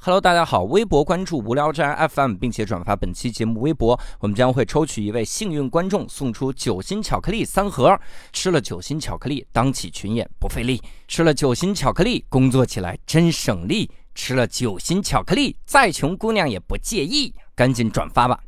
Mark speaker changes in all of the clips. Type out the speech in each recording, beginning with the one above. Speaker 1: Hello，大家好，微博关注无聊斋 FM，并且转发本期节目微博，我们将会抽取一位幸运观众，送出九星巧克力三盒。吃了九星巧克力，当起群演不费力；吃了九星巧克力，工作起来真省力；吃了九星巧克力，再穷姑娘也不介意。赶紧转发吧！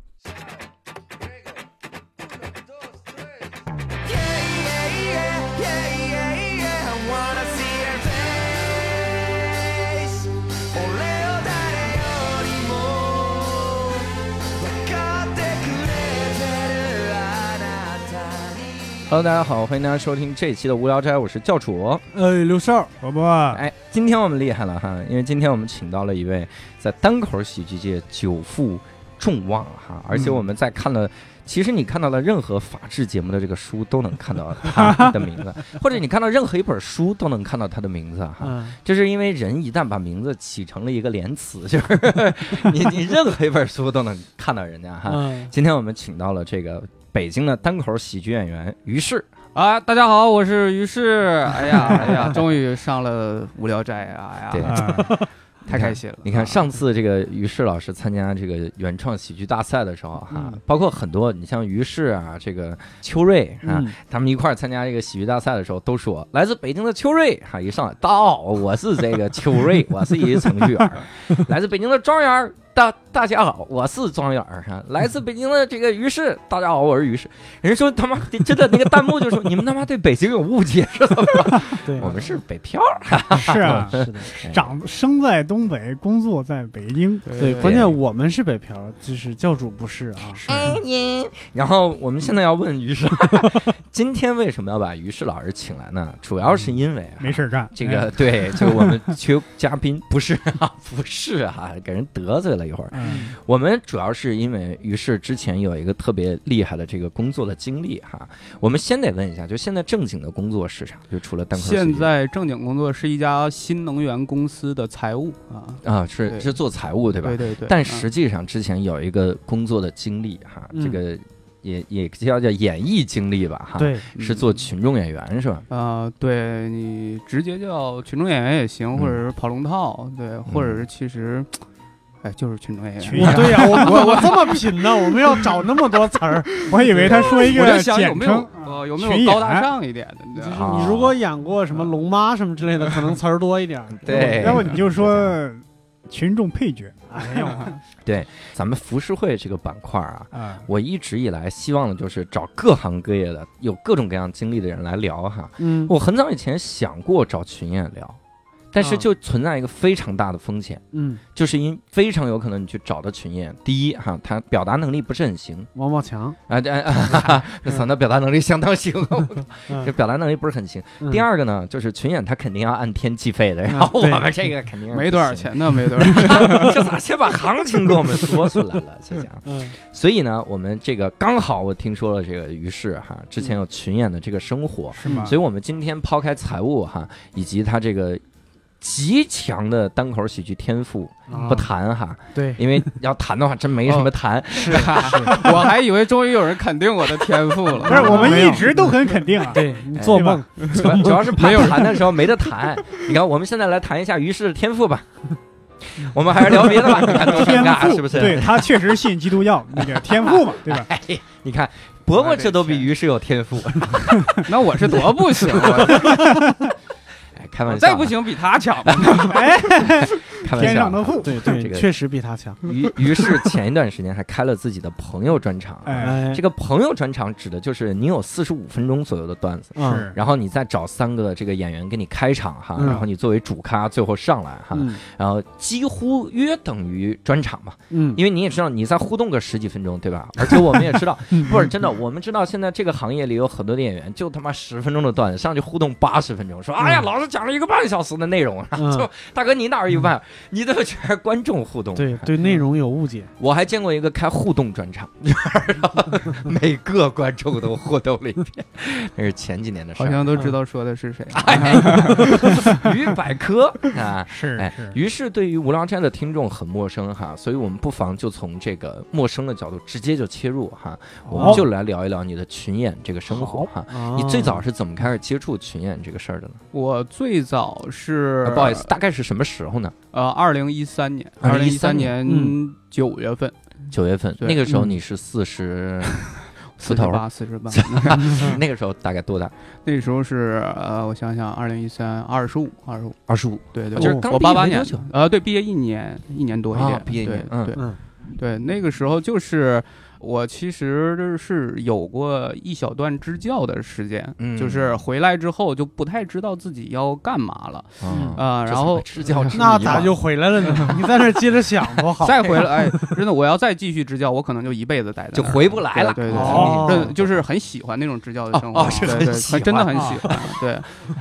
Speaker 1: Hello，大家好，欢迎大家收听这一期的无聊斋，我是教主。
Speaker 2: 呃，刘少，宝宝，
Speaker 1: 哎，今天我们厉害了哈，因为今天我们请到了一位在单口喜剧界久负众望哈，而且我们在看了，其实你看到了任何法制节目的这个书都能看到他 的名字，或者你看到任何一本书都能看到他的名字哈。
Speaker 2: 嗯，
Speaker 1: 这是因为人一旦把名字起成了一个连词，就是 你你任何一本书都能看到人家哈。
Speaker 2: 嗯
Speaker 1: 今天我们请到了这个北京的单口喜剧演员于适，
Speaker 3: 啊，大家好，我是于适。哎呀，哎呀，终于上了无聊斋啊！哎
Speaker 1: 对
Speaker 3: 呀，
Speaker 2: 啊
Speaker 3: 太开心了。
Speaker 1: 你看，
Speaker 3: 啊
Speaker 1: 上次这个于适老师参加这个原创喜剧大赛的时候哈、
Speaker 2: 嗯
Speaker 1: 包括很多你像于适啊，这个秋瑞啊、
Speaker 2: 嗯
Speaker 1: 他们一块儿参加这个喜剧大赛的时候，都说来自北京的秋瑞哈、一上来到，我是这个秋瑞，我是一程序员儿，来自北京的庄园儿。大大家好，我是庄园儿哈，来自北京的这个于适，大家好，我是于适。人家说他妈真的那个弹幕就说你们他妈对北京有误解是怎么着？
Speaker 2: 对，
Speaker 1: 我们是北漂儿，
Speaker 2: 是啊，
Speaker 1: 是的，
Speaker 2: 长生在东北，工作在北京，
Speaker 3: 对
Speaker 2: 对，
Speaker 3: 对
Speaker 2: 关键我们是北漂，就是教主不是啊，
Speaker 1: 哎呀，然后我们现在要问于适， 今天为什么要把于适老师请来呢？主要是因为啊
Speaker 2: 没事儿干，
Speaker 1: 这个对，就我们缺嘉宾，不是啊， 不是啊，给人得罪了一会儿。
Speaker 2: 哎，嗯
Speaker 1: 我们主要是因为于适之前有一个特别厉害的这个工作的经历哈。我们先得问一下，就现在正经的工作是啥？就除了单口喜剧，
Speaker 3: 现在正经工作是一家新能源公司的财务啊，
Speaker 1: 啊是
Speaker 3: 对
Speaker 1: 是做财务对吧？
Speaker 3: 对对对。
Speaker 1: 但
Speaker 3: 啊
Speaker 1: 实际上之前有一个工作的经历哈，
Speaker 2: 嗯
Speaker 1: 这个也也叫叫演艺经历吧哈。。
Speaker 2: 对，
Speaker 1: 是做群众演员是吧？
Speaker 3: 嗯啊、对你直接叫群众演员也行，或者
Speaker 1: 嗯
Speaker 3: 是跑龙套，对，或者是其实，哎，就是群众演员。啊
Speaker 2: 我 对呀，我我我这么拼呢，我们要找那么多词儿，我以为他说一
Speaker 3: 我
Speaker 2: 个
Speaker 3: 就想有
Speaker 2: 简
Speaker 3: 没有嗯
Speaker 2: 称，
Speaker 3: 呃有没
Speaker 2: 群
Speaker 3: 有
Speaker 2: 演
Speaker 3: 高大上一点的？你知
Speaker 2: 就
Speaker 3: 道
Speaker 2: 是
Speaker 3: 吗
Speaker 2: 你如果演过什么龙妈什么之类的，可能词儿多一点儿，
Speaker 1: 对
Speaker 2: 要不你就说群众配角，哎 呦
Speaker 1: 咱们浮世绘这个板块啊，
Speaker 2: 啊，
Speaker 1: 我一直以来希望的就是找各行各业的、有各种各样经历的人来聊哈。
Speaker 2: 嗯，
Speaker 1: 我很早以前想过找群演聊，但是
Speaker 3: 嗯
Speaker 1: 就存在一个非常大的风险，
Speaker 2: 嗯，
Speaker 1: 就是因非常有可能你去找的群演，第一哈，他表达能力不是很行
Speaker 2: 王宝强，
Speaker 1: 啊，这啊 哈哈，那操，那表达能力相当行，
Speaker 2: 嗯
Speaker 1: 这表达能力不是很行。
Speaker 3: 嗯
Speaker 1: 第，二个呢，就是群演他肯定要按天计费的，然后我
Speaker 2: 对
Speaker 1: 们这个肯定是
Speaker 3: 没多少
Speaker 1: 不嗯行，
Speaker 3: 钱呢，没多少钱。
Speaker 1: 这咋先把行情给我们说出来了？这讲。
Speaker 2: 嗯
Speaker 1: 所以呢，我们这个刚好我听说了这个于适哈，之前有群演的这个生活，
Speaker 2: 是吗？
Speaker 1: 所以我们今天抛开财务哈，以及他这个极强的单口喜剧天赋
Speaker 2: 啊
Speaker 1: 不谈哈，
Speaker 2: 对，哦
Speaker 1: 因为要谈的话真没什么谈。
Speaker 3: 是 啊，我还以为终于有人肯定我的天赋了。
Speaker 2: 不是我们一直都很肯定啊，
Speaker 1: 对，
Speaker 2: 你做梦，
Speaker 1: 主 要主要是怕
Speaker 3: 没有
Speaker 1: 谈的时候没得谈。你看，我们现在来谈一下于适的天赋吧。我们还是聊别的吧，你看多尴
Speaker 2: 天
Speaker 1: 尬，
Speaker 2: 赋
Speaker 1: 是不是？
Speaker 2: 对他确实信基督教，那个天赋嘛，对吧？
Speaker 1: 哎，你看伯伯这都比于适有天赋。
Speaker 3: 那我是多不 行，我
Speaker 1: 哎，开玩笑啊，
Speaker 3: 再不行比他强。
Speaker 1: 开玩
Speaker 2: 哎天
Speaker 1: 笑
Speaker 2: 上的
Speaker 1: 啊。
Speaker 2: 户，对
Speaker 1: 这个
Speaker 2: 确实比他强。
Speaker 1: 于于是前一段时间还开了自己的朋友专场。
Speaker 2: 哎，
Speaker 1: 这个朋友专场指的就是你有四十五分钟左右的段子，
Speaker 2: 嗯
Speaker 4: 是
Speaker 1: 然后你再找三个这个演员给你开场哈，
Speaker 2: 嗯
Speaker 1: 然后你作为主咖最后上来哈，
Speaker 2: 嗯
Speaker 1: 然后几乎约等于专场嘛，
Speaker 2: 嗯，
Speaker 1: 因为你也知道你再互动个十几分钟对吧？而且我们也知道，
Speaker 2: 嗯
Speaker 1: 不是真的，我们知道现在这个行业里有很多的演员就他妈十分钟的段子上去互动八十分钟，说哎呀
Speaker 2: 嗯
Speaker 1: 老师讲了一个半小时的内容，然后
Speaker 2: 嗯
Speaker 1: 就大哥你哪有一个半，你都全是观众互动，啊
Speaker 2: 对对内容有误解，
Speaker 1: 我还见过一个开互动专场， 然后每个观众都互动了一遍，那是前几年的事
Speaker 3: 好
Speaker 1: 儿。哎
Speaker 3: 像都知道说的是谁了。
Speaker 1: 于百科啊，
Speaker 2: 是
Speaker 1: 哎，于是对于无聊斋的听众很陌生哈，所以我们不妨就从这个陌生的角度直接就切入哈，我们就来聊一聊你的群演这个生活哈。
Speaker 2: 啊
Speaker 1: 你最早是怎么开始接触群演这个事儿的呢？
Speaker 3: 我最早是嗯
Speaker 1: 啊不好意思，，大概是什么时候呢？
Speaker 3: 呃，二零一三年，二零一
Speaker 1: 2013
Speaker 3: 三
Speaker 1: 年嗯
Speaker 3: 年九月份，
Speaker 1: 九月份
Speaker 3: 对
Speaker 1: 那个时候
Speaker 2: 嗯
Speaker 1: 你是四十
Speaker 3: 四
Speaker 1: 出
Speaker 3: 十
Speaker 1: 头
Speaker 3: 八，四十八。
Speaker 1: 那个时候大概多大？
Speaker 3: 那时候是呃，我想想，二零一三，二十五，二十五，
Speaker 1: 二十五。
Speaker 3: 对对，
Speaker 1: 就是
Speaker 3: 我
Speaker 1: 哦刚
Speaker 3: 我
Speaker 1: 毕业
Speaker 3: 八八
Speaker 1: 没
Speaker 3: 年
Speaker 1: 多久，
Speaker 3: 呃，对，毕业一年，一年多一
Speaker 1: 啊
Speaker 3: 点，
Speaker 1: 毕业一
Speaker 3: 对
Speaker 1: 年嗯
Speaker 3: 对
Speaker 2: 嗯
Speaker 3: 对，那个时候就是我其实是有过一小段支教的时间，
Speaker 1: 嗯
Speaker 3: 就是回来之后就不太知道自己要干嘛了
Speaker 1: 嗯
Speaker 3: 啊、
Speaker 1: 这怎
Speaker 3: 然
Speaker 1: 么啊
Speaker 3: 后
Speaker 1: 支教之
Speaker 2: 那
Speaker 1: 谜
Speaker 2: 咋
Speaker 1: 嘛
Speaker 2: 就回来了 呢？你在这儿接着想 多好。
Speaker 3: 再回来，哎，真的，我要再继续支教，我可能就一辈子待在
Speaker 1: 就
Speaker 3: 那儿
Speaker 1: 回不来了？
Speaker 3: 对对对
Speaker 2: 哦
Speaker 3: 对，就是很喜欢那种支教的生活，
Speaker 1: 哦哦是
Speaker 3: 对
Speaker 1: 很
Speaker 3: 对
Speaker 1: 喜欢
Speaker 3: 真的很喜欢，对，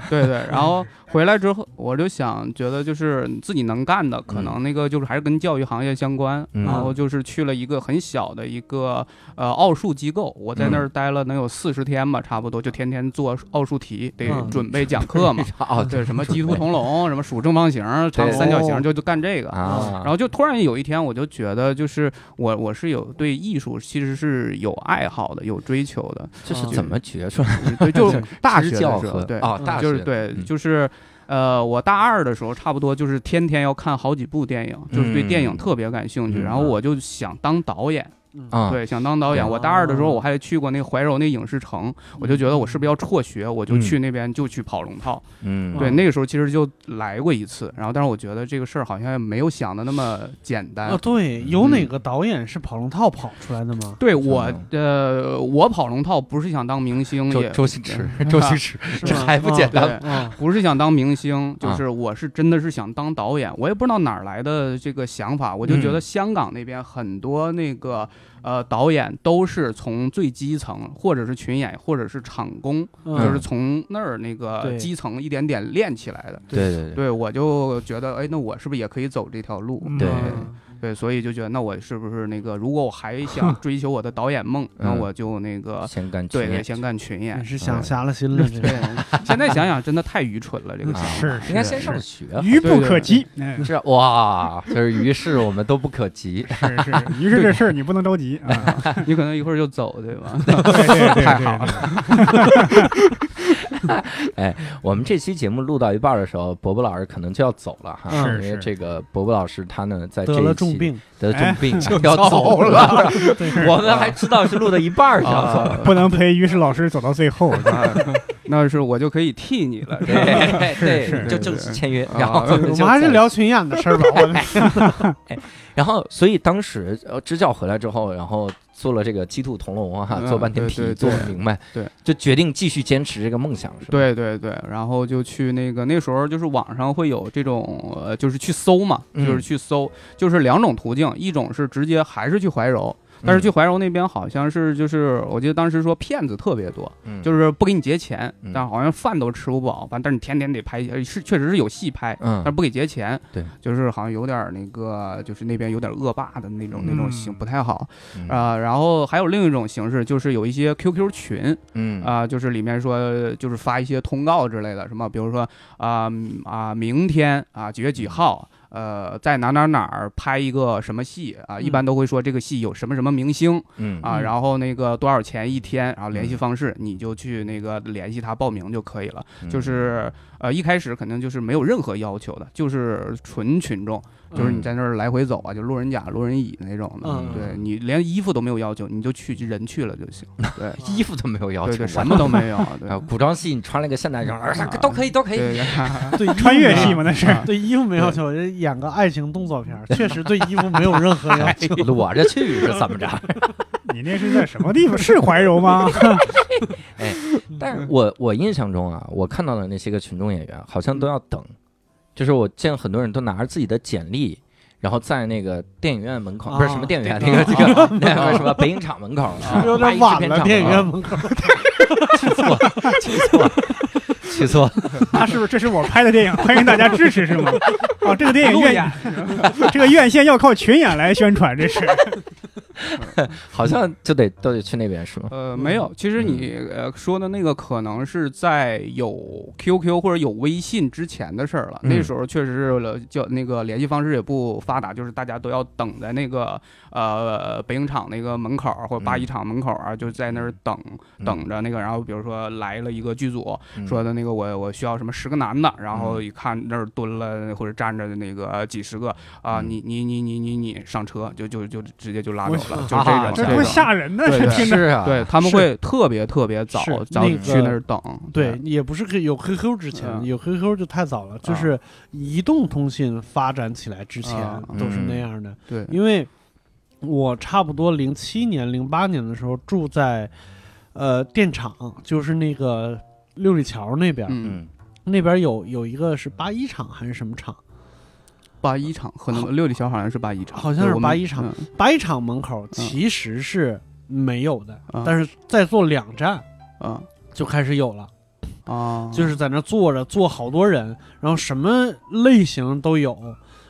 Speaker 3: 对对。然后回来之后，我就想觉得就是自己能干的，可能那个就是还是跟教育行业相关。
Speaker 1: 嗯
Speaker 3: 然后就是去了一个很小的一个呃奥数机构，我在
Speaker 1: 嗯
Speaker 3: 那儿待了能有四十天吧，差不多，就天天做奥数题，得
Speaker 2: 嗯
Speaker 3: 准备讲课 嘛。
Speaker 1: 哦，
Speaker 3: 对，什么鸡
Speaker 1: 准
Speaker 3: 兔
Speaker 1: 备
Speaker 3: 同笼，什么数正方形、长三角
Speaker 2: 哦
Speaker 3: 形，就就干这个。
Speaker 1: 啊，
Speaker 3: 然后就突然有一天，我就觉得，就是我我是有对艺术其实是有爱好的，有追求的。
Speaker 1: 这是
Speaker 2: 嗯
Speaker 1: 怎么觉出 来？
Speaker 3: 嗯对， 就大学
Speaker 1: 支
Speaker 3: 的
Speaker 1: 教
Speaker 3: 时
Speaker 1: 和
Speaker 3: 候，对，
Speaker 1: 哦，大学
Speaker 3: 就是对，
Speaker 1: 嗯
Speaker 3: 就是呃，我大二的时候，差不多就是天天要看好几部电影，就是对电影特别感兴趣。
Speaker 1: 嗯
Speaker 3: 然后我就想当导演，
Speaker 2: 嗯
Speaker 1: 啊，
Speaker 3: 对，想当导演。
Speaker 1: 对嗯
Speaker 3: 我大二的时候，我还去过那个怀柔那影视城，我就觉得我是不是要辍学，我就
Speaker 1: 嗯
Speaker 3: 去那边就去跑龙套。
Speaker 1: 嗯，
Speaker 3: 对，
Speaker 2: 嗯
Speaker 3: 那个时候其实就来过一次，然后但是我觉得这个事儿好像没有想的那么简单
Speaker 2: 哦，。对，有哪个导演是跑龙套跑出来的吗？
Speaker 3: 对我
Speaker 1: 嗯，
Speaker 3: 呃，我跑龙套不是想当明星，
Speaker 1: 周
Speaker 3: 也
Speaker 1: 周星驰，周星驰，这
Speaker 2: 吗
Speaker 1: 还不简单
Speaker 3: 对
Speaker 1: 吗？
Speaker 2: 啊，
Speaker 3: 不是想当明星，就
Speaker 1: 啊
Speaker 3: 是我是真的是想当导演，我也不知道哪儿来的这个想法，我就觉得
Speaker 1: 嗯
Speaker 3: 香港那边很多那个呃导演都是从最基层，或者是群演，或者是场工，就
Speaker 2: 嗯
Speaker 3: 是从那儿那个
Speaker 2: 对
Speaker 3: 基层一点点练起来的。
Speaker 1: 对对对，
Speaker 3: 对，我就觉得，哎，那我是不是也可以走这条路？
Speaker 2: 嗯
Speaker 1: 对
Speaker 3: 对，所以就觉得，那我是不是那个，如果我还 想追求我的导演梦，那
Speaker 1: 嗯
Speaker 3: 我就那个，
Speaker 1: 先干啊
Speaker 3: 对
Speaker 1: 群
Speaker 3: 对，
Speaker 1: 演
Speaker 3: 先干群
Speaker 2: 也
Speaker 3: 演。
Speaker 1: 嗯
Speaker 2: 是想瞎了 心了，这
Speaker 3: 对
Speaker 2: 个，
Speaker 3: 现在想想真的太愚蠢了，这个
Speaker 1: 啊
Speaker 3: 想法。
Speaker 2: 是
Speaker 1: 应该先上学。
Speaker 4: 愚不可
Speaker 3: 对对
Speaker 4: 及。哎
Speaker 1: 是啊哇，就是于是我们都不可及，
Speaker 4: 是是，于是这事儿你不能着急啊。
Speaker 3: 你可能一会儿就走，对 吧？
Speaker 4: 对对对，
Speaker 3: 太
Speaker 4: 对
Speaker 3: 好
Speaker 4: 对
Speaker 1: 我们这期节目录到一半的时候，伯伯老师可能就要走了哈，
Speaker 2: 嗯
Speaker 4: 是
Speaker 1: 因为
Speaker 4: 是
Speaker 1: 这个伯伯老师他呢在这
Speaker 2: 得
Speaker 1: 一
Speaker 2: 了
Speaker 1: 期
Speaker 2: 重，病，
Speaker 1: 得了重病要
Speaker 4: 走
Speaker 1: 走了，
Speaker 2: 对，
Speaker 1: 我们还知道是录到一半
Speaker 3: 啊
Speaker 1: 儿就要走了，
Speaker 4: 不能陪于是老师走到最后。是吧
Speaker 3: 那是我就可以替你了。是吧
Speaker 1: 对
Speaker 4: 是
Speaker 1: 对，
Speaker 4: 是
Speaker 1: 就正式签约，
Speaker 3: 啊
Speaker 1: 然后
Speaker 3: 我
Speaker 2: 我
Speaker 1: 就
Speaker 2: 们还是
Speaker 1: 走
Speaker 2: 聊群演的事儿吧。 我们
Speaker 1: 然后，所以当时呃，支教回来之后，然后做了这个鸡兔同笼啊，
Speaker 3: 嗯
Speaker 1: 做半天
Speaker 3: 对
Speaker 1: 题
Speaker 3: 对
Speaker 1: 做
Speaker 3: 对
Speaker 1: 不明白，
Speaker 3: 对，
Speaker 1: 就决定继续坚持这个梦想，是吧？，
Speaker 3: 对对对，然后就去那个那时候就是网上会有这种呃，就是去搜嘛，
Speaker 1: 嗯
Speaker 3: 就是去搜，就是两种途径，一种是直接还是去怀柔，但是去怀柔那边好像是就是我记得当时说骗子特别多，
Speaker 1: 嗯
Speaker 3: 就是不给你结钱
Speaker 1: 嗯，
Speaker 3: 但好像饭都吃不饱，反正但是你天天得拍，呃是确实是有戏拍，
Speaker 1: 嗯
Speaker 3: 但是不给结钱，
Speaker 1: 对，
Speaker 3: 就是好像有点儿那个就是那边有点儿恶霸的那种那种行
Speaker 4: 嗯
Speaker 3: 不太好
Speaker 1: 嗯
Speaker 3: 啊、然后还有另一种形式就是有一些 QQ 群。
Speaker 1: 嗯
Speaker 3: 啊、就是里面说，就是发一些通告之类的，什么，比如说啊啊、明天啊几月几号，呃，在哪哪哪儿拍一个什么戏啊、一般都会说这个戏有什么什么明星
Speaker 1: 嗯。
Speaker 3: 啊、
Speaker 2: 嗯
Speaker 3: 然后那个多少钱一天，然后联系方式，你就去那个联系他报名就可以了。就是呃，一开始肯定就是没有任何要求的，就是纯群众，就是你在那儿来回走啊，就路人甲、路人乙那种的。
Speaker 2: 嗯
Speaker 3: 对你连衣服都没有要求，你就去人去了就行。对
Speaker 1: 衣服都没有要
Speaker 3: 对
Speaker 1: 求，
Speaker 3: 对，什么 都没有。对
Speaker 1: 啊，古装戏你穿了个现代装，啊
Speaker 3: 啊
Speaker 1: 都可以，都可以。
Speaker 3: 对，对
Speaker 2: 啊对
Speaker 4: 穿越戏
Speaker 2: 嘛，
Speaker 4: 嘛，那是。
Speaker 2: 啊对衣服没要求，人演个爱情动作片儿，确实对衣服没有任何要 求。
Speaker 1: 裸着去是怎么着？
Speaker 4: 你那是在什么地方？是怀柔吗？
Speaker 1: 但是我我印象中啊，我看到的那些个群众演员好像都要等，就是我见很多人都拿着自己的简历，然后在那那个电影院门口，
Speaker 2: 啊
Speaker 1: 不是什么电影院，那
Speaker 2: 电
Speaker 1: 个这个那个什么北影厂门口，
Speaker 2: 是不是有点晚了？电影院
Speaker 1: 啊
Speaker 2: 门口，
Speaker 1: 去错了，去错了，去错了，
Speaker 4: 那是不是这是我拍的电影？欢迎大家支持是吗？ 哦，这个电影院，这个院线要靠群演来宣传，这是。
Speaker 1: 好像就得都得去那边是吗？
Speaker 3: 呃，没有，其实你呃说的那个可能是在有 QQ 或者有微信之前的事儿了。
Speaker 1: 嗯
Speaker 3: 那时候确实是了，叫那个联系方式也不发达，就是大家都要等在那个呃北影厂那个门口儿或者八一厂门口儿啊，就在那儿等
Speaker 5: 嗯
Speaker 3: 等着那个。然后比如说来了一个剧组，
Speaker 5: 嗯
Speaker 3: 说的那个我我需要什么十个男的，然后一看那儿蹲了或者站着的那个几十个啊，
Speaker 5: 嗯
Speaker 3: 你你你你你你上车就就就直接就拉走
Speaker 4: 我
Speaker 3: 了，就
Speaker 1: 啊
Speaker 3: 是这种
Speaker 4: 这
Speaker 3: 这
Speaker 4: 多
Speaker 3: 种。
Speaker 4: 吓人呢！
Speaker 3: 对
Speaker 4: 这
Speaker 3: 对
Speaker 4: 听着，
Speaker 1: 啊
Speaker 3: 对他们
Speaker 2: 是
Speaker 3: 会特别特别早
Speaker 2: 是
Speaker 3: 早
Speaker 2: 那
Speaker 3: 去那
Speaker 2: 个
Speaker 3: 儿等，
Speaker 2: 对，也不是可以有 QQ 之前，
Speaker 3: 嗯
Speaker 2: 有 QQ 就太早了，就是
Speaker 4: 啊
Speaker 2: 移动通信发展起来之前
Speaker 3: 啊
Speaker 2: 都
Speaker 4: 嗯
Speaker 2: 是那样的。
Speaker 3: 对
Speaker 2: 因为我差不多零七年、零八年的时候住在呃电厂，就是那个六里桥那边，
Speaker 3: 嗯，
Speaker 5: 嗯
Speaker 2: 那边有有一个是八一厂还是什么厂？
Speaker 3: 八一厂可
Speaker 2: 好
Speaker 3: 能六里桥好像是八一厂，
Speaker 2: 好像
Speaker 3: 对
Speaker 2: 是
Speaker 3: 我们
Speaker 2: 八一厂
Speaker 3: 嗯
Speaker 2: 八一厂门口其实是没有的，
Speaker 3: 啊
Speaker 2: 但是再坐两站
Speaker 3: 啊
Speaker 2: 就开始有了。
Speaker 3: 啊，
Speaker 2: 就是在那儿坐着，坐好多人，然后什么类型都有。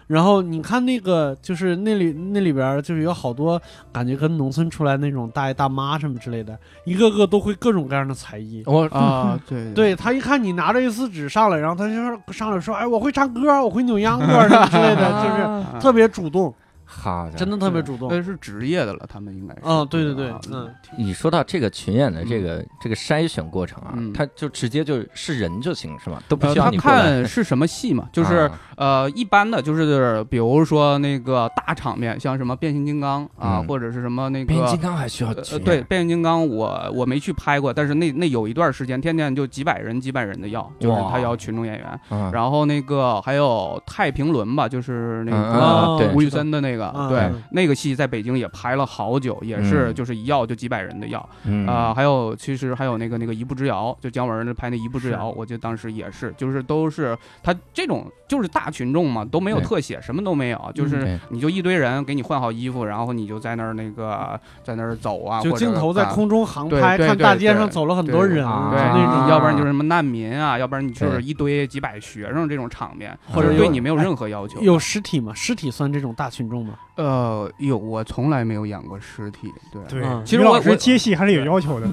Speaker 2: 然后你看那个，就是那里那里边儿就是有好多感觉跟农村出来那种大爷大妈什么之类的，一个个都会各种各样的才艺。
Speaker 1: 我
Speaker 3: 啊，对
Speaker 2: 对他一看你拿着 A 四纸上来，然后他就说上来说：“哎，我会唱歌，我会扭 秧歌什么之类的，就是
Speaker 1: 是
Speaker 3: 啊
Speaker 2: 特别主动，
Speaker 1: 好家伙
Speaker 2: 真的特别主动。
Speaker 3: 呃是职业的了，他们应该是
Speaker 2: 嗯对对对
Speaker 3: 啊
Speaker 2: 嗯
Speaker 1: 你说到这个群演的这个、这个筛选过程啊，
Speaker 3: 嗯
Speaker 1: 他就直接就是人就行是吗？都不
Speaker 3: 呃
Speaker 1: 需要
Speaker 3: 他
Speaker 1: 你过来
Speaker 3: 看是什么戏嘛，就是
Speaker 1: 啊
Speaker 3: 呃，一般的就是比如说那个大场面，像什么变形金刚啊，
Speaker 1: 嗯
Speaker 3: 或者是什么那
Speaker 1: 变形
Speaker 3: 个
Speaker 1: 金刚还需要
Speaker 3: 呃
Speaker 1: 群
Speaker 3: 呃，
Speaker 1: 演
Speaker 3: 对，变形金刚我我没去拍过，但是那那有一段时间，天天就几百人几百人的要，就是
Speaker 1: 哇
Speaker 3: 他要群众演员，
Speaker 1: 啊
Speaker 3: 然后那个还有太平轮吧，就是那
Speaker 1: 嗯
Speaker 3: 个
Speaker 2: 哦
Speaker 1: 啊对
Speaker 3: 吴宇森的那个，
Speaker 2: 啊
Speaker 3: 对
Speaker 2: 嗯，
Speaker 3: 那个戏在北京也拍了好久，也是
Speaker 1: 嗯
Speaker 3: 就是一要就几百人的要
Speaker 1: 嗯
Speaker 3: 啊。还有其实还有那个那个一步之遥，就姜文拍那一步之遥，我记得当时也是，就是都是他这种就是大群众嘛，都没有
Speaker 1: 对嗯
Speaker 3: 特写，什么都没有，就
Speaker 1: 对
Speaker 3: 是你就一堆人给你换好衣服，然后你就在那儿那个在那儿走啊，
Speaker 2: 就
Speaker 3: 或者
Speaker 2: 镜头在
Speaker 3: 干
Speaker 2: 空中航
Speaker 3: 对
Speaker 2: 拍，
Speaker 3: 对
Speaker 2: 看
Speaker 3: 对
Speaker 2: 大街
Speaker 3: 对
Speaker 2: 上走了很多
Speaker 3: 对
Speaker 2: 人
Speaker 1: 啊
Speaker 2: 就
Speaker 3: 对，
Speaker 2: 那种
Speaker 3: 你要不然就是什么难民啊，要不然你就是
Speaker 1: 对
Speaker 3: 一堆几百学生这种场面，
Speaker 2: 或者
Speaker 3: 就是
Speaker 2: 有
Speaker 3: 对你没有任何要求。
Speaker 2: 有尸体吗？尸体算这种大群众吗？
Speaker 3: 呃有，我从来没有演过尸体，对，
Speaker 4: 对
Speaker 2: 嗯，
Speaker 3: 其实
Speaker 4: 于
Speaker 3: 我
Speaker 4: 老师
Speaker 3: 我
Speaker 4: 接戏还是有要求的。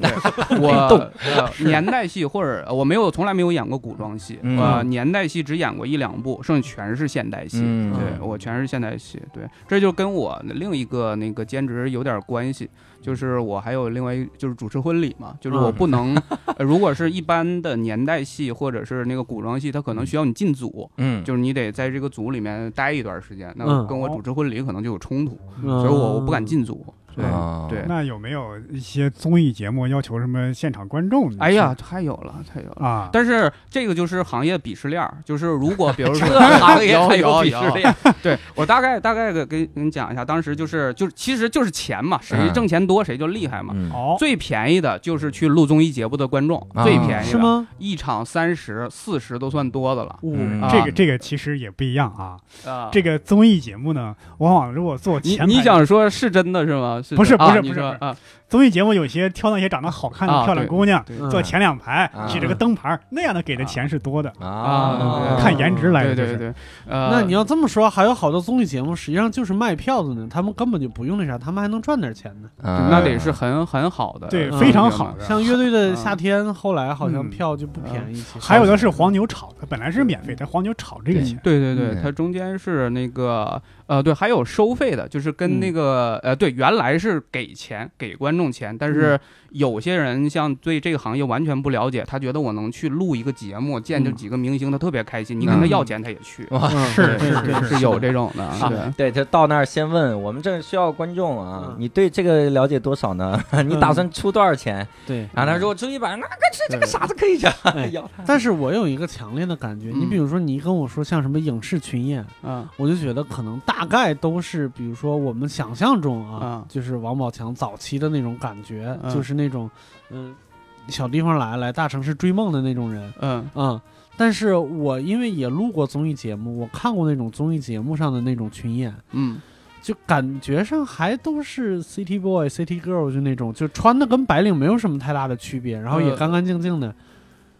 Speaker 3: 我
Speaker 1: 动
Speaker 3: 呃年代戏或者呃我没有从来没有演过古装戏，
Speaker 1: 嗯
Speaker 3: 呃年代戏只演过一两部，剩下全是现代戏。
Speaker 1: 嗯
Speaker 3: 对我全是现代戏，对，这就跟我另一个那个兼职有点关系，就是我还有另外一就是主持婚礼嘛，就是我
Speaker 2: 嗯
Speaker 3: 不能，呃如果是一般的年代戏或者是那个古装戏，它可能需要你进组，
Speaker 1: 嗯
Speaker 3: 就是你得在这个组里面待一段时间，那
Speaker 2: 嗯
Speaker 3: 跟我主持婚礼可能就有冲突，
Speaker 2: 所
Speaker 3: 所
Speaker 4: 哦
Speaker 3: 以我我不敢进组，对
Speaker 1: 啊
Speaker 3: 对
Speaker 4: 那有没有一些综艺节目要求什么现场观众？
Speaker 3: 哎呀，太有了，太有了。
Speaker 4: 啊，
Speaker 3: 但是这个就是行业鄙视链儿，就是如果比如说
Speaker 1: 这 行业
Speaker 3: 啊有
Speaker 1: 还有
Speaker 3: 有
Speaker 1: 鄙视链，
Speaker 3: 对我大概大概给给你讲一下，当时就是就是其实就是钱嘛，谁
Speaker 1: 嗯
Speaker 3: 挣钱多谁就厉害嘛。
Speaker 1: 嗯
Speaker 4: 哦，
Speaker 3: 最便宜的就是去录综艺节目的观众，
Speaker 1: 啊
Speaker 3: 最便宜
Speaker 2: 是
Speaker 3: 的
Speaker 2: 吗？
Speaker 3: 一场三十四十都算多的了。
Speaker 1: 嗯
Speaker 3: 啊
Speaker 4: 这个这个其实也不一样啊。
Speaker 3: 啊，
Speaker 4: 这个综艺节目呢，往往如果做
Speaker 3: 你
Speaker 4: 前排
Speaker 3: 你想说是真的是吗？是
Speaker 4: 不是
Speaker 3: 真的
Speaker 4: 不是不
Speaker 3: 啊你
Speaker 4: 是
Speaker 3: 说
Speaker 4: 不是
Speaker 3: 啊，
Speaker 4: 综艺节目，有些挑那些长得好看的
Speaker 3: 啊
Speaker 4: 漂亮
Speaker 3: 对
Speaker 4: 姑娘
Speaker 3: 对
Speaker 4: 坐
Speaker 2: 嗯
Speaker 4: 前两排
Speaker 1: 啊，
Speaker 4: 举着个灯牌，那样的给的钱是多的，
Speaker 1: 啊
Speaker 3: 啊
Speaker 4: 看颜值来
Speaker 3: 对
Speaker 4: 的就
Speaker 3: 对
Speaker 4: 是。
Speaker 3: 对，呃，
Speaker 2: 那你要这么说，还有好多综艺节目实际上就是卖票子呢，他们根本就不用那啥，他们还能赚点钱呢。
Speaker 1: 啊
Speaker 3: 那得是很很好的，
Speaker 4: 对
Speaker 2: 嗯
Speaker 4: 非常好的。
Speaker 2: 像乐队的
Speaker 3: 嗯
Speaker 2: 夏天，后来好像
Speaker 4: 嗯
Speaker 2: 票就不便宜，
Speaker 5: 嗯
Speaker 2: 其实
Speaker 4: 还有的是黄牛炒的，本来是免费，但黄牛炒这个钱。
Speaker 3: 对对
Speaker 1: 嗯
Speaker 3: 对，它中间是那个呃，对，还有收费的，就是跟
Speaker 4: 嗯
Speaker 3: 那个、呃，对，原来是给钱给观众钱，但
Speaker 4: 嗯
Speaker 3: 是有些人像对这个行业完全不了解，他觉得我能去录一个节目，见着
Speaker 2: 嗯
Speaker 3: 几个明星，他特别开心，你跟他要钱他也去，
Speaker 1: 哇
Speaker 2: 嗯
Speaker 4: 是
Speaker 3: 对
Speaker 4: 是
Speaker 3: 是
Speaker 4: 是
Speaker 3: 是有这种的，
Speaker 2: 是
Speaker 3: 对。
Speaker 1: 嗯对，就到那儿先问我们这需要观众啊
Speaker 2: 嗯，
Speaker 1: 你对这个了解多少呢？ 你打
Speaker 3: 嗯
Speaker 1: 算出多少钱？
Speaker 2: 对。
Speaker 1: 然后他说我出一百，那个这这个傻子可以这
Speaker 2: 哎
Speaker 1: 样 要
Speaker 2: 但是我有一个强烈的感觉，你
Speaker 3: 嗯
Speaker 2: 比如说你跟我说像什么影视群演，
Speaker 3: 啊
Speaker 2: 我就觉得可能大概都是，比如说我们想象中啊
Speaker 3: 啊，
Speaker 2: 就是王宝强早期的那种感觉，
Speaker 3: 嗯
Speaker 2: 就是那种嗯、小地方来来大城市追梦的那种人。
Speaker 3: 嗯
Speaker 2: 嗯，但是我因为也录过综艺节目，我看过那种综艺节目上的那种群演，
Speaker 3: 嗯，
Speaker 2: 就感觉上还都是 City Boy、City Girl 就那种，就穿的跟白领没有什么太大的区别，然后也
Speaker 3: 呃
Speaker 2: 干干净净的。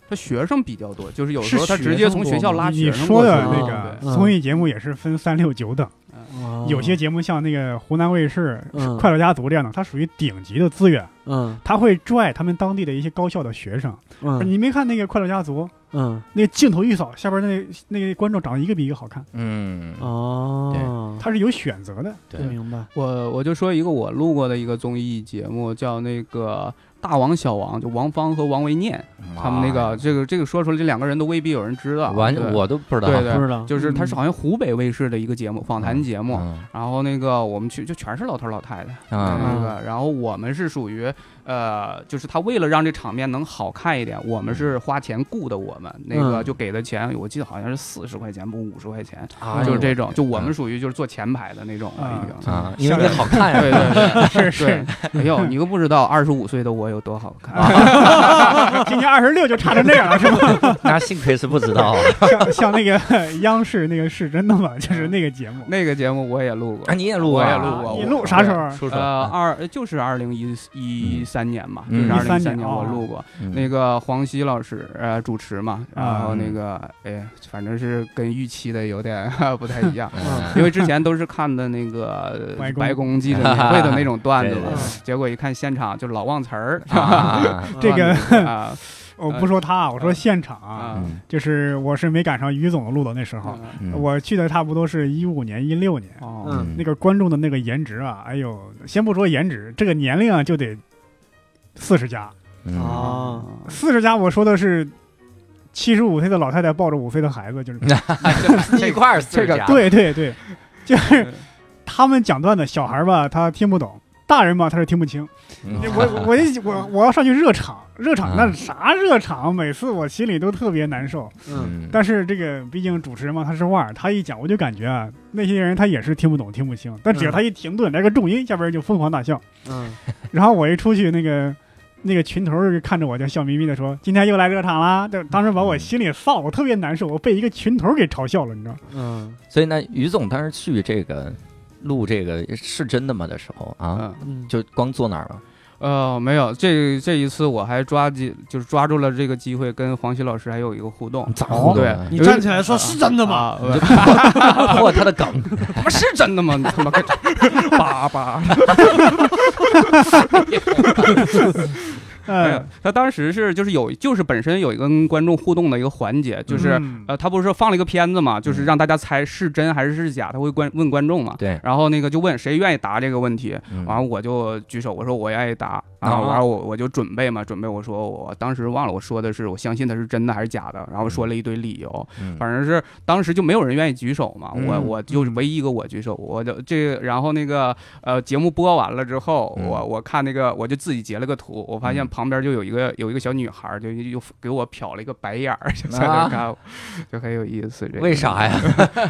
Speaker 3: 他学生比较多，就是有时候
Speaker 2: 是
Speaker 3: 他
Speaker 2: 学
Speaker 3: 直接
Speaker 2: 生
Speaker 3: 从
Speaker 2: 多
Speaker 3: 学校
Speaker 2: 吗
Speaker 3: 拉
Speaker 4: 你
Speaker 3: 学生
Speaker 4: 说
Speaker 3: 过去
Speaker 4: 的
Speaker 3: 了
Speaker 4: 那
Speaker 3: 对嗯
Speaker 4: 个
Speaker 2: 嗯
Speaker 4: 综艺节目也是分三六九等，
Speaker 3: 哦
Speaker 5: 有些节目像那个湖南卫视
Speaker 2: 嗯
Speaker 5: 《快乐家族》这样的，它属于顶级的资源，
Speaker 2: 嗯
Speaker 5: 它会拽他们当地的一些高校的学生。
Speaker 2: 嗯
Speaker 5: 你没看那个《快乐家族》，
Speaker 2: 嗯
Speaker 5: 那镜头一扫，下边那那个观众长得一个比一个好看，
Speaker 1: 嗯，
Speaker 3: 啊
Speaker 2: 哦，
Speaker 5: 它是有选择的。
Speaker 1: 对，
Speaker 2: 明白
Speaker 3: 我我就说一个我录过的一个综艺节目，叫那个《大王小王》，就王芳和王维念他们那个这个这个说出来，这两个人都未必有人知道。
Speaker 1: 哦
Speaker 3: 啊
Speaker 1: 完
Speaker 3: 对
Speaker 1: 我都不知道，
Speaker 3: 对对
Speaker 2: 不知道嗯
Speaker 3: 就是他是好像湖北卫视的一个节目，访谈节目。
Speaker 1: 嗯
Speaker 3: 然后那个我们去就全是老头老太太，
Speaker 1: 啊
Speaker 3: 那个，然后我们是属于呃，就是他为了让这场面能好看一点，我们是花钱雇的，我们那个
Speaker 2: 嗯
Speaker 3: 就给的钱，我记得好像是四十块钱不五十块钱，
Speaker 1: 啊
Speaker 3: 就是这
Speaker 1: 哎
Speaker 3: 种，就我们属于就是坐前排的那种了已
Speaker 1: 呦
Speaker 3: 经。
Speaker 1: 啊，因为这好看呀，
Speaker 3: 对对对，
Speaker 5: 是
Speaker 3: 对，啊哎呦，你都不知道二十五岁的我有多好看。
Speaker 5: 啊 今年二十六就差成这样了，是吧？
Speaker 1: 那幸亏是不知 道。啊
Speaker 5: 像像那个 央视那个是真的吗？就是那个节目，
Speaker 3: 那个节目我也哎录过
Speaker 1: 啊，，你也录过
Speaker 3: 我也
Speaker 1: 啊？
Speaker 3: 录过，
Speaker 5: 你
Speaker 3: 我
Speaker 5: 录啥时候
Speaker 1: 说说
Speaker 3: 呃，，二就是二零一一三年嘛，就
Speaker 1: 嗯
Speaker 3: 是二零
Speaker 5: 13
Speaker 3: 一三
Speaker 5: 年
Speaker 3: 年我
Speaker 5: 哦
Speaker 3: 录过，
Speaker 1: 嗯
Speaker 3: 那个黄西老师呃主持嘛，然后
Speaker 1: 嗯。
Speaker 3: 那个哎，反正是跟预期的有点 不太一样
Speaker 1: 嗯
Speaker 3: 因为之前都是看的那个
Speaker 5: 白宫
Speaker 3: 白宫 记者年会的那种段子
Speaker 1: 对
Speaker 3: 嘛
Speaker 1: 对对，
Speaker 3: 结果一看现场就老忘词儿
Speaker 1: 啊，
Speaker 5: 这个
Speaker 3: 啊，
Speaker 5: 我哦不说他，我说现场啊，
Speaker 3: 啊
Speaker 1: 嗯
Speaker 5: 就是我是没赶上于总录的那时 候，
Speaker 1: 嗯
Speaker 5: 我去的差不多是一五年、一六年。
Speaker 3: 哦，
Speaker 2: 嗯
Speaker 5: 那个观众的那个颜值啊，哎呦，先不说颜值，这个年龄啊就得四十加，
Speaker 1: 嗯
Speaker 3: 哦
Speaker 2: 啊，
Speaker 5: 四十加我说的是七十五岁的老太太抱着五岁的孩子，就是
Speaker 1: 一块儿四
Speaker 3: 这个
Speaker 1: 家
Speaker 5: 对对对，就是
Speaker 3: 嗯
Speaker 5: 他们讲段子，小孩儿吧他听不懂，大人嘛他是听不清。
Speaker 1: 嗯
Speaker 5: 我我我一我我要上去热场，热场那
Speaker 1: 嗯
Speaker 5: 啥热场，每次我心里都特别难受。
Speaker 2: 嗯
Speaker 5: 但是这个毕竟主持人嘛，他是腕儿，他一讲我就感觉啊，那些人他也是听不懂听不清，但只要
Speaker 2: 嗯
Speaker 5: 他一停顿来个重音，下边儿就疯狂大笑。
Speaker 2: 嗯
Speaker 5: 然后我一出去，那个那个群头儿就看着我，就笑眯眯的说：“今天又来热场啦！”就当时把我心里
Speaker 3: 嗯
Speaker 5: 臊，我特别难受，我被一个群头儿给嘲笑了，你知道？
Speaker 2: 嗯
Speaker 1: 所以呢，于总当时去这个录这个是真的吗的时候啊，
Speaker 3: 嗯，
Speaker 2: 嗯
Speaker 1: 就光坐那儿了。
Speaker 3: 呃，没有，这这一次我还抓紧，就是抓住了这个机会，跟黄西老师还有一个互动。
Speaker 1: 咋动
Speaker 5: 互
Speaker 3: 哦对
Speaker 1: 的，
Speaker 2: 哦你站起来说是真的吗？
Speaker 3: 啊，
Speaker 1: 你就 破破哦他的梗，
Speaker 3: 他妈是真的吗？你他妈给叭叭！哎
Speaker 5: 呃
Speaker 3: 呀，
Speaker 1: 嗯
Speaker 3: 他当时是就是有就是本身有一个跟观众互动的一个环节，就是、
Speaker 5: 嗯
Speaker 3: 呃，他不是放了一个片子嘛，就是
Speaker 1: 嗯
Speaker 3: 让大家猜是真还是是假，他会观问观众嘛。
Speaker 1: 对，
Speaker 3: 然后那个就问谁愿意答这个问题，
Speaker 1: 嗯
Speaker 3: 完了我就举手，我说我愿意答，然
Speaker 1: 啊
Speaker 3: 后完了我我就准备嘛，准备我说我当时忘了我说的是我相信他是真的还是假的，然后说了一堆理由，
Speaker 1: 嗯
Speaker 3: 反正是当时就没有人愿意举手嘛，
Speaker 1: 嗯
Speaker 3: 我我就是唯一一个我举手，我就这个，然后那个呃节目播完了之后，
Speaker 1: 嗯
Speaker 3: 我我看那个我就自己截了个图，我发现
Speaker 1: 嗯
Speaker 3: 旁边就有一个有一个小女孩儿，就又给我瞟了一个白眼儿，就在那看我，就很有意思。这个
Speaker 1: 啊为啥呀？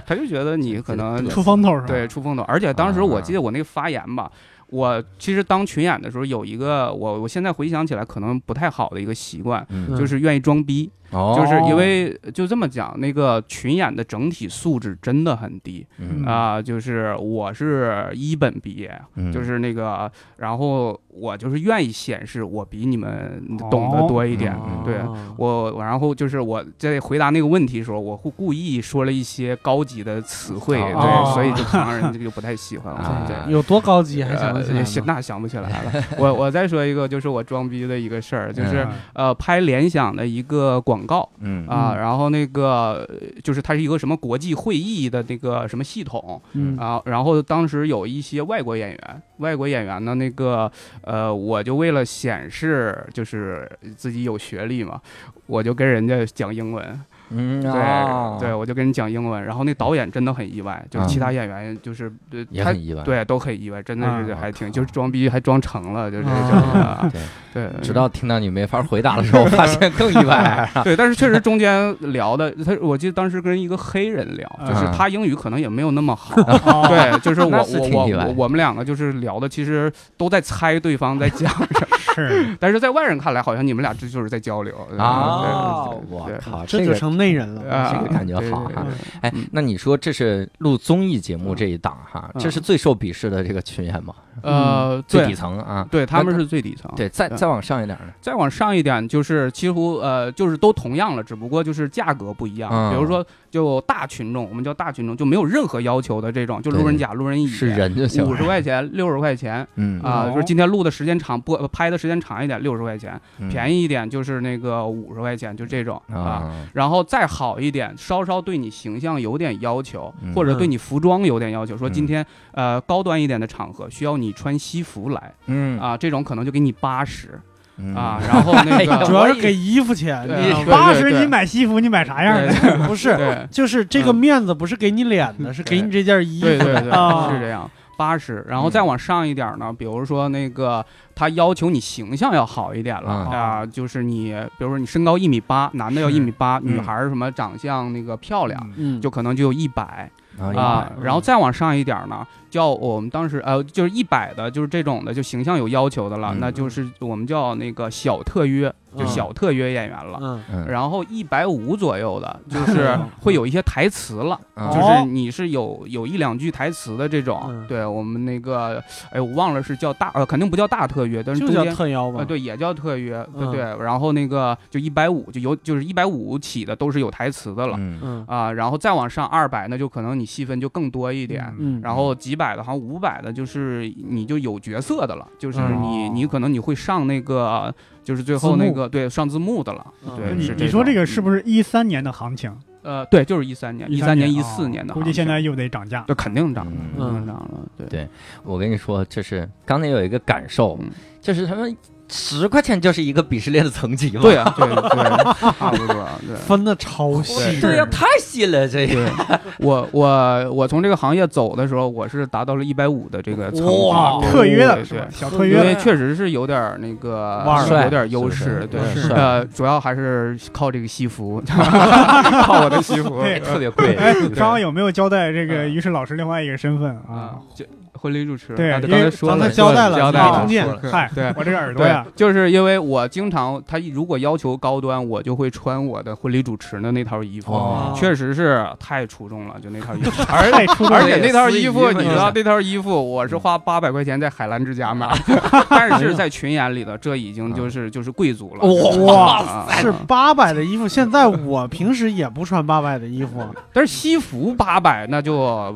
Speaker 3: 他就觉得你可能
Speaker 5: 出风头是吧？
Speaker 3: 对，出风头，啊而且当时
Speaker 1: 啊
Speaker 3: 我记得我那个发言吧。我其实当群演的时候，有一个我我现在回想起来可能不太好的一个习惯，
Speaker 1: 嗯
Speaker 2: 嗯
Speaker 3: 就是愿意装逼。
Speaker 1: 哦
Speaker 3: 就是因为就这么讲，那个群演的整体素质真的很低
Speaker 1: 嗯
Speaker 3: 啊、就是我是一本毕业，
Speaker 1: 嗯
Speaker 3: 就是那个，然后我就是愿意显示我比你们懂得多一点。
Speaker 1: 哦嗯
Speaker 3: 对啊
Speaker 2: 哦
Speaker 3: 我我然后就是我在回答那个问题的时候，我会故意说了一些高级的词汇，
Speaker 1: 哦
Speaker 3: 对，所以 就旁人就不太喜欢我。
Speaker 1: 啊
Speaker 3: 对
Speaker 2: 有多高级还想不
Speaker 3: 呃
Speaker 2: 起
Speaker 3: 想
Speaker 2: 来吗？
Speaker 3: 那想不起来 了。我我再说一个，就是我装逼的一个事儿，就是、
Speaker 5: 嗯
Speaker 3: 呃拍联想的一个广告，
Speaker 1: 嗯
Speaker 3: 啊，
Speaker 5: 嗯
Speaker 3: 然后那个呃就是它是一个什么国际会议的那个什么系统
Speaker 5: 嗯
Speaker 3: 啊，然后当时有一些外国演员，外国演员呢，那个呃，我就为了显示就是自己有学历嘛，我就跟人家讲英文，
Speaker 1: 嗯
Speaker 3: 对、
Speaker 1: 哦
Speaker 3: 对，我就跟人讲英文，然后那导演真的很意外，就是其他演员就是、呃
Speaker 1: 嗯也
Speaker 3: 他
Speaker 1: 很意外。
Speaker 3: 对都很意外，真的是
Speaker 1: 啊
Speaker 3: 还挺、
Speaker 1: 靠
Speaker 3: 就是装逼还装成了，就是、
Speaker 1: 哦
Speaker 2: 啊
Speaker 1: 对
Speaker 3: 就是啊对，
Speaker 1: 直到听到你没法回答的时候，发现更意 外。啊
Speaker 3: 对，但是确实中间聊的，他我记得当时跟一个黑人聊，就是
Speaker 1: 啊
Speaker 3: 他英语可能也没有那么好。
Speaker 4: 啊
Speaker 5: 哦
Speaker 3: 对，就是我
Speaker 1: 那是
Speaker 3: 我
Speaker 1: 挺
Speaker 3: 我
Speaker 1: 意外
Speaker 3: 我我们两个就是聊的，其实都在猜对方在讲什么，
Speaker 5: 是
Speaker 3: 但是在外人看来，好像你们俩这就是在交流
Speaker 1: 啊
Speaker 3: 对对！对
Speaker 1: 我
Speaker 3: 对
Speaker 1: 靠，
Speaker 2: 这
Speaker 1: 个
Speaker 2: 就成成内人了。
Speaker 3: 啊，
Speaker 1: 嗯这个感觉好
Speaker 3: 对
Speaker 1: 哈
Speaker 3: 对对
Speaker 1: 哎
Speaker 3: 嗯，
Speaker 1: 那你说这是录综艺节目这一档哈，
Speaker 3: 嗯
Speaker 1: 这是最受鄙视的这个群演吗？
Speaker 3: 呃，
Speaker 1: 最
Speaker 3: 对
Speaker 1: 底层啊，
Speaker 3: 对，他们
Speaker 1: 那
Speaker 3: 是最底层。
Speaker 1: 对，再再往上一点呢？
Speaker 3: 再往上一点，就是几乎呃，就是都同样了，只不过就是价格不一样。
Speaker 1: 嗯
Speaker 3: 比如说，就大群众，我们叫大群众，就没有任何要求的这种，就路人甲、路人乙，
Speaker 1: 是人就行
Speaker 3: 五
Speaker 1: 了，
Speaker 3: 十块钱、六十块钱
Speaker 1: 嗯
Speaker 3: 啊、
Speaker 4: 哦
Speaker 3: 就是今天录的时间长，播呃拍的时间长一点，六十块钱，便
Speaker 1: 宜
Speaker 3: 宜一点就是那个五十块钱，就这种啊。
Speaker 1: 嗯啊，
Speaker 3: 然后再好一点，稍稍对你形象有点要求，
Speaker 1: 嗯
Speaker 3: 或者对你服装有点要求，说今
Speaker 1: 嗯
Speaker 3: 天呃高端一点的场合需要你穿西服来
Speaker 1: 嗯
Speaker 3: 啊，这种可能就给你八十。
Speaker 1: 嗯
Speaker 3: 啊，然后那
Speaker 1: 哎呀
Speaker 3: 个
Speaker 2: 主要是给衣服钱，
Speaker 3: 对
Speaker 2: 你知道
Speaker 3: 对
Speaker 2: 吗
Speaker 4: 八十
Speaker 3: 对
Speaker 4: 你买西服，你买
Speaker 5: 哎
Speaker 4: 啥样的？
Speaker 3: 对
Speaker 2: 不是，
Speaker 3: 对嗯
Speaker 2: 就是这个面子不是给你脸的，是给你这件衣服
Speaker 3: 对对
Speaker 2: 的
Speaker 3: 对
Speaker 2: 啊。
Speaker 3: 是这样。八十，然后再
Speaker 1: 嗯
Speaker 3: 往上一点呢，比如说那个他要求你形象要好一点了
Speaker 1: 啊
Speaker 3: 啊、就是你，比如说你身高一米八，男的要一米八，
Speaker 1: 嗯
Speaker 3: 女孩儿什么长相那个漂亮，
Speaker 2: 嗯，
Speaker 3: 就可能就有一百
Speaker 1: 啊
Speaker 3: 啊
Speaker 2: 100，
Speaker 3: 然后再往上一点呢，叫我们当时呃就是一百的，就是这种的，就形象有要求的了，
Speaker 1: 嗯
Speaker 3: 那就是我们叫那个小特约，就
Speaker 2: 嗯
Speaker 3: 小特约演员了。
Speaker 2: 嗯，
Speaker 1: 嗯
Speaker 3: 然后一百五左右的，就是会有一些台词了，
Speaker 1: 啊
Speaker 3: 就
Speaker 4: 哦
Speaker 3: 是你是有有一两句台词的这种
Speaker 2: 嗯。
Speaker 3: 对我们那个，哎，我忘了是叫大呃，肯定不叫大特约，但是
Speaker 2: 就
Speaker 3: 中
Speaker 2: 叫
Speaker 3: 间
Speaker 2: 特邀吧。
Speaker 3: 呃对也叫特约，对
Speaker 2: 嗯
Speaker 3: 对。然后那个就一百五就有就是一百五起的都是有台词的了
Speaker 1: 嗯
Speaker 2: 嗯
Speaker 3: 啊，然后再往上二百那就可能你戏份就更多一点。
Speaker 2: 嗯，
Speaker 3: 然后几百的，好像五百的，就是你就有角色的了，就是
Speaker 2: 嗯
Speaker 3: 你、你可能你会上那个，就是最后
Speaker 2: 字幕
Speaker 3: 那个对上字幕的了，对，
Speaker 4: 嗯你
Speaker 3: 是
Speaker 4: 你说
Speaker 3: 这
Speaker 4: 这
Speaker 3: 种
Speaker 4: 个是不是一三年的行情？
Speaker 3: 呃，对，就是一三年，一
Speaker 4: 13
Speaker 3: 三
Speaker 4: 年
Speaker 3: 年、
Speaker 4: 啊哦
Speaker 3: 一四年的行情，
Speaker 4: 估计现在又得涨价。
Speaker 3: 这肯定涨了，
Speaker 1: 嗯
Speaker 3: 肯定涨了，对
Speaker 1: 对我跟你说，就是刚才有一个感
Speaker 4: 哦
Speaker 1: 受
Speaker 3: 嗯，
Speaker 1: 就是他们十块钱就是一个鄙视链的层级嘛，
Speaker 3: 对啊，对对，差不多，啊对。
Speaker 2: 分的超细。
Speaker 1: 对呀，太细了这个，
Speaker 3: 对我我我从这个行业走的时候，我是达到了一百五的这个层级，
Speaker 1: 哇
Speaker 3: 对
Speaker 4: 啊特约的
Speaker 3: 哦对
Speaker 4: 是
Speaker 3: 对
Speaker 4: 吧？，小特
Speaker 3: 因
Speaker 4: 约
Speaker 3: 为
Speaker 4: 的，
Speaker 3: 确实是有点儿那个
Speaker 2: 腕儿
Speaker 3: 是
Speaker 1: 帅
Speaker 3: 有点儿
Speaker 1: 是
Speaker 3: 优
Speaker 1: 不
Speaker 3: 势，
Speaker 1: 是
Speaker 3: 对，
Speaker 1: 对
Speaker 4: 是
Speaker 1: 帅，
Speaker 3: 呃，主要还是靠这个西服， 靠我的西服，
Speaker 4: 对
Speaker 1: 特别贵，
Speaker 4: 哎，刚刚有没有交代这个
Speaker 3: 嗯
Speaker 4: 于是老师另外一个身份
Speaker 3: 啊
Speaker 4: 啊？，
Speaker 3: 就婚礼主持，
Speaker 4: 对
Speaker 3: 啊
Speaker 4: 因为
Speaker 3: 刚才说
Speaker 2: 刚
Speaker 3: 了，
Speaker 2: 才交代了
Speaker 3: 交代
Speaker 4: 你
Speaker 3: 了
Speaker 4: 听
Speaker 2: 见
Speaker 3: 说了
Speaker 4: 嗨，
Speaker 3: 对
Speaker 4: 啊哎我这个耳朵
Speaker 3: 对
Speaker 4: 呀，，
Speaker 3: 就是因为我经常他如果要求高端，我就会穿我的婚礼主持的那套衣服，
Speaker 1: 哦
Speaker 3: 确实是太出众了，就那套衣服，而
Speaker 4: 太出众
Speaker 3: 而
Speaker 4: 了。
Speaker 3: 且那套
Speaker 1: 撕
Speaker 3: 衣服，
Speaker 1: 衣服
Speaker 3: 你知道那套衣服我是花八百块钱在海澜之家 买，但是在群演里的这已经就是就是贵族了，
Speaker 2: 哇
Speaker 3: 啊
Speaker 2: 是八百的衣服，现在我平时也不穿八百的衣服，
Speaker 3: 但是西服八百那就
Speaker 2: 啊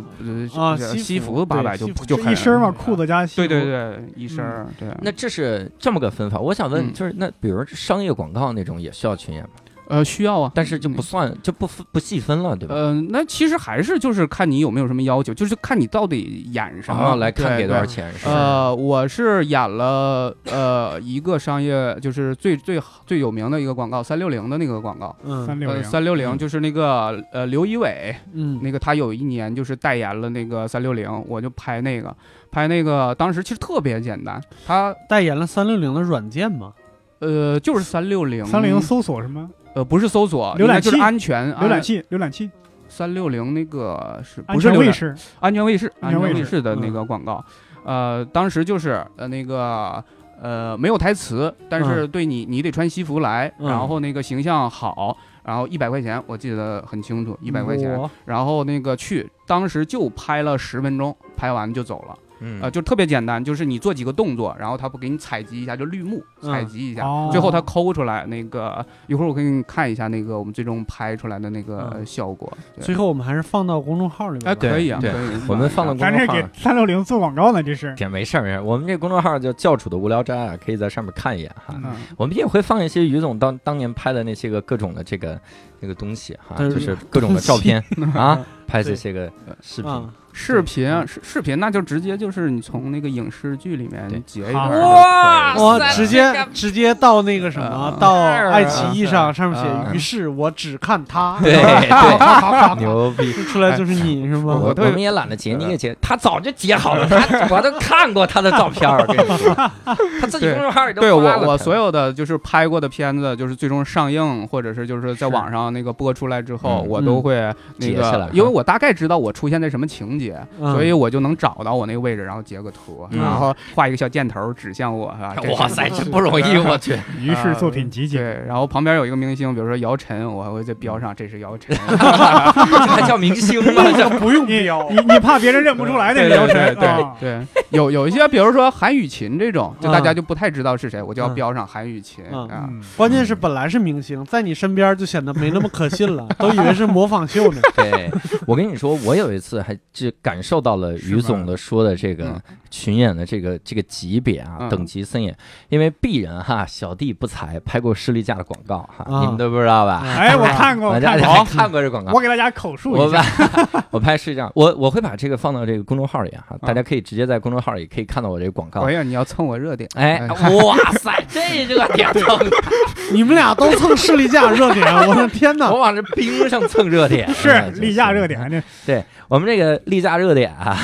Speaker 2: 西
Speaker 3: 呃
Speaker 2: 服
Speaker 3: 西服八百就
Speaker 2: 对西服
Speaker 3: 就嗯很
Speaker 4: 一身嘛，裤子加西服
Speaker 3: 对对对嗯一身儿对。
Speaker 1: 那这是这么个分法，我想问，
Speaker 3: 嗯
Speaker 1: 就是那比如商业广告那种也需要群演吗？
Speaker 3: 呃，需要啊，
Speaker 1: 但是就不算就不分不细分了，对吧？
Speaker 3: 呃，那其实还是就是看你有没有什么要求，就是看你到底演什
Speaker 1: 然
Speaker 3: 么、
Speaker 1: 后来看
Speaker 3: 对
Speaker 1: 给多少
Speaker 3: 对
Speaker 1: 钱是？
Speaker 3: 呃，我是演了呃一个商业，就是最最好最有名的一个广告，三六零的那个广告。
Speaker 2: 嗯
Speaker 4: 三六
Speaker 3: 呃，
Speaker 4: 零，
Speaker 3: 三六零就是那个呃刘仪伟，
Speaker 2: 嗯，
Speaker 3: 那个他有一年就是代言了那个三六零，我就拍那个拍那个，当时其实特别简单，他
Speaker 2: 代言了三六零的软件嘛，
Speaker 3: 呃就是三六零，
Speaker 4: 三零搜索什么？
Speaker 3: 呃不是搜索，
Speaker 4: 浏览器
Speaker 3: 应该就是安全
Speaker 4: 浏览器，浏览器，
Speaker 3: 三六零那个是
Speaker 4: 安
Speaker 3: 啊不是
Speaker 4: 全
Speaker 3: 浏览
Speaker 4: 卫士，
Speaker 3: 安全卫士，
Speaker 4: 安
Speaker 3: 安
Speaker 4: 全
Speaker 3: 全
Speaker 4: 卫士嗯
Speaker 3: 卫士的那个广告，呃，当时就是呃那个呃没有台词，但是
Speaker 4: 嗯
Speaker 3: 对你你得穿西服来，
Speaker 2: 嗯
Speaker 3: 然后那个形象好，然后一百块钱我记得很清楚，一百块钱，
Speaker 2: 我
Speaker 3: 然后那个去，当时就拍了十分钟，拍完就走了，
Speaker 1: 嗯
Speaker 3: 呃，就特别简单，就是你做几个动作，然后他不给你采集一下，就绿幕
Speaker 2: 嗯
Speaker 3: 采集一下。
Speaker 4: 哦
Speaker 3: 最后他抠出来那个，一会儿我给你看一下那个我们最终拍出来的那个
Speaker 2: 嗯
Speaker 3: 效果。对
Speaker 2: 最后我们还是放到公众号里面吧。
Speaker 3: 哎，可以啊，
Speaker 1: 对
Speaker 3: 可以
Speaker 1: 我们放到公
Speaker 4: 咱这
Speaker 1: 众号
Speaker 4: 给。三六零做广告呢，这
Speaker 3: 啊
Speaker 4: 是。
Speaker 1: 也没事儿，没事儿。我们这公众号叫“教主的无聊斋”啊，可以在上面看一眼哈。
Speaker 4: 嗯
Speaker 3: 嗯
Speaker 1: 我们也会放一些于总当当年拍的那些个各种的这个那个东西哈，
Speaker 2: 对
Speaker 1: 就是各种的照片 啊，拍这些个视频。
Speaker 2: 啊，
Speaker 3: 视频啊，视视频，那就直接就是你从那个影视剧里
Speaker 1: 对
Speaker 3: 面嗯截一
Speaker 4: 好
Speaker 3: 段儿
Speaker 1: 哇
Speaker 2: 我
Speaker 1: 塞
Speaker 2: 直接直接到那个什么
Speaker 3: 啊，
Speaker 2: 到爱奇艺上
Speaker 3: 啊
Speaker 2: 上面
Speaker 3: 啊
Speaker 2: 写，于是我只看他，
Speaker 1: 对 对，牛逼！
Speaker 2: 出来就是
Speaker 3: 哎
Speaker 2: 你是
Speaker 1: 我
Speaker 2: 吗？
Speaker 1: 我
Speaker 3: 特别呃
Speaker 1: 们也懒得截，你也截，他早就截好了，他我都看过他的照片儿，我跟你 说，他自己公众号里都
Speaker 3: 就对
Speaker 1: 发了
Speaker 3: 我，我
Speaker 1: 他
Speaker 3: 所有的就是拍过的片子，就是最终上映，或者是就是在
Speaker 1: 是
Speaker 3: 网上那个播出来之后，
Speaker 1: 嗯
Speaker 3: 我都会那
Speaker 1: 截下来
Speaker 3: 个，因为我大概知道我出现在什么情节，
Speaker 2: 嗯
Speaker 3: 所以我就能找到我那个位置，然后截个图，
Speaker 1: 嗯
Speaker 3: 然后画一个小箭头指向我，啊，这是
Speaker 1: 哇塞，真不啊容易， 我去，
Speaker 4: 于是作品集
Speaker 3: 对
Speaker 4: 结，，
Speaker 3: 然后旁边有一个明星，比如说姚晨，我还会再标上这是姚晨，
Speaker 1: 这还叫明星 吗？
Speaker 2: 不用
Speaker 4: 你你你怕别人认不出来那个
Speaker 3: 对对
Speaker 4: 姚晨
Speaker 3: 对对
Speaker 4: 啊，
Speaker 3: 对，有有一些，比如说韩雨晴这种，就大家就不太知道是谁，我就要
Speaker 2: 嗯
Speaker 3: 标上韩雨晴
Speaker 2: 嗯
Speaker 3: 啊。
Speaker 4: 嗯
Speaker 2: 关键是本来是明星，在你身边就显得没那么可信了，都以为是模仿秀呢。
Speaker 1: 对，我跟你说，我有一次还就感受到了于总的说的这个
Speaker 3: 嗯
Speaker 1: 群演的这个这个级别啊，
Speaker 3: 嗯
Speaker 1: 等级森严。因为鄙人哈，小弟不才，拍过士力架的广告哈，
Speaker 2: 啊
Speaker 1: 你们都不知道吧？
Speaker 4: 哎，我看过，
Speaker 1: 我
Speaker 4: 我
Speaker 1: 家
Speaker 4: 看
Speaker 1: 里
Speaker 4: 过，
Speaker 1: 还哦看过这广告
Speaker 4: 我，给大家口述
Speaker 1: 我
Speaker 4: 一下，
Speaker 1: 把我拍是这样，我我会把这个放到这个公众号里哈，大家可以直接在公众号里可以看到我这个广告
Speaker 3: 哎。呀，你要蹭我热点，嗯
Speaker 1: 哎，哇塞，这热点蹭，
Speaker 2: 你们俩都蹭势力架热点，我的天哪
Speaker 1: 我！往这冰上蹭热 点，啊
Speaker 4: 是立夏热点，这
Speaker 1: 我们这个例假热 点啊，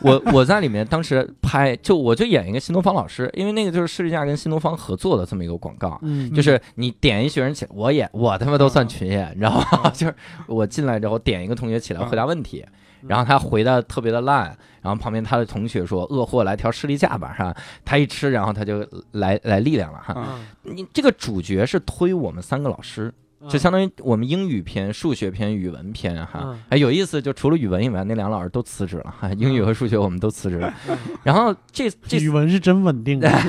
Speaker 1: 我我在里面当时拍，就我就演一个新东方老师，因为那个就是士力架跟新东方合作的这么一个广告，
Speaker 2: 嗯，
Speaker 1: 就是你点一学生起，我演我他妈
Speaker 4: 嗯
Speaker 1: 都算群演，你知道吗？ 就是我进来之后点一个同学起来
Speaker 4: 嗯
Speaker 1: 回答问题，然后他回答特别的烂，然后旁边他的同学说饿货来条士力架吧，哈，他一吃然后他就来来力量了哈。
Speaker 3: 嗯
Speaker 1: 你这个主角是推我们三个老师，
Speaker 2: 嗯
Speaker 1: 就相当于我们英语篇、数学篇、语文篇哈
Speaker 2: 嗯。
Speaker 1: 哎，有意思，就除了语文以外，那两个老师都辞职了，哈，英语和数学我们都辞职了。
Speaker 2: 嗯
Speaker 1: 然后 这这，
Speaker 2: 语文是真稳定啊。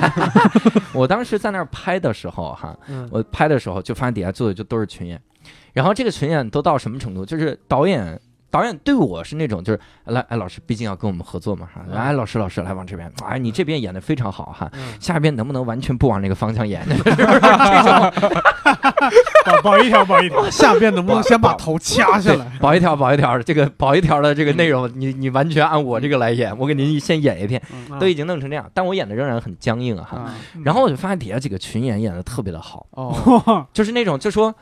Speaker 1: 我当时在那儿拍的时候哈，
Speaker 2: 嗯
Speaker 1: 我拍的时候就发现底下坐的就都是群演，然后这个群演都到什么程度？就是导演。导演对我是那种，就是来，哎，老师，毕竟要跟我们合作嘛，哈，
Speaker 2: 嗯
Speaker 1: 哎，老师，老师，来往这边，哎，你这边演的非常好哈，
Speaker 2: 嗯
Speaker 1: 下边能不能完全不往那个方向演？
Speaker 4: 保保一条保一条，
Speaker 2: 下边能不能先把头掐下 来？嗯
Speaker 1: 保一条，保一条，这个保一条的这个内容，你你完全按我这个来演，我给您先演一遍，
Speaker 2: 嗯
Speaker 1: 都已经弄成这样，但我演的仍然很僵硬啊哈。
Speaker 3: 啊
Speaker 1: 然后我就发现底下几个群演演的特别的好，
Speaker 3: 哦，
Speaker 4: 嗯哇
Speaker 1: 就是那种就说，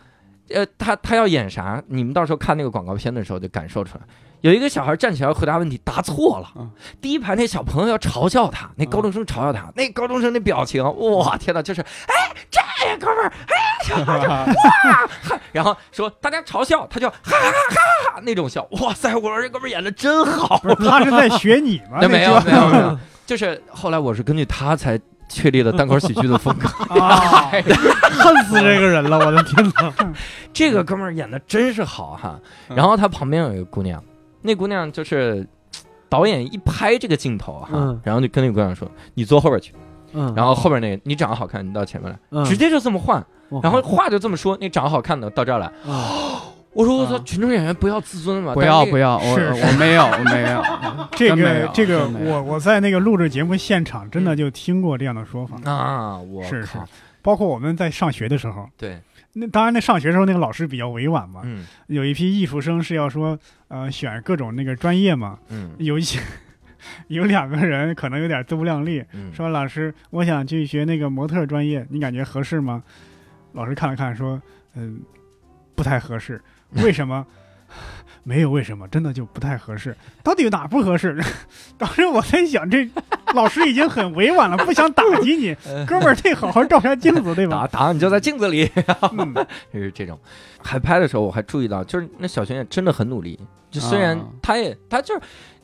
Speaker 1: 呃，他他要演啥，你们到时候看那个广告片的时候就感受出来。有一个小孩站起来回答问题，答错了
Speaker 3: 嗯。
Speaker 1: 第一排那小朋友要嘲笑他，那高中生嘲笑他，那高中生那表情，哇，天哪，就是，哎，这呀，哥们儿，哎 然后说大家嘲笑，他就哈哈哈哈那种笑，哇塞，我说这哥们儿演的真好。
Speaker 4: 不是他是在学你 吗？
Speaker 1: 那没有
Speaker 4: 那
Speaker 1: 没有没有，就是后来我是根据他才确立了单口喜剧的风格。
Speaker 4: 就啊，
Speaker 2: 恨死这个人了，我的天哪！
Speaker 1: 这个哥们儿演的真是好哈。
Speaker 3: 嗯
Speaker 1: 然后他旁边有一个姑娘，那姑娘就是嘖导演一拍这个镜头啊哈，
Speaker 2: 嗯
Speaker 1: 然后就跟那个姑娘说：“你坐后边去。”
Speaker 2: 嗯，
Speaker 1: 然后后边那个你长得好看，你到前面来，
Speaker 3: 嗯
Speaker 2: 后
Speaker 1: 直接就这么换。
Speaker 3: 哦
Speaker 2: 哇
Speaker 1: 然后话就这么说，那长得好看的到这儿来。我说我操，
Speaker 3: 嗯
Speaker 1: 群众演员不要自尊嘛，
Speaker 3: 不
Speaker 1: 啊
Speaker 3: 要
Speaker 1: 但是
Speaker 3: 不要，我
Speaker 4: 是
Speaker 3: 我没有我没 有，
Speaker 4: 这
Speaker 3: 真没
Speaker 4: 个
Speaker 3: 有
Speaker 4: 这个
Speaker 3: 真，没有
Speaker 4: 我我在那个录制节目现场真的就听过这样的说法，
Speaker 1: 啊，我
Speaker 4: 是是
Speaker 1: 靠，
Speaker 4: 包括我们在上学的时候，
Speaker 1: 对，
Speaker 4: 那当然那上学时候那个老师比较委婉嘛，
Speaker 1: 嗯
Speaker 4: 有一批艺术生是要说呃选各种那个专业嘛，
Speaker 1: 嗯
Speaker 4: 有一些 有两个人可能有点自不量力，
Speaker 1: 嗯，
Speaker 4: 说老师我想去学那个模特专业，你感觉合适吗？老师看了看说嗯不太合适，为什么？ 没有为什么，真的就不太合适。到底有哪不合适？ 当时我在想，这老师已经很委婉了，不想打击你，哥们儿得好好照下镜子，对
Speaker 1: 打
Speaker 4: 吧？
Speaker 1: 打你就在镜子里，
Speaker 4: 嗯，
Speaker 1: 就是这种。还拍的时候，我还注意到，就是那小群演真的很努力，就虽然
Speaker 3: 啊
Speaker 1: 他也、他就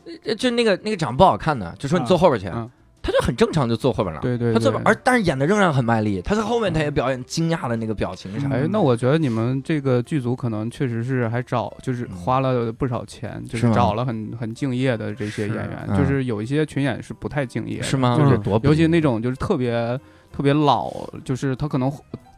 Speaker 1: 是，呃就那个那个长得不好看的，就说你
Speaker 4: 啊
Speaker 1: 坐后边去，
Speaker 3: 嗯
Speaker 1: 他就很正常就坐后边了。
Speaker 3: 对对
Speaker 1: 他坐边，
Speaker 3: 对嗯
Speaker 1: 而但是演的仍然很卖力，他在后面他也表演惊讶的那个表情啥的。
Speaker 3: 哎，那我觉得你们这个剧组可能确实是还找，就是
Speaker 1: 嗯
Speaker 3: 花了不少钱，就是
Speaker 1: 吗
Speaker 3: 是找了很很敬业的这些演员，
Speaker 1: 嗯
Speaker 3: 就是有一些群演是不太敬业的，
Speaker 1: 是吗？嗯
Speaker 3: 就是
Speaker 1: 是多不
Speaker 3: 尤其
Speaker 1: 容易
Speaker 3: 那种就是特别特别老，就是他可能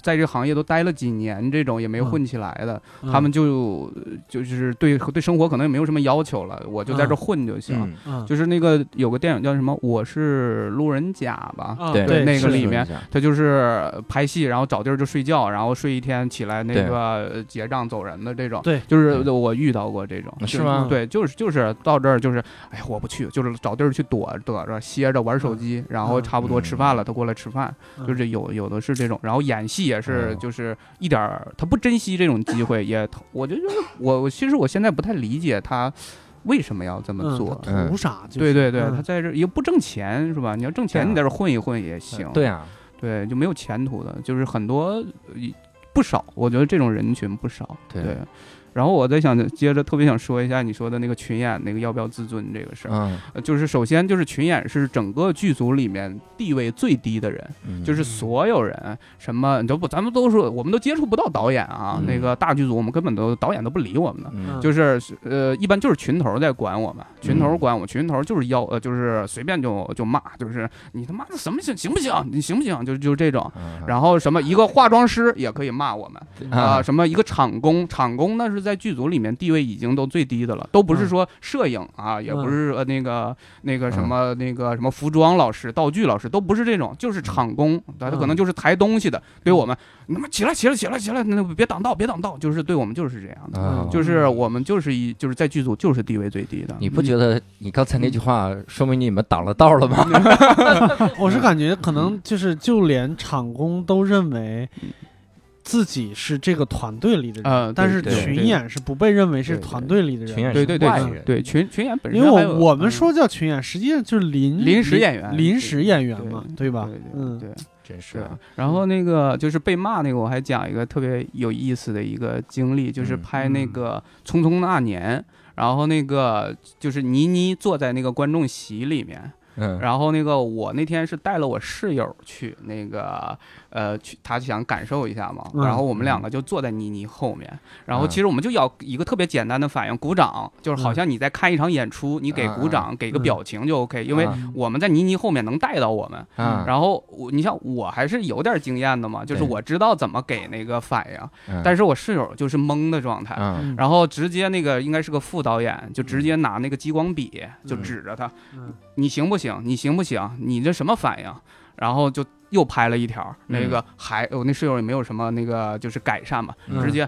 Speaker 3: 在这个行业都待了几年，这种也没
Speaker 2: 嗯
Speaker 3: 混起来的，他们就就是对对生活可能也没有什么要求了，我就在这
Speaker 2: 嗯
Speaker 3: 混就行。
Speaker 1: 嗯
Speaker 2: 嗯
Speaker 3: 就是那个有个电影叫什么《我是路人甲》吧，
Speaker 2: 啊
Speaker 1: 对
Speaker 2: 对
Speaker 3: 那个
Speaker 2: 是
Speaker 3: 里
Speaker 1: 是
Speaker 3: 面
Speaker 1: 这样
Speaker 3: 他就是拍戏，然后找地儿就睡觉，然后睡一天起来那
Speaker 1: 对
Speaker 3: 个呃结账走人的这种。
Speaker 2: 对
Speaker 3: 就是我遇到过这种，
Speaker 1: 是
Speaker 3: 就
Speaker 1: 吗
Speaker 3: 对，就是就是到这儿就是，哎呀，我不去，就是找地儿去躲躲着歇着玩手机，然后差不多吃饭了，他过来吃饭，
Speaker 2: 嗯
Speaker 3: 就是有有的是这种，然后演戏也
Speaker 1: 哦
Speaker 3: 是，就是一点儿他不珍惜这种机会，也我就觉得我我其实我现在不太理解他为什么要这么
Speaker 2: 嗯
Speaker 3: 做。
Speaker 2: 他图啥？就是
Speaker 3: 对对对，
Speaker 2: 嗯
Speaker 3: 他在这儿也不挣钱是吧？你要挣
Speaker 1: 对
Speaker 3: 钱，
Speaker 1: 啊
Speaker 3: 你在这儿混一混也行。
Speaker 1: 对啊，
Speaker 3: 对，就没有前途的，就是很多呃不少，我觉得这种人群不少。
Speaker 1: 对
Speaker 3: 对，然后我在想接着特别想说一下你说的那个群演那个要不要自尊这个事儿、
Speaker 1: 嗯，
Speaker 3: 呃就是首先就是群演是整个剧组里面地位最低的人，
Speaker 1: 嗯
Speaker 3: 就是所有人什么你都不，咱们都说我们都接触不到导演啊，
Speaker 1: 嗯
Speaker 3: 那个大剧组我们根本都导演都不理我们的。
Speaker 1: 嗯
Speaker 3: 就是呃，一般就是群头在管我们，群头管我，群头就是要呃，就是随便就就骂，就是你他妈的什么行行不行？你行不行？就就这种。
Speaker 1: 嗯
Speaker 3: 然后什么一个化妆师也可以骂我们啊、
Speaker 1: 啊
Speaker 3: 什么一个场工，场工那是在剧组里面地位已经都最低的了，都
Speaker 1: 嗯
Speaker 3: 不是说摄影啊，也不是说那个那个什么、那个什么服装老师、道具老师，都不是这种，
Speaker 1: 嗯
Speaker 3: 就是场工，他可能就是抬东西的，对我们，你他妈起来起来起来起来，那别挡道别挡道，就是对我们就是这样的。
Speaker 2: 嗯
Speaker 1: 啊
Speaker 2: 哦
Speaker 3: 就是我们就是一就是在剧组就是地位最低的，
Speaker 1: 你不觉得你刚
Speaker 3: 嗯
Speaker 1: 才那句话说明你们挡了道了吗？
Speaker 2: 我是感觉可能就是就连厂工都认为自己是这个团队里的人，
Speaker 3: 呃，
Speaker 2: 但是
Speaker 1: 对对
Speaker 2: 群演是不被认为是
Speaker 1: 对对
Speaker 2: 团队里的
Speaker 1: 群
Speaker 2: 人。
Speaker 1: 演
Speaker 3: 对对对
Speaker 1: 是
Speaker 3: 对
Speaker 1: 外
Speaker 3: 对
Speaker 1: 人
Speaker 3: 嗯对群群演本身
Speaker 2: 因为
Speaker 3: 还有
Speaker 2: 我我们
Speaker 3: 嗯
Speaker 2: 说叫群演，实际上就是临
Speaker 3: 临时演员
Speaker 2: 临时演员嘛，对吧
Speaker 3: 对对？对
Speaker 2: 嗯，
Speaker 3: 对
Speaker 1: 真是
Speaker 3: 是
Speaker 1: 啊，。
Speaker 3: 然后那个就是被骂那个，我还讲一个特别有意思的一个经历，就是
Speaker 1: 嗯
Speaker 3: 拍那个《匆匆那年》，然后那个就是倪妮坐在那个观众席里面，
Speaker 1: 嗯，
Speaker 3: 然后那个我那天是带了我室友去那个呃去，他想感受一下嘛，
Speaker 2: 嗯
Speaker 3: 然后我们两个就坐在倪妮后面，然
Speaker 1: 嗯
Speaker 3: 后其实我们就要一个特别简单的反应，鼓掌，就是好像你在看一场演出，你给鼓
Speaker 1: 嗯
Speaker 3: 掌，给个表情就 OK，因为
Speaker 1: 啊
Speaker 3: 我们在倪妮后面能带到我们。
Speaker 1: 啊
Speaker 3: 然后我，你像我还是有点经验的嘛，就是
Speaker 1: 对
Speaker 3: 我知道怎么给那个反应，
Speaker 1: 嗯
Speaker 3: 但是我室友就是懵的状态，
Speaker 1: 嗯
Speaker 3: 然后直接那个应该是个副导演，就直接拿那个激光笔就指着他，
Speaker 2: 嗯
Speaker 3: 你行不行？你行不行？你这什么反应？然后就又拍了一条，
Speaker 1: 嗯
Speaker 3: 那个还呃我那室友也没有什么那个就是改善嘛，
Speaker 1: 嗯
Speaker 3: 直接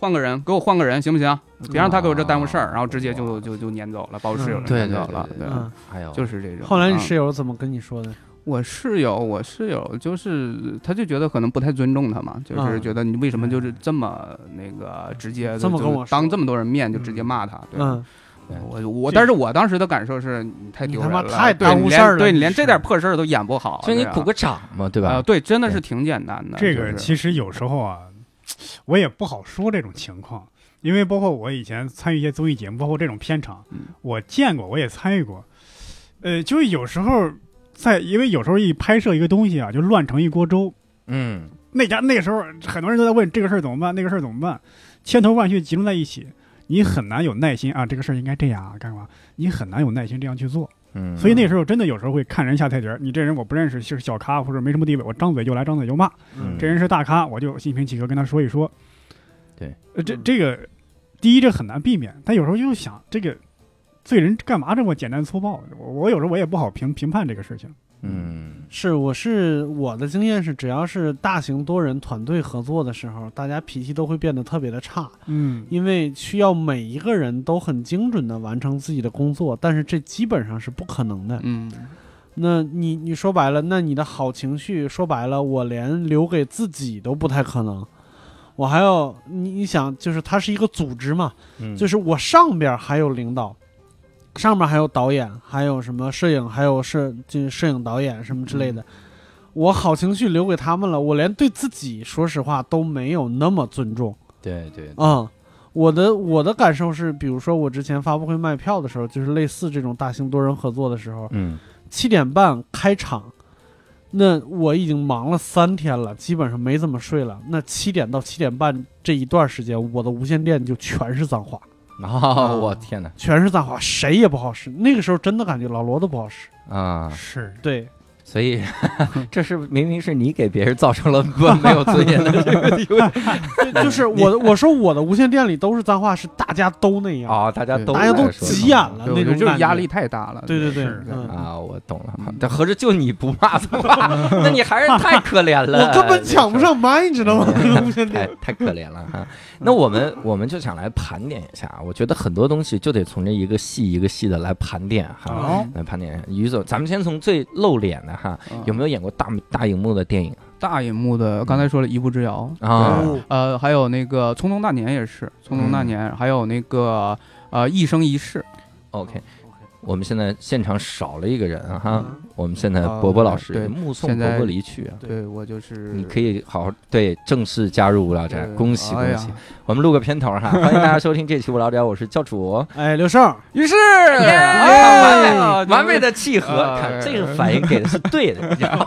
Speaker 3: 换个人，给我换个人行不行？别让他给我这耽误事儿，然后直接就就就撵走了，把我室友
Speaker 2: 嗯
Speaker 1: 对
Speaker 3: 撵走了
Speaker 1: 对，对哎
Speaker 3: 哦对
Speaker 1: 对
Speaker 2: 嗯，
Speaker 1: 还有
Speaker 3: 就是这种。
Speaker 2: 后来你
Speaker 3: 嗯
Speaker 2: 室友怎么跟你说的？
Speaker 3: 我室友，我室友就是，他就觉得可能不太尊重他嘛，就是
Speaker 2: 嗯
Speaker 3: 觉得你为什么就是这么那个直接，
Speaker 2: 这么跟我
Speaker 3: 就是当
Speaker 2: 说
Speaker 3: 这么多人面就直接骂他，对吧
Speaker 2: 嗯，
Speaker 1: 对
Speaker 3: 我我，
Speaker 2: 这
Speaker 3: 但是我当时的感受是你太
Speaker 2: 你
Speaker 3: 丢
Speaker 2: 他
Speaker 3: 人
Speaker 2: 妈
Speaker 3: 了，
Speaker 2: 太
Speaker 3: 对
Speaker 2: 耽
Speaker 3: 你
Speaker 2: 误
Speaker 3: 连
Speaker 2: 事儿了
Speaker 3: 对你
Speaker 2: 你
Speaker 3: 连这
Speaker 2: 是
Speaker 3: 点破事儿都演不好，
Speaker 1: 所以你
Speaker 3: 这样
Speaker 1: 鼓个掌嘛，哎对
Speaker 3: 啊，
Speaker 1: 吧？
Speaker 3: 对，真的是
Speaker 1: 对
Speaker 3: 挺简单的。
Speaker 4: 这
Speaker 3: 就
Speaker 4: 个
Speaker 3: 是
Speaker 4: 其实有时候啊，我也不好说这种情况，因为包括我以前参与一些综艺节目，包括这种片场
Speaker 3: 嗯，
Speaker 4: 我见过，我也参与过。呃，就是有时候在，因为有时候一拍摄一个东西啊，就乱成一锅粥。
Speaker 1: 嗯，
Speaker 4: 那家那个时候很多人都在问这个事儿怎么办，那个事儿怎么办，千头万绪集中在一起，你很难有耐心啊，这个事儿应该这样啊，干嘛？你很难有耐心这样去做。
Speaker 1: 嗯，
Speaker 4: 所以那时候真的有时候会看人下菜碟儿，你这人我不认识，就是小咖或者没什么地位，我张嘴就来，张嘴就骂。
Speaker 1: 嗯
Speaker 4: 这人是大咖，我就心平气和跟他说一说。
Speaker 1: 对，
Speaker 4: 呃，这
Speaker 2: 嗯
Speaker 4: 这个第一这很难避免，但有时候就想这个罪人干嘛这么简单粗暴？我我有时候我也不好评评判这个事情。
Speaker 1: 嗯
Speaker 2: 是，我是我的经验是，只要是大型多人团队合作的时候，大家脾气都会变得特别的差，
Speaker 4: 嗯
Speaker 2: 因为需要每一个人都很精准的完成自己的工作，但是这基本上是不可能的。
Speaker 3: 嗯，
Speaker 2: 那你你说白了，那你的好情绪说白了，我连留给自己都不太可能。我还要你你想，就是它是一个组织嘛，
Speaker 1: 嗯，
Speaker 2: 就是我上边儿还有领导，上面还有导演，还有什么摄影，还有摄这摄影导演什么之类的。我好情绪留给他们了，我连对自己说实话都没有那么尊重
Speaker 1: 对对，
Speaker 2: 啊、我的我的感受是，比如说我之前发布会卖票的时候，就是类似这种大型多人合作的时候，
Speaker 1: 嗯
Speaker 2: 七点半开场，那我已经忙了三天了，基本上没怎么睡了。那七点到七点半这一段时间，我的无线电就全是脏话。
Speaker 1: 啊，我天哪
Speaker 2: 全是脏话，谁也不好使。那个时候真的感觉老罗都不好使。
Speaker 1: 啊！
Speaker 4: 是
Speaker 2: 对，
Speaker 1: 所以 这是明明是你给别人造成了不没有尊严的这个地位
Speaker 2: 就就是我我说我的无线电里都是脏话，是大家都那样，
Speaker 1: 啊，大家都
Speaker 2: 大家都
Speaker 1: 在说
Speaker 2: 急眼了
Speaker 3: 对，我
Speaker 2: 那
Speaker 3: 觉得
Speaker 2: 种
Speaker 3: 就是
Speaker 2: 感
Speaker 3: 压
Speaker 2: 觉
Speaker 3: 力。太大了。
Speaker 2: 对对对，
Speaker 4: 是
Speaker 2: 嗯，
Speaker 1: 啊，我懂了，但合着就你不骂脏话，那你还是啊太可怜了，
Speaker 2: 我根本抢不上麦，你知 道吗？无线
Speaker 1: 太
Speaker 2: 电。
Speaker 1: 太可怜了哈。那我们我们就想来盘点一下，啊我觉得很多东西就得从这一个戏一个戏的来盘点
Speaker 3: 啊
Speaker 1: 哈，
Speaker 5: 啊
Speaker 4: 哦
Speaker 1: 来盘点。于总，咱们先从最露脸的哈，有没
Speaker 3: 有
Speaker 1: 有演过大大荧幕的电影
Speaker 3: 嗯大荧幕的？刚才说了《一步之遥》
Speaker 1: 啊
Speaker 2: 嗯
Speaker 3: 对呃，还有那个《匆匆那年》也是，《匆匆那
Speaker 1: 嗯
Speaker 3: 年》，还有那个呃《一生一世》。
Speaker 1: ？OK，我们现在现场少了一个人啊哈，
Speaker 2: 嗯
Speaker 1: 我们现在
Speaker 3: 啊
Speaker 1: 伯伯老师
Speaker 3: 对
Speaker 1: 也目送
Speaker 3: 现
Speaker 1: 伯
Speaker 3: 在
Speaker 1: 伯离去啊。
Speaker 3: 对我就是
Speaker 1: 你可以好好对正式加入无聊斋，
Speaker 3: 呃
Speaker 1: 恭喜
Speaker 3: 哎
Speaker 1: 恭
Speaker 3: 呀
Speaker 1: 喜！我们录个片头哈，欢迎大家收听这期无聊斋，我是教主。
Speaker 2: 哎，刘胜，
Speaker 1: 于是，
Speaker 3: 耶哎
Speaker 2: 哦
Speaker 1: 完美
Speaker 3: 耶
Speaker 1: 完美的契合，哦
Speaker 3: 哎
Speaker 1: 看这个反应给的是对的，你知道 吗？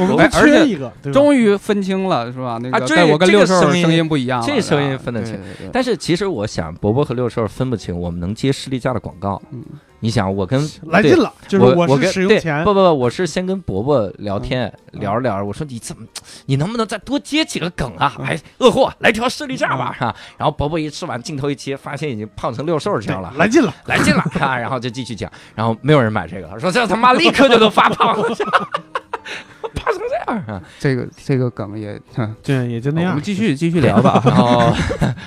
Speaker 2: 我们
Speaker 3: 哎
Speaker 2: 不
Speaker 3: 而且
Speaker 2: 缺一个，对吧？
Speaker 3: 终于分清了是吧？那
Speaker 1: 啊
Speaker 3: 个
Speaker 1: 这
Speaker 3: 但我跟
Speaker 1: 这个
Speaker 3: 六兽
Speaker 1: 声音
Speaker 3: 声音不一样了，
Speaker 1: 这声音
Speaker 3: 是吧
Speaker 1: 分得清。
Speaker 3: 对对对
Speaker 1: 但是其实我想，伯伯和六兽分不清，我们能接士力架的广告。
Speaker 3: 嗯
Speaker 1: 你想，我跟
Speaker 2: 来
Speaker 1: 对
Speaker 2: 劲了，就是
Speaker 1: 我我
Speaker 2: 是
Speaker 1: 跟
Speaker 2: 使用嗯
Speaker 1: 对
Speaker 2: 前
Speaker 1: 不不不，我是先跟伯伯聊天，聊着聊着，我说你怎么，你能不能再多接几个梗啊？
Speaker 2: 嗯
Speaker 1: 哎，恶货，来条士力架吧，哈、然后伯伯一吃完，镜头一切，发现已经胖成六兽这样了，
Speaker 2: 来劲了，
Speaker 1: 来劲了，哈、然后就继续讲，然后没有人买这个了，说这他妈立刻就能发胖了，胖成这样啊！
Speaker 3: 这个这个梗也， 哼
Speaker 2: 对，也就那
Speaker 3: 我
Speaker 2: 样
Speaker 3: 们。继续继续 聊 吧。
Speaker 1: 然后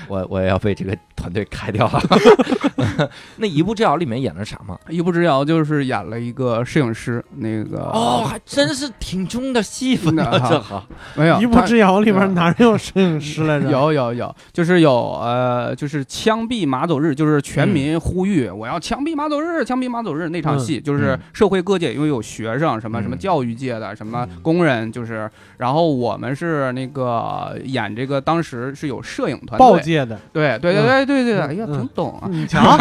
Speaker 1: 我我也要被这个团队开掉 了。那一步之遥里面演的啥吗？
Speaker 3: 一步之遥就是演了一个摄影师，那个
Speaker 1: 哦，，还真是挺重的戏份
Speaker 3: 那
Speaker 1: 啊，
Speaker 3: 哈
Speaker 1: 这 好。
Speaker 3: 没有
Speaker 2: 一步
Speaker 3: 他
Speaker 2: 之遥里边哪有摄影师来着？
Speaker 3: 有有有，就是有呃，就是枪毙马走日，就是全民呼吁、我要枪毙马走日，枪毙马走日那场戏，就是
Speaker 1: 嗯
Speaker 3: 社会各界，因为有学生什么、
Speaker 1: 嗯
Speaker 3: 什么教育界的，什么工人，就是，然后我们是那个演这个，当时是有摄影 团
Speaker 2: 报
Speaker 3: 队，
Speaker 2: 界的，
Speaker 3: 对对对对对对，哎呀，
Speaker 2: 嗯
Speaker 3: 挺懂啊
Speaker 2: 你瞧，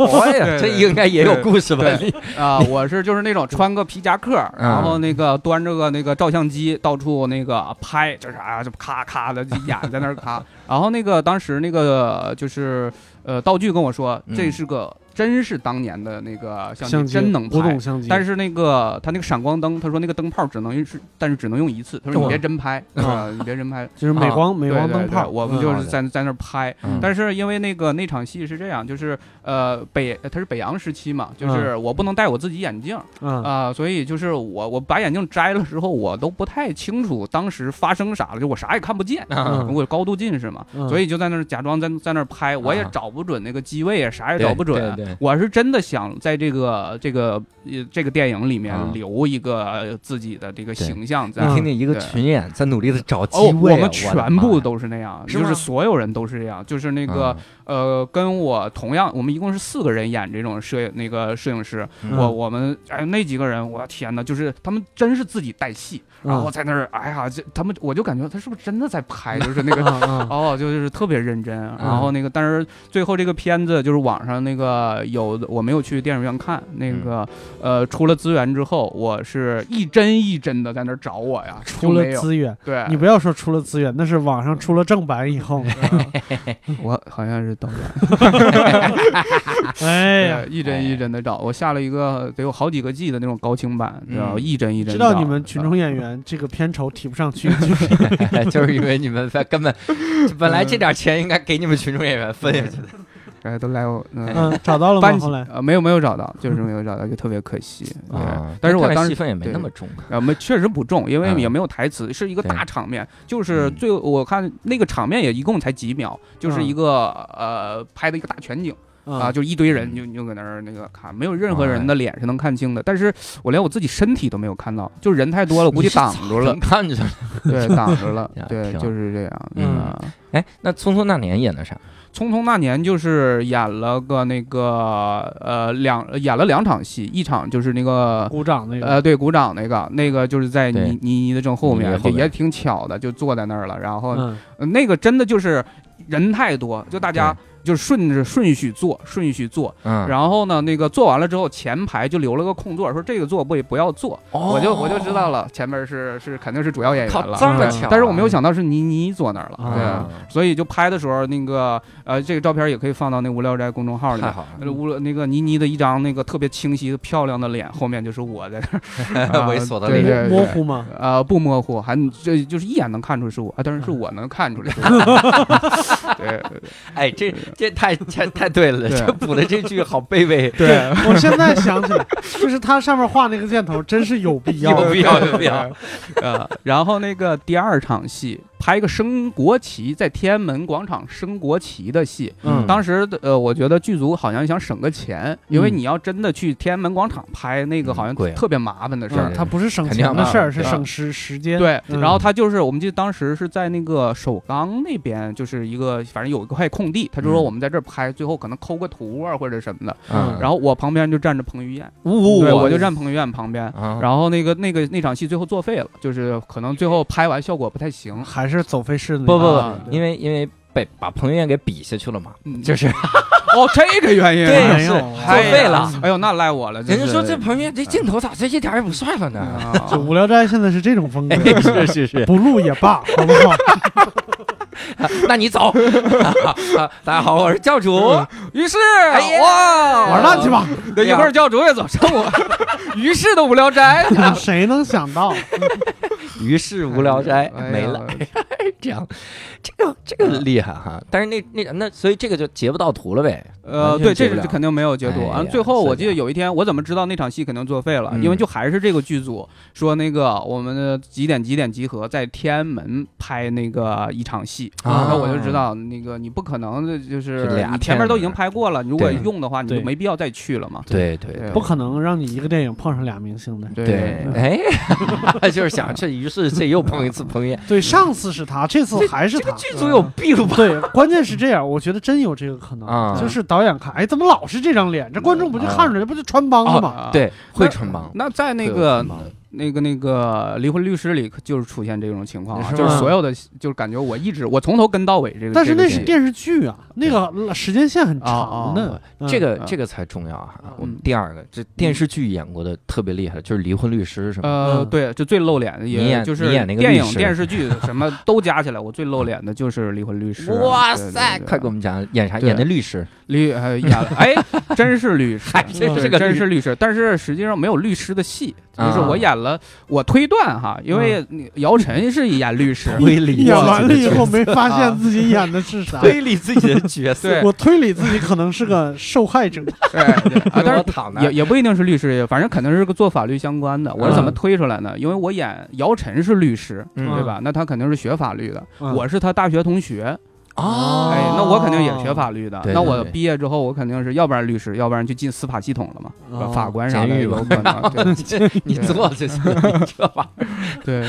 Speaker 1: 我也这
Speaker 3: 对对
Speaker 1: 应该也有故事吧？
Speaker 3: 对 啊、我是就是那种穿个皮夹克，
Speaker 2: 嗯
Speaker 3: 然后那个端着个那个照相机到处那个拍，就是啊，就咔咔的就演在那儿咔。然后那个当时那个就是呃，道具跟我说，
Speaker 1: 嗯
Speaker 3: 这是个真是当年的那个相
Speaker 2: 相机
Speaker 3: 真能
Speaker 2: 古
Speaker 3: 拍
Speaker 2: 董。相机，
Speaker 3: 但是那个他那个闪光灯，他说那个灯泡只能是，但是只能用一次。他说你别真拍，
Speaker 2: 哇
Speaker 3: 啊，你别 真拍，
Speaker 2: 就是美光、美哦光
Speaker 3: 啊对对
Speaker 2: 灯泡，
Speaker 3: 对我们
Speaker 2: 嗯
Speaker 3: 就是在在那儿拍，
Speaker 1: 嗯
Speaker 3: 但是因为那个那场戏是这样，就是呃北它是北洋时期嘛，
Speaker 1: 嗯
Speaker 3: 就是我不能戴我自己眼镜啊、
Speaker 2: 嗯
Speaker 3: 所以就是我我把眼镜摘了之后，我都不太清楚当时发生啥了，就我啥也看不见，啊
Speaker 2: 嗯
Speaker 3: 我高度近视嘛，
Speaker 2: 嗯
Speaker 3: 所以就在那儿假装在在那儿拍，我也找不准那个机位啊，啥也找不准。
Speaker 1: 啊对对对
Speaker 3: 我是真的想在这个这个呃这个电影里面
Speaker 1: 啊
Speaker 3: 留一个呃自己的这个
Speaker 1: 对
Speaker 3: 形象在
Speaker 1: 你
Speaker 2: 嗯。
Speaker 1: 听听一个群演在努力的找机
Speaker 3: 啊哦，
Speaker 1: 位啊，
Speaker 3: 我们
Speaker 1: 的
Speaker 3: 全
Speaker 1: 妈
Speaker 3: 部
Speaker 1: 呀
Speaker 3: 都是那样，
Speaker 1: 是
Speaker 3: 就
Speaker 1: 吗
Speaker 3: 是所有人都是这样，就是那个、
Speaker 2: 嗯
Speaker 3: 呃，跟我同样，我们一共是四个人演这种摄影那个摄影师，
Speaker 1: 嗯
Speaker 3: 我我们哎那几个人，我天哪，就是他们真是自己带戏，然后
Speaker 2: 嗯
Speaker 3: 在那儿，哎呀，这他们我就感觉他是不是真的在拍，就是 那个。
Speaker 2: 嗯嗯
Speaker 3: 哦，就是特别认真，啊然后那个，但是最后这个片子就是网上那个有，我没有去电影院看，那
Speaker 2: 嗯
Speaker 3: 个呃，出了资源之后，我是一帧一帧的在那儿找我呀，
Speaker 2: 出
Speaker 3: 就没
Speaker 2: 了
Speaker 3: 有
Speaker 2: 资源，
Speaker 3: 对，
Speaker 2: 你不要说出了资源，那是网上出了正版以 后，
Speaker 3: 我好像是导演，
Speaker 2: 哎呀
Speaker 3: 对，，一帧一帧的照，我下了一个得有好几个 G 的那种高清版，
Speaker 1: 嗯
Speaker 3: 然后一帧一帧。
Speaker 2: 知道你
Speaker 3: 啊
Speaker 2: 们群众演员这个片酬提不上 去，就是
Speaker 1: 就是因为你们在根本本来
Speaker 3: 嗯
Speaker 1: 这点钱应该给你们群众演员分下去的。
Speaker 3: 哎都来我嗯
Speaker 2: 嗯，找到了
Speaker 3: 搬
Speaker 2: 吗？
Speaker 3: 起
Speaker 2: 后来
Speaker 3: 呃没有没有找到，就是没有找到，就特别可惜。对，
Speaker 1: 啊
Speaker 3: 但是我
Speaker 1: 看来
Speaker 3: 当
Speaker 1: 戏
Speaker 3: 时
Speaker 1: 份也没
Speaker 3: 对
Speaker 1: 那么重。啊
Speaker 3: 呃没确实不重，因为
Speaker 1: 嗯
Speaker 3: 也没有台词，是一个
Speaker 1: 对
Speaker 3: 大场面，就是
Speaker 1: 嗯
Speaker 3: 最我看那个场面也一共才几秒，就是一个呃拍的一个大全景。
Speaker 1: 嗯
Speaker 3: 啊，
Speaker 2: 啊，
Speaker 3: 就一堆人你就你就搁那儿那个看，没有任何
Speaker 1: 哎
Speaker 3: 人的脸是能看清的。但是我连我自己身体都没有看到，就人太多了，估计挡住了
Speaker 1: 能，看出来。
Speaker 3: 对，挡着了
Speaker 1: 呀，
Speaker 3: 对，
Speaker 1: 挺好
Speaker 3: 就是这样。
Speaker 1: 嗯
Speaker 3: 啊
Speaker 1: 哎，那《匆匆那年》演的啥？
Speaker 3: 匆匆那年就是演了个那个呃两演了两场戏，一场就是那个。
Speaker 2: 鼓掌那个，
Speaker 3: 呃，对，鼓掌那个，那个就是在
Speaker 1: 对
Speaker 3: 倪倪妮的正后
Speaker 1: 倪妮
Speaker 3: 面，
Speaker 1: 后
Speaker 3: 就
Speaker 1: 面
Speaker 3: 也挺巧的，就坐在那儿了。然后、
Speaker 2: 嗯
Speaker 3: 呃那个真的就是人太多，就大家就顺着顺序坐，顺序坐。
Speaker 1: 嗯，
Speaker 3: 然后呢，那个坐完了之后，前排就留了个空座，说这个座不不要坐。
Speaker 1: 哦
Speaker 3: 我就我就知道了，前面是是肯定是主要演员
Speaker 1: 靠，
Speaker 3: 了。
Speaker 1: 这么
Speaker 2: 嗯
Speaker 1: 巧啊。
Speaker 3: 但是我没有想到是倪妮坐那儿了，对。
Speaker 2: 啊
Speaker 3: 所以就拍的时候，那个呃，这个照片也可以放到那无聊斋公众号里
Speaker 1: 太
Speaker 3: 面。
Speaker 1: 好了
Speaker 3: 呃无那个倪妮的一张那个特别清晰漂亮的脸，后面就是我在那儿 啊
Speaker 1: 猥琐的
Speaker 3: 对
Speaker 1: 脸
Speaker 3: 对对
Speaker 2: 模糊吗？
Speaker 3: 呃，不模糊，还这就是一眼能看出是我，啊但是是我能看出来。 对
Speaker 1: 哎，这这太太太对了，
Speaker 3: 对
Speaker 1: 这补的这句好卑微，
Speaker 3: 对，
Speaker 2: 我现在想起来，就是它上面画那个箭头，真是有必要。
Speaker 1: 有必要有必要。
Speaker 3: 呃，然后那个第二场戏拍一个升国旗，在天安门广场升国旗的戏。
Speaker 2: 嗯
Speaker 3: 当时的呃，我觉得剧组好像想省个钱，因为
Speaker 2: 嗯
Speaker 3: 你要真的去天安门广场拍那个，
Speaker 1: 嗯
Speaker 3: 好像
Speaker 1: 贵啊
Speaker 3: 特别麻烦的事
Speaker 1: 嗯
Speaker 3: 儿。啊
Speaker 2: 它不是省
Speaker 1: 肯定
Speaker 2: 钱的
Speaker 1: 嘛
Speaker 2: 事儿，是
Speaker 3: 对
Speaker 2: 省时时间。，
Speaker 3: 对，
Speaker 2: 嗯
Speaker 3: 然后他就是，我们记得当时是在那个首钢那边，就是一个反正有一块空地，他就说
Speaker 1: 嗯
Speaker 3: 我们在这儿拍，最后可能抠个图啊或者什么的。
Speaker 1: 嗯，
Speaker 3: 然后我旁边就站着彭于晏，
Speaker 1: 呜
Speaker 3: 对，我就站彭于晏旁边。
Speaker 1: 啊，
Speaker 3: 然后那个那个那场戏最后作废了，就是可能最后拍完效果不 太行，
Speaker 2: 还是走费事呢。
Speaker 1: 不不不
Speaker 3: 啊
Speaker 1: 因为因为被把彭于晏给比下去了嘛，
Speaker 3: 嗯
Speaker 1: 就是
Speaker 3: 哦这个原因啊，
Speaker 1: 对
Speaker 2: 哎
Speaker 1: 是
Speaker 2: 呦
Speaker 1: 作
Speaker 3: 哎呀
Speaker 1: 废了。
Speaker 3: 哎呦那赖我了，
Speaker 1: 人家
Speaker 3: 真
Speaker 1: 说
Speaker 3: 是
Speaker 1: 这彭于晏这镜头咋这一点儿也不帅了呢？
Speaker 3: 啊
Speaker 2: 就无聊斋现在是这种风格，
Speaker 1: 是是是，
Speaker 2: 不录也罢，好不 好？
Speaker 1: 那你走。 啊大家好，我是教主。
Speaker 3: 于是
Speaker 1: 哎呀哎
Speaker 3: 哇，
Speaker 2: 玩蛋去吧！
Speaker 3: 对！一会儿教主也走上 我，于是都无聊斋，
Speaker 2: 谁能想到？
Speaker 1: 于是无聊斋
Speaker 3: 哎呀
Speaker 1: 没了， 这样，这个这个厉害哈。但是那那那，所以这个就截不到图了呗。
Speaker 3: 呃，
Speaker 1: 完全
Speaker 3: 对，
Speaker 1: 接
Speaker 3: 这
Speaker 1: 不
Speaker 3: 是
Speaker 1: 了
Speaker 3: 肯定没有截
Speaker 1: 哎
Speaker 3: 图。
Speaker 1: 呀
Speaker 3: 啊。最后我记得
Speaker 1: 是的
Speaker 3: 有一天，我怎么知道那场戏肯定作废了？
Speaker 1: 嗯
Speaker 3: 因为就还是这个剧组说那个我们的几点几点集合在天安门拍那个一场戏，
Speaker 1: 啊
Speaker 3: 然后我就知道那个你不可能的就是
Speaker 1: 是俩
Speaker 3: 你前面都已
Speaker 1: 天安门
Speaker 3: 经拍过了，如果
Speaker 1: 对
Speaker 3: 用的话，你就
Speaker 2: 对
Speaker 3: 没必要再去了嘛。
Speaker 1: 对对
Speaker 3: 对
Speaker 2: 不可能让你一个电影碰上俩明星的。
Speaker 3: 对
Speaker 1: 对，哎， 就是想这，于是这又碰一次彭于晏，
Speaker 2: 对，上次是他，这次还是他。
Speaker 3: 啊
Speaker 1: 剧组有病吧？
Speaker 2: 对，关键是这样，我觉得真有这个可能，
Speaker 1: 啊
Speaker 2: 就是导演看，哎，怎么老是这张脸？这观众不就看出来，这不就穿帮了吗？
Speaker 3: 啊，
Speaker 1: 对，会穿帮。
Speaker 3: 那在那
Speaker 1: 会有
Speaker 3: 个
Speaker 1: 穿帮
Speaker 3: 那个那个离婚律师里，就是出现这种情况啊，
Speaker 1: 是
Speaker 3: 就
Speaker 2: 吗
Speaker 3: 是所有的，就是感觉我一直我从头跟到尾这个，
Speaker 2: 但是
Speaker 3: 这个
Speaker 2: 那
Speaker 3: 戏
Speaker 2: 是电视剧啊，那个时间线很长
Speaker 3: 哦
Speaker 2: 的。嗯
Speaker 1: 这个
Speaker 3: 嗯
Speaker 1: 这个才重要啊！我们
Speaker 3: 嗯
Speaker 1: 第二个，这电视剧演过的特别厉害，就是《离婚律师》是吗？
Speaker 3: 呃，
Speaker 2: 嗯
Speaker 3: 对，就最露脸的，
Speaker 1: 你
Speaker 3: 也
Speaker 1: 演
Speaker 3: 就是
Speaker 1: 你演那个
Speaker 3: 电
Speaker 1: 律
Speaker 3: 影、
Speaker 1: 师
Speaker 3: 电视剧什么 都加起来，我最露脸的就是《离婚律师》。啊
Speaker 1: 哇
Speaker 3: 对对
Speaker 1: 塞，
Speaker 3: 对
Speaker 1: 快给我们讲演啥？
Speaker 3: 对
Speaker 1: 演的律师，，
Speaker 3: 律呃演 了，哎，真是律师
Speaker 1: 还真
Speaker 3: 对
Speaker 1: 是个
Speaker 3: 真
Speaker 1: 律
Speaker 3: 是律师，但是实际上没有律师的戏，就是
Speaker 1: 啊，
Speaker 3: 我演了，我推断哈，因为姚晨是演律师
Speaker 1: 推理
Speaker 2: 演完了
Speaker 1: 自
Speaker 2: 以
Speaker 1: 己的角
Speaker 2: 后
Speaker 1: 色
Speaker 2: 没发现自己演的是啥，
Speaker 1: 推理自己的角色，
Speaker 3: 对
Speaker 2: 我推理自己可能是个受害者。
Speaker 3: 对对啊，但
Speaker 1: 我
Speaker 3: 是。
Speaker 1: 躺那
Speaker 3: 也
Speaker 1: 儿
Speaker 3: 也不一定是律师，反正肯定是个做法律相关的。我是怎么
Speaker 2: 嗯
Speaker 3: 推出来呢？因为我演姚晨是律师，
Speaker 1: 嗯
Speaker 3: 对吧？那他肯定是学法律的，
Speaker 2: 嗯
Speaker 3: 我是他大学同学，
Speaker 1: 哦
Speaker 3: 哎，那我肯定也是学
Speaker 2: 哦
Speaker 3: 法律的。
Speaker 1: 对
Speaker 3: 那
Speaker 1: 对
Speaker 3: 我
Speaker 1: 对
Speaker 3: 毕业之后，我肯定是要不然律师，要不然就进司法系统了嘛，
Speaker 2: 哦
Speaker 3: 法官啥
Speaker 1: 监
Speaker 3: 的
Speaker 1: 狱
Speaker 3: 有
Speaker 1: 吧
Speaker 3: 可能。对
Speaker 1: 你做就行，你这 玩意儿。
Speaker 3: 对，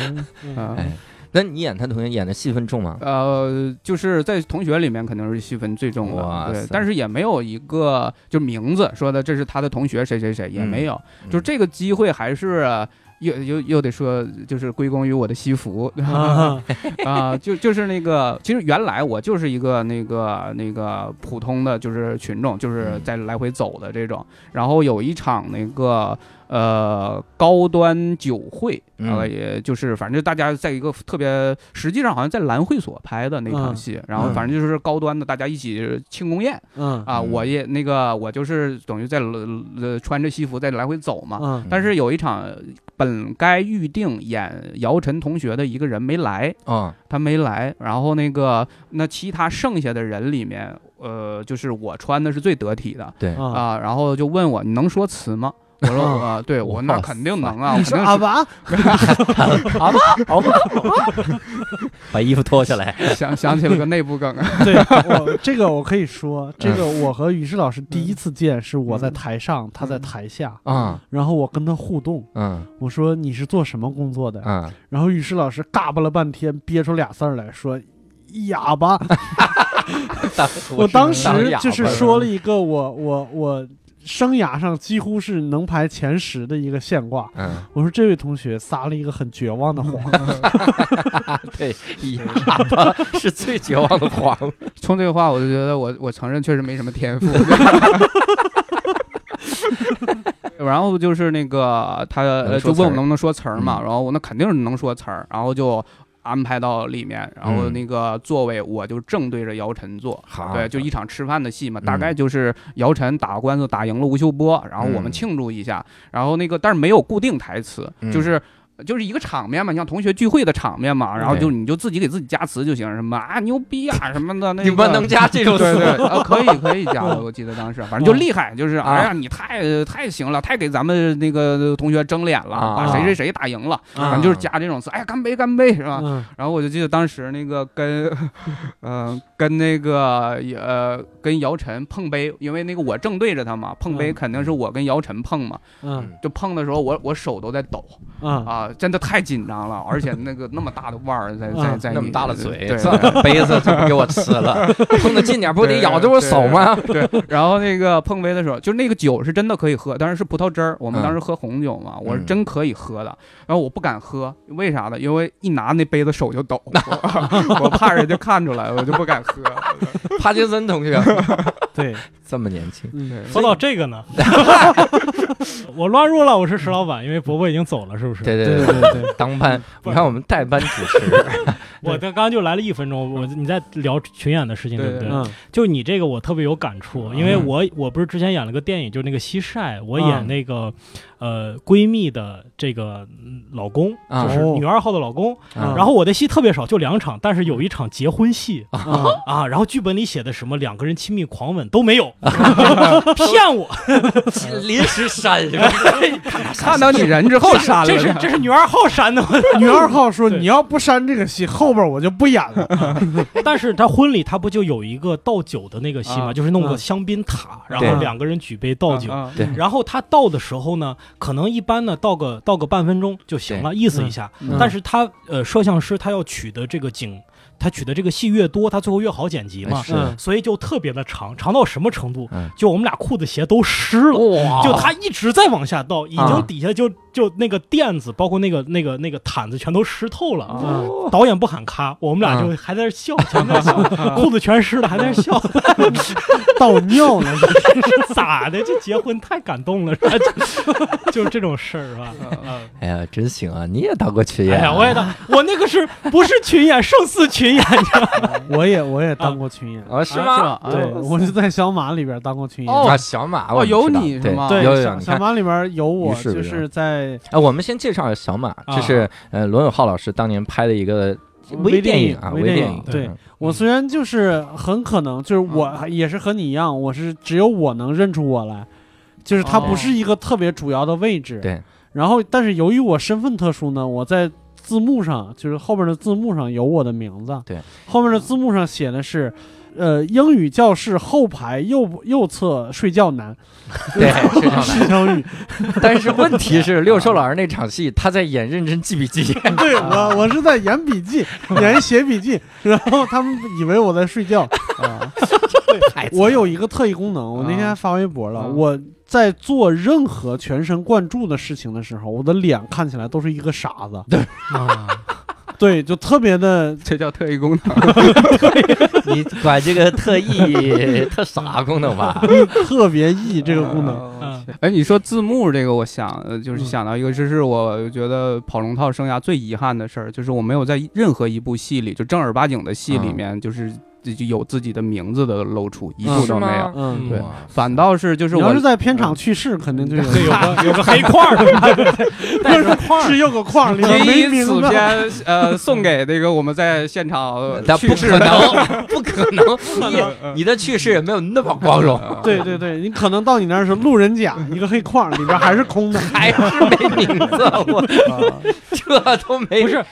Speaker 2: 嗯
Speaker 3: 啊、
Speaker 1: 哎，那你演他同学演的戏份重吗？
Speaker 3: 呃，就是在同学里面肯定是戏份最重
Speaker 1: 哇
Speaker 3: 的，对
Speaker 1: 塞，
Speaker 3: 但是也没有一个就名字说的这是他的同学谁谁
Speaker 1: 嗯
Speaker 3: 谁也没有，就这个机会还是。又又又得说，就是归功于我的西 服
Speaker 2: 啊，
Speaker 3: 啊，就就是那个，其实原来我就是一个那个那个普通的，就是群众，
Speaker 1: 嗯
Speaker 3: 就是在来回走的这种。然后有一场那个呃高端酒会，
Speaker 1: 嗯
Speaker 3: 呃，也就是反正大家在一个特别，实际上好像在兰会所拍的那场戏，然后反正就是高端的，大家一起庆功宴
Speaker 2: 嗯
Speaker 3: 啊。
Speaker 1: 嗯
Speaker 3: 我也那个我就是等于在呃穿着西服在来回走嘛，
Speaker 2: 嗯
Speaker 3: 但是有一场本该预定演姚晨同学的一个人没来，
Speaker 1: 啊，
Speaker 3: 他没来。然后那个那其他剩下的人里面，呃，就是我穿的是最得体的
Speaker 1: 对，
Speaker 2: 啊，
Speaker 3: 啊。然后就问我你能说词吗？我说
Speaker 2: 啊
Speaker 3: 啊，对我那肯定能啊，
Speaker 2: 你
Speaker 3: 我
Speaker 2: 说
Speaker 3: 肯定
Speaker 2: 阿
Speaker 3: 是
Speaker 2: 娃
Speaker 1: 把衣服脱下来，
Speaker 3: 想想起了个内部梗 啊。
Speaker 2: 对我这个我可以说，这个我和于适老师第一次见是我在台上，他在台下，
Speaker 1: 啊，
Speaker 2: 然后我跟他互动，
Speaker 1: 嗯
Speaker 2: 我说你是做什么工作的？
Speaker 1: 嗯，
Speaker 2: 然后于适老师嘎巴了半天，憋出俩字儿来说。哑巴，我 当时就是说了一个我我我生涯上几乎是能排前十的一个现挂，
Speaker 1: 嗯，
Speaker 2: 我说这位同学撒了一个很绝望的谎，
Speaker 1: 对，哑巴是最绝望的谎，
Speaker 3: 从这个话，我就觉得我我承认确实没什么天 赋。然后就是那个他呃
Speaker 1: 能
Speaker 3: 就
Speaker 1: 说词儿
Speaker 3: 问我能不能说词儿嘛，
Speaker 1: 嗯
Speaker 3: 然后我那肯定是能说词儿，然后就安排到里面，然
Speaker 1: 嗯
Speaker 3: 后那个座位我就正对着姚晨坐。
Speaker 1: 好
Speaker 3: 对，就一场吃饭的戏嘛，
Speaker 1: 啊嗯
Speaker 3: 大概就是姚晨打官司打赢了吴秀波，然后我们
Speaker 1: 嗯
Speaker 3: 庆祝一下，然后那个但是没有固定台词，
Speaker 1: 嗯
Speaker 3: 就是就是一个场面嘛，你像同学聚会的场面嘛，然后就你就自己给自己加词就行，什么啊牛逼啊什么的，那
Speaker 1: 你们
Speaker 3: 个
Speaker 1: 能加这种
Speaker 3: 对
Speaker 1: 词？
Speaker 3: 对，啊，可以可以 加的，我记得当时，反正就厉害，就是
Speaker 1: 啊
Speaker 3: 哎呀，你太太行了，太给咱们那个同学争脸了，
Speaker 1: 啊
Speaker 3: 把谁谁谁打赢了，
Speaker 5: 嗯
Speaker 1: 啊
Speaker 3: 反 正就是加这种词，哎呀，干杯干杯是
Speaker 5: 啊
Speaker 3: 吧？
Speaker 2: 嗯
Speaker 3: 然后我就记得当时那个跟，呃，跟那个呃跟姚晨碰杯，因为那个我正对着他嘛，碰杯
Speaker 2: 嗯
Speaker 3: 肯定是我跟姚晨碰嘛，
Speaker 2: 嗯
Speaker 3: 就碰的时候我我手都在抖
Speaker 2: 嗯
Speaker 3: 啊，真的太紧张了，而且那个那么大的腕儿在在
Speaker 2: 嗯
Speaker 3: 在
Speaker 1: 那么
Speaker 3: 你呃
Speaker 1: 大的嘴，
Speaker 3: 对
Speaker 1: 这 杯子就不给我吃了，碰得近点不得咬着我手吗？
Speaker 3: 对，然后那个碰杯的时候，就是那个酒是真的可以喝，当然是葡萄汁儿。我们
Speaker 1: 嗯
Speaker 3: 当时喝红酒嘛，我是真可以喝的。然后我不敢喝，为啥呢？因为一拿那杯子手就抖，我 我怕人家看出来，我就不敢喝。
Speaker 1: 帕金森同学
Speaker 2: 对，
Speaker 1: 这么年轻，
Speaker 2: 嗯
Speaker 5: 啊说到这个呢，我乱入了，我
Speaker 4: 嗯
Speaker 5: 是石老板，因为伯伯已经走了，是不是？
Speaker 1: 对
Speaker 2: 对
Speaker 1: 对对，
Speaker 2: 对对，
Speaker 1: 当班，
Speaker 5: 不
Speaker 1: 你
Speaker 5: 是
Speaker 1: 看我们代班主持，
Speaker 5: 我这刚刚就来了一分
Speaker 4: 嗯
Speaker 5: 钟，我你在聊群演的事情，
Speaker 3: 对
Speaker 5: 对不对？
Speaker 2: 嗯
Speaker 5: 就你这个我特别有感触，因为
Speaker 1: 嗯
Speaker 5: 我我不是之前演了个电影，就那个西晒，我
Speaker 2: 嗯
Speaker 5: 演那个、呃闺蜜的这个嗯老公，
Speaker 1: 啊
Speaker 5: 就是
Speaker 4: 哦
Speaker 5: 女二号的老公。
Speaker 2: 嗯
Speaker 5: 啊然后我的戏特别少，就两场，但是有一场结婚戏
Speaker 2: 啊
Speaker 5: 啊，然后剧本里写的什么两个人亲密狂吻都没有，啊骗我，
Speaker 1: 临时 删是吧？
Speaker 3: 看到你人之后删了
Speaker 5: 这是这是女二号删的吗？
Speaker 2: 女二号说：“
Speaker 5: 对
Speaker 2: 你要不删这个戏，后边我就不演了。
Speaker 5: 但是他婚礼他不就有一个倒酒的那个戏吗？
Speaker 3: 啊
Speaker 5: 就是弄
Speaker 2: 啊
Speaker 5: 个香槟塔，然
Speaker 1: 对
Speaker 5: 后两个人举杯倒酒。
Speaker 3: 啊啊
Speaker 2: 嗯
Speaker 1: 对
Speaker 5: 然后他倒的时候呢，可能一般呢倒个倒个半分钟就行了，意思一下。
Speaker 2: 嗯
Speaker 5: 但是他呃，摄像师他要取的这个景，他取的这个戏越多，他最后越好剪辑嘛，
Speaker 1: 是
Speaker 2: 嗯
Speaker 5: 所以就特别的长，长到什么程度？
Speaker 1: 嗯
Speaker 5: 就我们俩裤子鞋都湿了。
Speaker 1: 哇
Speaker 5: 就他一直在往下倒，已
Speaker 1: 啊
Speaker 5: 经底下就就那个垫子，包括那个那个那个毯子全都湿透了。
Speaker 3: 啊
Speaker 5: 导演不喊咔，我们俩就还在那笑，全在那笑，裤子全湿了，还在那笑，
Speaker 2: 倒尿了，
Speaker 5: 咋的？这结婚太感动了，是吧？ 就就这种事儿是吧？嗯
Speaker 1: 哎呀，真行啊！你也当过群
Speaker 5: 哎
Speaker 1: 演啊，
Speaker 5: 呀，我也当，我那个是不是群演，胜似群演，
Speaker 2: 我也我也当过群演，
Speaker 1: 啊是
Speaker 3: 是
Speaker 1: 吗？
Speaker 3: 吧？
Speaker 2: 对
Speaker 5: 哦
Speaker 2: 我是在小马里边当过群演。
Speaker 3: 哦
Speaker 1: 啊，小马，我
Speaker 3: 哦有
Speaker 1: 知道
Speaker 3: 你是
Speaker 1: 对
Speaker 3: 吗
Speaker 2: 对，
Speaker 1: 有有
Speaker 2: 小
Speaker 1: 你
Speaker 2: 小
Speaker 1: 看。
Speaker 2: 马里边有我，
Speaker 1: 于是
Speaker 2: 就
Speaker 1: 不是
Speaker 2: 是在
Speaker 1: 哎，我们先介绍小马，这
Speaker 5: 啊
Speaker 1: 是呃罗永浩老师当年拍的一个
Speaker 2: 微
Speaker 1: 电
Speaker 2: 电
Speaker 1: 影
Speaker 2: 影
Speaker 1: 啊，
Speaker 2: 微
Speaker 1: 微
Speaker 2: 电
Speaker 1: 电
Speaker 2: 影
Speaker 1: 影。
Speaker 5: 对
Speaker 1: 嗯
Speaker 2: 我虽然就是很可能就是我也是和你一样，我是只有我能认出我来，就是它
Speaker 3: 哦
Speaker 2: 不是一个特别主要的位置。
Speaker 1: 对。
Speaker 2: 然后，但是由于我身份特殊呢，我在字幕上就是后边的字幕上有我的名字。
Speaker 1: 对。
Speaker 2: 后面的字幕上写的是，呃，英语教室后排右右侧睡觉 男，
Speaker 1: 对，是 这样的。
Speaker 2: 是 成语。
Speaker 1: 但是问题是， 六兽老师那场戏，他在演认真记笔记。
Speaker 2: 啊 对我，我是在演笔记，演写笔记，然后他们以为我在睡觉。
Speaker 3: 啊
Speaker 2: 我有一个特异功能，我那天还发微博了。
Speaker 3: 啊
Speaker 2: 我在做任何全神贯注的事情的时候，我的脸看起来都是一个傻子。对，
Speaker 1: 啊
Speaker 2: 就特别的
Speaker 3: 这叫特异功能，
Speaker 1: 你管这个特 意特傻功能吧？
Speaker 2: 特别异这个功能。
Speaker 3: 能
Speaker 5: 嗯
Speaker 3: 哎，你说字幕这个，我想呃，就是想到一个，这是我觉得跑龙套生涯最遗憾的事儿，就是我没有在任何一部戏里，就正儿八经的戏里面，就是自己有自己的名字的露出，一
Speaker 2: 嗯
Speaker 3: 处都没有。
Speaker 2: 嗯，
Speaker 3: 对反倒是就是
Speaker 2: 你要
Speaker 3: 我
Speaker 2: 是在片场去世，肯定就有
Speaker 5: 对，有个 有个黑块儿，
Speaker 2: 但是是有个框 儿，里面
Speaker 3: 也
Speaker 2: 没
Speaker 3: 以
Speaker 2: 名
Speaker 3: 此
Speaker 2: 字。
Speaker 3: 片 呃送给那个我们在现场呃
Speaker 1: 但不
Speaker 3: 去世
Speaker 1: 可
Speaker 3: 的。
Speaker 1: 能，不可能， 你你的去世也没有那么光荣，
Speaker 2: 对对对，你可能到你那儿是路人甲，一个黑框儿，里边还是空的。
Speaker 1: 还是没名 字，我
Speaker 3: 啊
Speaker 1: 这都没
Speaker 5: 不是？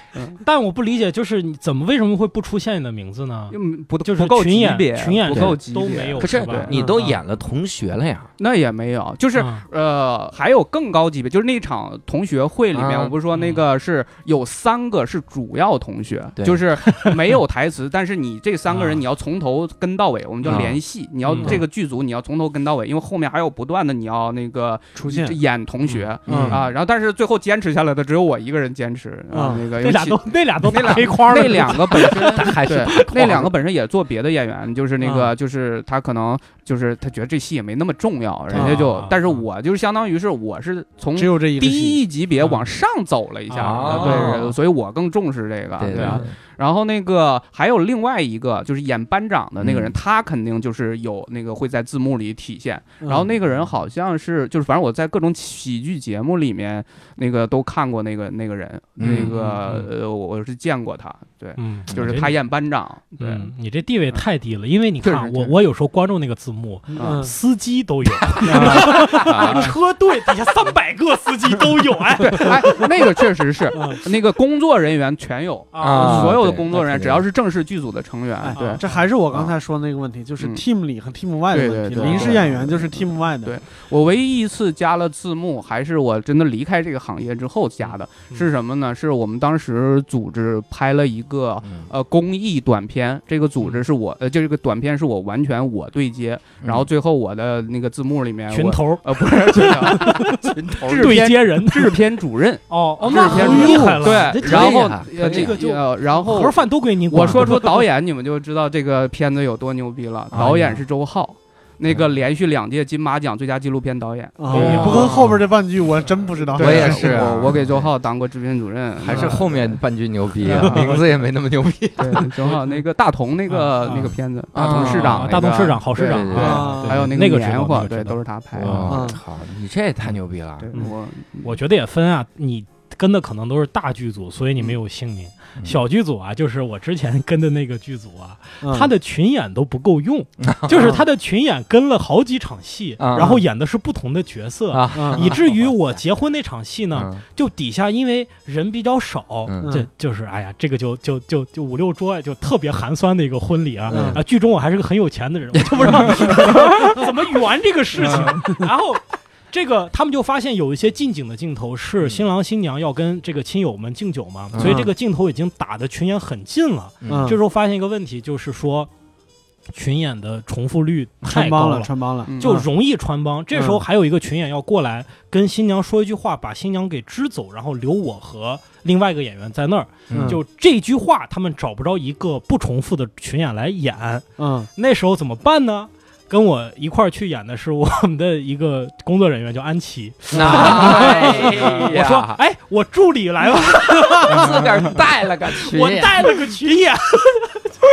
Speaker 5: 但我不理解，就是你怎么为什么会不出现你的名字呢？
Speaker 3: 又不
Speaker 5: 就是
Speaker 3: 不够
Speaker 5: 群
Speaker 3: 级
Speaker 5: 演
Speaker 3: 别，
Speaker 5: 群演
Speaker 3: 不够
Speaker 5: 是
Speaker 3: 级
Speaker 5: 都
Speaker 3: 别
Speaker 5: 没有，
Speaker 1: 可是嗯
Speaker 5: 吧嗯
Speaker 3: 对
Speaker 1: 你都演了同学了呀？
Speaker 3: 那也没有，就是
Speaker 2: 嗯
Speaker 5: 啊
Speaker 3: 呃，还有更高级别，就是那场同学会里面，
Speaker 1: 啊
Speaker 3: 我不是说那个是有三个是主要同学，
Speaker 1: 对
Speaker 3: 就是没有台词，但是你这三个人
Speaker 5: 啊
Speaker 3: 你要从头跟到尾，我们叫
Speaker 1: 啊
Speaker 3: 联系，你要
Speaker 5: 嗯
Speaker 3: 这个剧组你要从头跟到尾，因为后面还有不断的你要那个
Speaker 2: 出现
Speaker 3: 演同学
Speaker 1: 嗯
Speaker 3: 啊，然后但是最后坚持下来的只有我一个人坚持啊
Speaker 2: 啊，
Speaker 3: 那个
Speaker 5: 那俩
Speaker 3: 其
Speaker 5: 都那俩都
Speaker 3: 那
Speaker 5: 打
Speaker 3: 俩
Speaker 5: 黑框儿了，
Speaker 3: 那两个本身
Speaker 1: 还是啊
Speaker 3: 对
Speaker 1: 怕光荣嗯
Speaker 3: 那两个本身也做别的演员，就是那个，就是他可能就是他觉得这戏也没那么重要，人家就
Speaker 5: 啊，
Speaker 3: 但是
Speaker 1: 嗯
Speaker 3: 我就是相当于是我是从
Speaker 2: 只有这一个
Speaker 3: 第
Speaker 2: 戏
Speaker 3: 一级别往上走了一下，
Speaker 1: 嗯啊
Speaker 3: 对对，所以我更重视这个，
Speaker 1: 对
Speaker 3: 啊。然后那个还有另外一个就是演班长的那个人，
Speaker 1: 嗯
Speaker 3: 他肯定就是有那个会在字幕里体现。
Speaker 2: 嗯
Speaker 3: 然后那个人好像是就是反正我在各种喜剧节目里面那个都看过那个那个人，
Speaker 1: 嗯
Speaker 3: 那个
Speaker 5: 嗯
Speaker 3: 呃我我是见过他，对，
Speaker 5: 嗯，
Speaker 3: 就是他演班长，对。
Speaker 5: 嗯，你这地位太低了，因为你
Speaker 3: 确实
Speaker 5: 看我
Speaker 3: 确，实
Speaker 5: 我有时候关注那个字幕，
Speaker 2: 嗯
Speaker 5: 司机都有，
Speaker 3: 啊
Speaker 5: 车队底下三百个司机都有，哎，
Speaker 3: 对，哎，那个确实是，那个工作人员全有，
Speaker 1: 啊
Speaker 3: 所有的
Speaker 1: 对
Speaker 3: 工作人
Speaker 1: 那肯
Speaker 3: 员，
Speaker 1: 定
Speaker 3: 只要是正式剧组的成员
Speaker 5: 啊
Speaker 2: 哎，
Speaker 3: 对，
Speaker 2: 这还是我刚才说那个问题，就是
Speaker 3: 嗯
Speaker 2: team 里和 team 外的问题。
Speaker 3: 对对对
Speaker 2: 临时演员就是 team 外的，
Speaker 3: 对我唯一一次加了字幕，还是我真的离开这个行业之后加的，
Speaker 5: 嗯
Speaker 3: 是什么呢？是我们当时组织拍了一个
Speaker 1: 嗯
Speaker 3: 呃公益短片，这个组织是我呃，就这个短片是我完全我对接，然后最后我的那个字幕里面
Speaker 5: 嗯群
Speaker 3: 我
Speaker 5: 头
Speaker 3: 呃不是群 头
Speaker 1: 群头
Speaker 3: 制
Speaker 5: 对
Speaker 3: 片
Speaker 5: 接人，
Speaker 3: 制片主任，
Speaker 5: 哦，哦
Speaker 3: 制
Speaker 5: 那
Speaker 3: 片
Speaker 5: 很
Speaker 3: 主任
Speaker 5: 厉害了，
Speaker 1: 这挺
Speaker 3: 对，然
Speaker 1: 厉
Speaker 3: 后
Speaker 1: 害
Speaker 3: 呃
Speaker 1: 这
Speaker 5: 个就
Speaker 3: 呃然后
Speaker 5: 盒饭都归你管。
Speaker 3: 我说出导 演，你们就知道这个片子有多牛逼了。
Speaker 1: 哎呀
Speaker 3: 导演是周浩，那
Speaker 5: 哎
Speaker 3: 个连续两届金马奖最佳纪录片导演。
Speaker 2: 啊，
Speaker 5: 对
Speaker 2: 你不跟后边这半句，我真不知道。
Speaker 1: 对
Speaker 3: 我也是，
Speaker 1: 是啊
Speaker 3: 我我给周浩当过制片主任，
Speaker 1: 还是
Speaker 3: 嗯
Speaker 1: 后面半句牛逼啊，
Speaker 5: 嗯
Speaker 3: 啊
Speaker 1: 名字也没那么牛逼。
Speaker 3: 对周浩那个大同那个
Speaker 5: 啊
Speaker 3: 那个片子，
Speaker 1: 啊
Speaker 3: 大同市长
Speaker 5: 啊，
Speaker 3: 那个，
Speaker 5: 大同市长、好市长
Speaker 1: 对，对
Speaker 5: 啊
Speaker 2: 啊
Speaker 5: 对
Speaker 3: 还有
Speaker 5: 那
Speaker 3: 个
Speaker 5: 知道
Speaker 3: 棉
Speaker 5: 那
Speaker 3: 花，
Speaker 5: 个
Speaker 3: 对，
Speaker 5: 知道哦
Speaker 3: 都是他拍的。
Speaker 1: 哇，哎操，你这也太牛逼了
Speaker 3: 对！
Speaker 5: 嗯
Speaker 3: 我
Speaker 5: 我觉得也分啊，你跟的可能都是大剧组，所以你没有姓名。
Speaker 1: 嗯
Speaker 5: 小剧组啊，就是我之前跟的那个剧组啊，
Speaker 2: 嗯
Speaker 5: 他的群演都不 够用，就是他的群演跟了好几场戏，
Speaker 1: 啊
Speaker 5: 然后演的是不同的角色。
Speaker 1: 啊，
Speaker 2: 嗯
Speaker 5: 以至于我结婚那场戏呢，就底下因为人比较少，
Speaker 1: 嗯
Speaker 5: 这就是哎呀，这个就就就就五六桌，就特别寒酸的一个婚礼啊！
Speaker 1: 嗯
Speaker 5: 啊，剧中我还是个很有钱 的人，我就不知道 怎么圆这个事
Speaker 1: 嗯
Speaker 5: 情。然后这个他们就发现有一些近景的镜头是新郎新娘要跟这个亲友们敬酒嘛，
Speaker 1: 嗯
Speaker 5: 所以这个镜头已经打的群演很近了。
Speaker 1: 嗯
Speaker 5: 这时候发现一个问题，就是说群演的重复率太
Speaker 2: 穿帮
Speaker 5: 高
Speaker 2: 了，穿帮了，
Speaker 3: 嗯
Speaker 5: 就容易穿帮。这时候
Speaker 2: 嗯
Speaker 5: 还有一个群演要过来跟新娘说一句话，把新娘给支走，然后留我和另外一个演员在那儿。
Speaker 1: 嗯
Speaker 5: 就这句话，他们找不着一个不重复的群演来演。
Speaker 2: 嗯
Speaker 5: 那时候怎么办呢？跟我一块儿去演的是我们的一个工作人员，叫安琪。
Speaker 1: 那
Speaker 5: 我说：“哎，我助理来
Speaker 2: 嗯
Speaker 5: 了，
Speaker 1: 自个儿带了个群
Speaker 5: 我带了个 群演。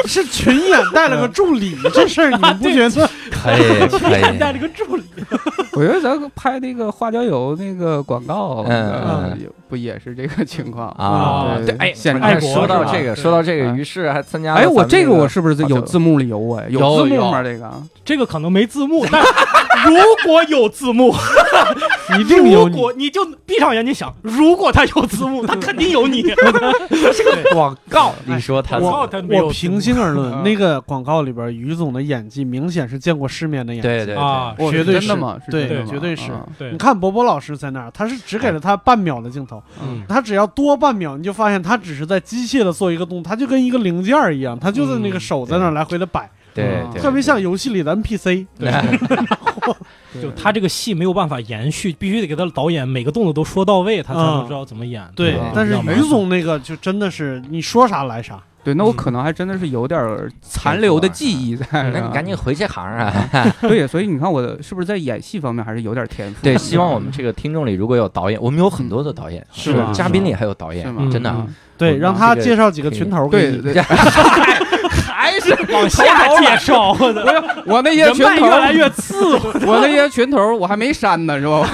Speaker 2: 是群演带了个助理，这事儿你们不 觉得？
Speaker 1: 可以可以，
Speaker 5: 带了个助理，
Speaker 3: 我觉得咱拍那个花椒油那个广告，
Speaker 1: 嗯
Speaker 3: 呃也不也是这个情况
Speaker 1: 啊，
Speaker 3: 对
Speaker 1: 对，哎，
Speaker 3: 现
Speaker 5: 爱
Speaker 3: 场
Speaker 5: 国
Speaker 1: 说到
Speaker 5: 是吧
Speaker 1: 这个，
Speaker 5: 对
Speaker 1: 说到这个，于是还参加了
Speaker 3: 哎，我
Speaker 1: 咱们
Speaker 3: 这
Speaker 1: 这
Speaker 3: 个我是不是有
Speaker 1: 花椒
Speaker 3: 字幕里有我呀？
Speaker 1: 有
Speaker 3: 字幕
Speaker 1: 有
Speaker 3: 吗？这个
Speaker 5: 这个可能没字幕，但如果有字幕，
Speaker 2: 一定有
Speaker 5: 如
Speaker 2: 你。
Speaker 5: 果你就闭上眼睛想，如果他有字幕，他肯定有你。
Speaker 1: 广告， 你说他
Speaker 5: 我他没有字幕
Speaker 2: 我平心而论，
Speaker 3: 嗯
Speaker 2: 那个广告里边于总的演技明显是见过世面的演技。
Speaker 1: 对对
Speaker 5: 啊，
Speaker 3: 我
Speaker 2: 绝对
Speaker 3: 哦真的
Speaker 2: 是
Speaker 3: 吗？是
Speaker 2: 对
Speaker 3: 真的吗
Speaker 2: 绝对是
Speaker 3: 啊
Speaker 5: 对
Speaker 2: 你，看博博老师在那儿，他是只给了他半秒的镜头，
Speaker 5: 嗯
Speaker 2: 他只要多半秒，你就发现他只是在机械的做一个动作，他就跟一个零件儿一样，他就在那个手在那儿来回的摆，
Speaker 1: 对
Speaker 5: 嗯
Speaker 1: 对，
Speaker 2: 特别像游戏里的 NPC。
Speaker 3: 嗯对
Speaker 5: 就他这个戏没有办法延续，必须得给他导演每个动作都说到位，他才
Speaker 2: 嗯
Speaker 5: 能知道怎么演。
Speaker 2: 对
Speaker 1: 对，
Speaker 2: 但是
Speaker 5: 要么
Speaker 2: 于总那个就真的是你说啥来啥，
Speaker 3: 对，那我
Speaker 5: 嗯
Speaker 3: 可能还真的是有点儿残留的记忆在。
Speaker 1: 哎那
Speaker 5: 嗯
Speaker 1: 你赶紧。回这行啊！
Speaker 3: 对，所以你看我的是不是在演戏方面还是有点天赋？
Speaker 1: 对，希望我们这个听众里如果有导演，我们有很多的导演，
Speaker 2: 是吧
Speaker 1: 嘉宾里还有导
Speaker 3: 是
Speaker 1: 演，
Speaker 3: 吗？
Speaker 1: 真的
Speaker 3: 嗯
Speaker 2: 对，
Speaker 1: 我
Speaker 2: 让他
Speaker 1: 这个
Speaker 2: 介绍几个群头给
Speaker 3: 对
Speaker 2: 你。
Speaker 3: 对，对
Speaker 5: 还是往下介绍，我的
Speaker 3: 我那些
Speaker 5: 人
Speaker 3: 群
Speaker 5: 脉
Speaker 3: 头，
Speaker 5: 越来越次，
Speaker 3: 我那些群头我还没删呢，是吧？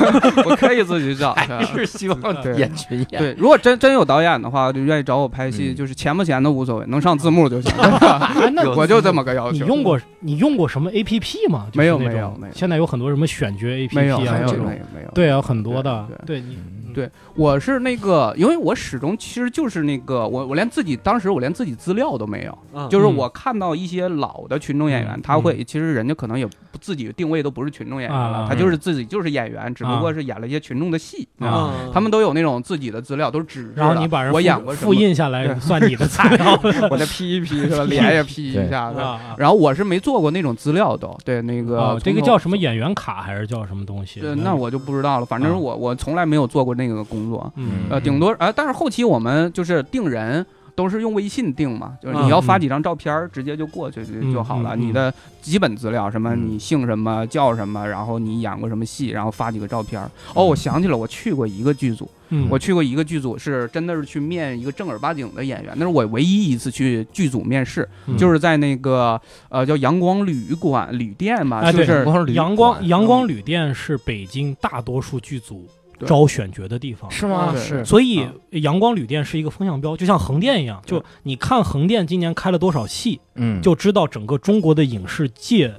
Speaker 3: 我可以自己找。
Speaker 1: 还是希望
Speaker 3: 对
Speaker 1: 演群演。
Speaker 3: 对，如果真真有导演的话，就愿意找我拍戏，
Speaker 1: 嗯
Speaker 3: 就是钱不钱的无所谓，能上字幕就 行。
Speaker 1: 有
Speaker 3: 我就这么个要
Speaker 5: 啊你
Speaker 3: 求。
Speaker 5: 用过你用过什么 A P P 吗？就是
Speaker 3: 没有
Speaker 5: 那种
Speaker 3: 没有没有
Speaker 5: 现在有很多什么选角 A P
Speaker 3: 没有？
Speaker 5: P
Speaker 3: 没
Speaker 5: 啊
Speaker 3: 有
Speaker 5: 这
Speaker 3: 没有
Speaker 5: 种，
Speaker 3: 没有。
Speaker 5: 对啊，很多的
Speaker 3: 对。
Speaker 5: 对你
Speaker 1: 嗯
Speaker 3: 对，我是那个，因为我始终其实就是那个，我我连自己当时我连自己资料都没有，
Speaker 1: 啊
Speaker 2: 嗯
Speaker 3: 就是我看到一些老的群众演员，
Speaker 5: 嗯
Speaker 3: 他会其实人家可能也不自己定位都不是群众演员了，
Speaker 5: 啊
Speaker 3: 他就是自己就是演员，只不过是演了一些群众的戏。
Speaker 5: 啊
Speaker 2: 嗯
Speaker 3: 他们都有那种自己的资料，都是纸质的。
Speaker 5: 然后你把人
Speaker 3: 我
Speaker 5: 复
Speaker 3: 演过什么
Speaker 5: 复，印下来
Speaker 3: 对
Speaker 5: 算你的材 料
Speaker 3: 我再 P 一 P 是吧？脸也 P 一下
Speaker 5: 啊
Speaker 3: 的。
Speaker 5: 啊。
Speaker 3: 然后我是没做过那种资料都，对那个、
Speaker 5: 哦，这个叫什么？演员卡还是叫什么东西？
Speaker 3: 呃，那我就不知道了。反正
Speaker 5: 啊
Speaker 3: 我我从来没有做过那个工作。
Speaker 5: 嗯
Speaker 3: 呃呃，顶多呃，但是后期我们就是定人，都是用微信定嘛，就是
Speaker 5: 嗯
Speaker 3: 你要发几张照片儿，直接就过去
Speaker 5: 嗯
Speaker 3: 就就好了。
Speaker 5: 嗯嗯
Speaker 3: 你的基本资料，什么
Speaker 1: 嗯
Speaker 3: 你姓什么叫什么，然后你演过什么戏，然后发几个照片儿。哦，我想起了，我去过一个剧组，
Speaker 5: 嗯
Speaker 3: 我去过一个剧组是真的是去面一个正儿八经的演员，那是我唯一一次去剧组面试，
Speaker 5: 嗯
Speaker 3: 就是在那个呃叫阳光旅馆旅店嘛，
Speaker 5: 哎
Speaker 3: 就
Speaker 5: 对
Speaker 3: 是
Speaker 1: 光旅
Speaker 5: 阳光
Speaker 1: 馆
Speaker 5: 阳光旅店是北京大多数剧组
Speaker 3: 对
Speaker 5: 招选角的地方。
Speaker 1: 是
Speaker 3: 啊
Speaker 1: 吗？
Speaker 3: 对
Speaker 2: 是
Speaker 5: 所以
Speaker 3: 啊，
Speaker 5: 阳光旅店是一个风向标，就像横店一样，
Speaker 3: 对
Speaker 5: 就你看横店今年开了多少戏，
Speaker 1: 嗯，
Speaker 5: 就呃知道整个中国的影视界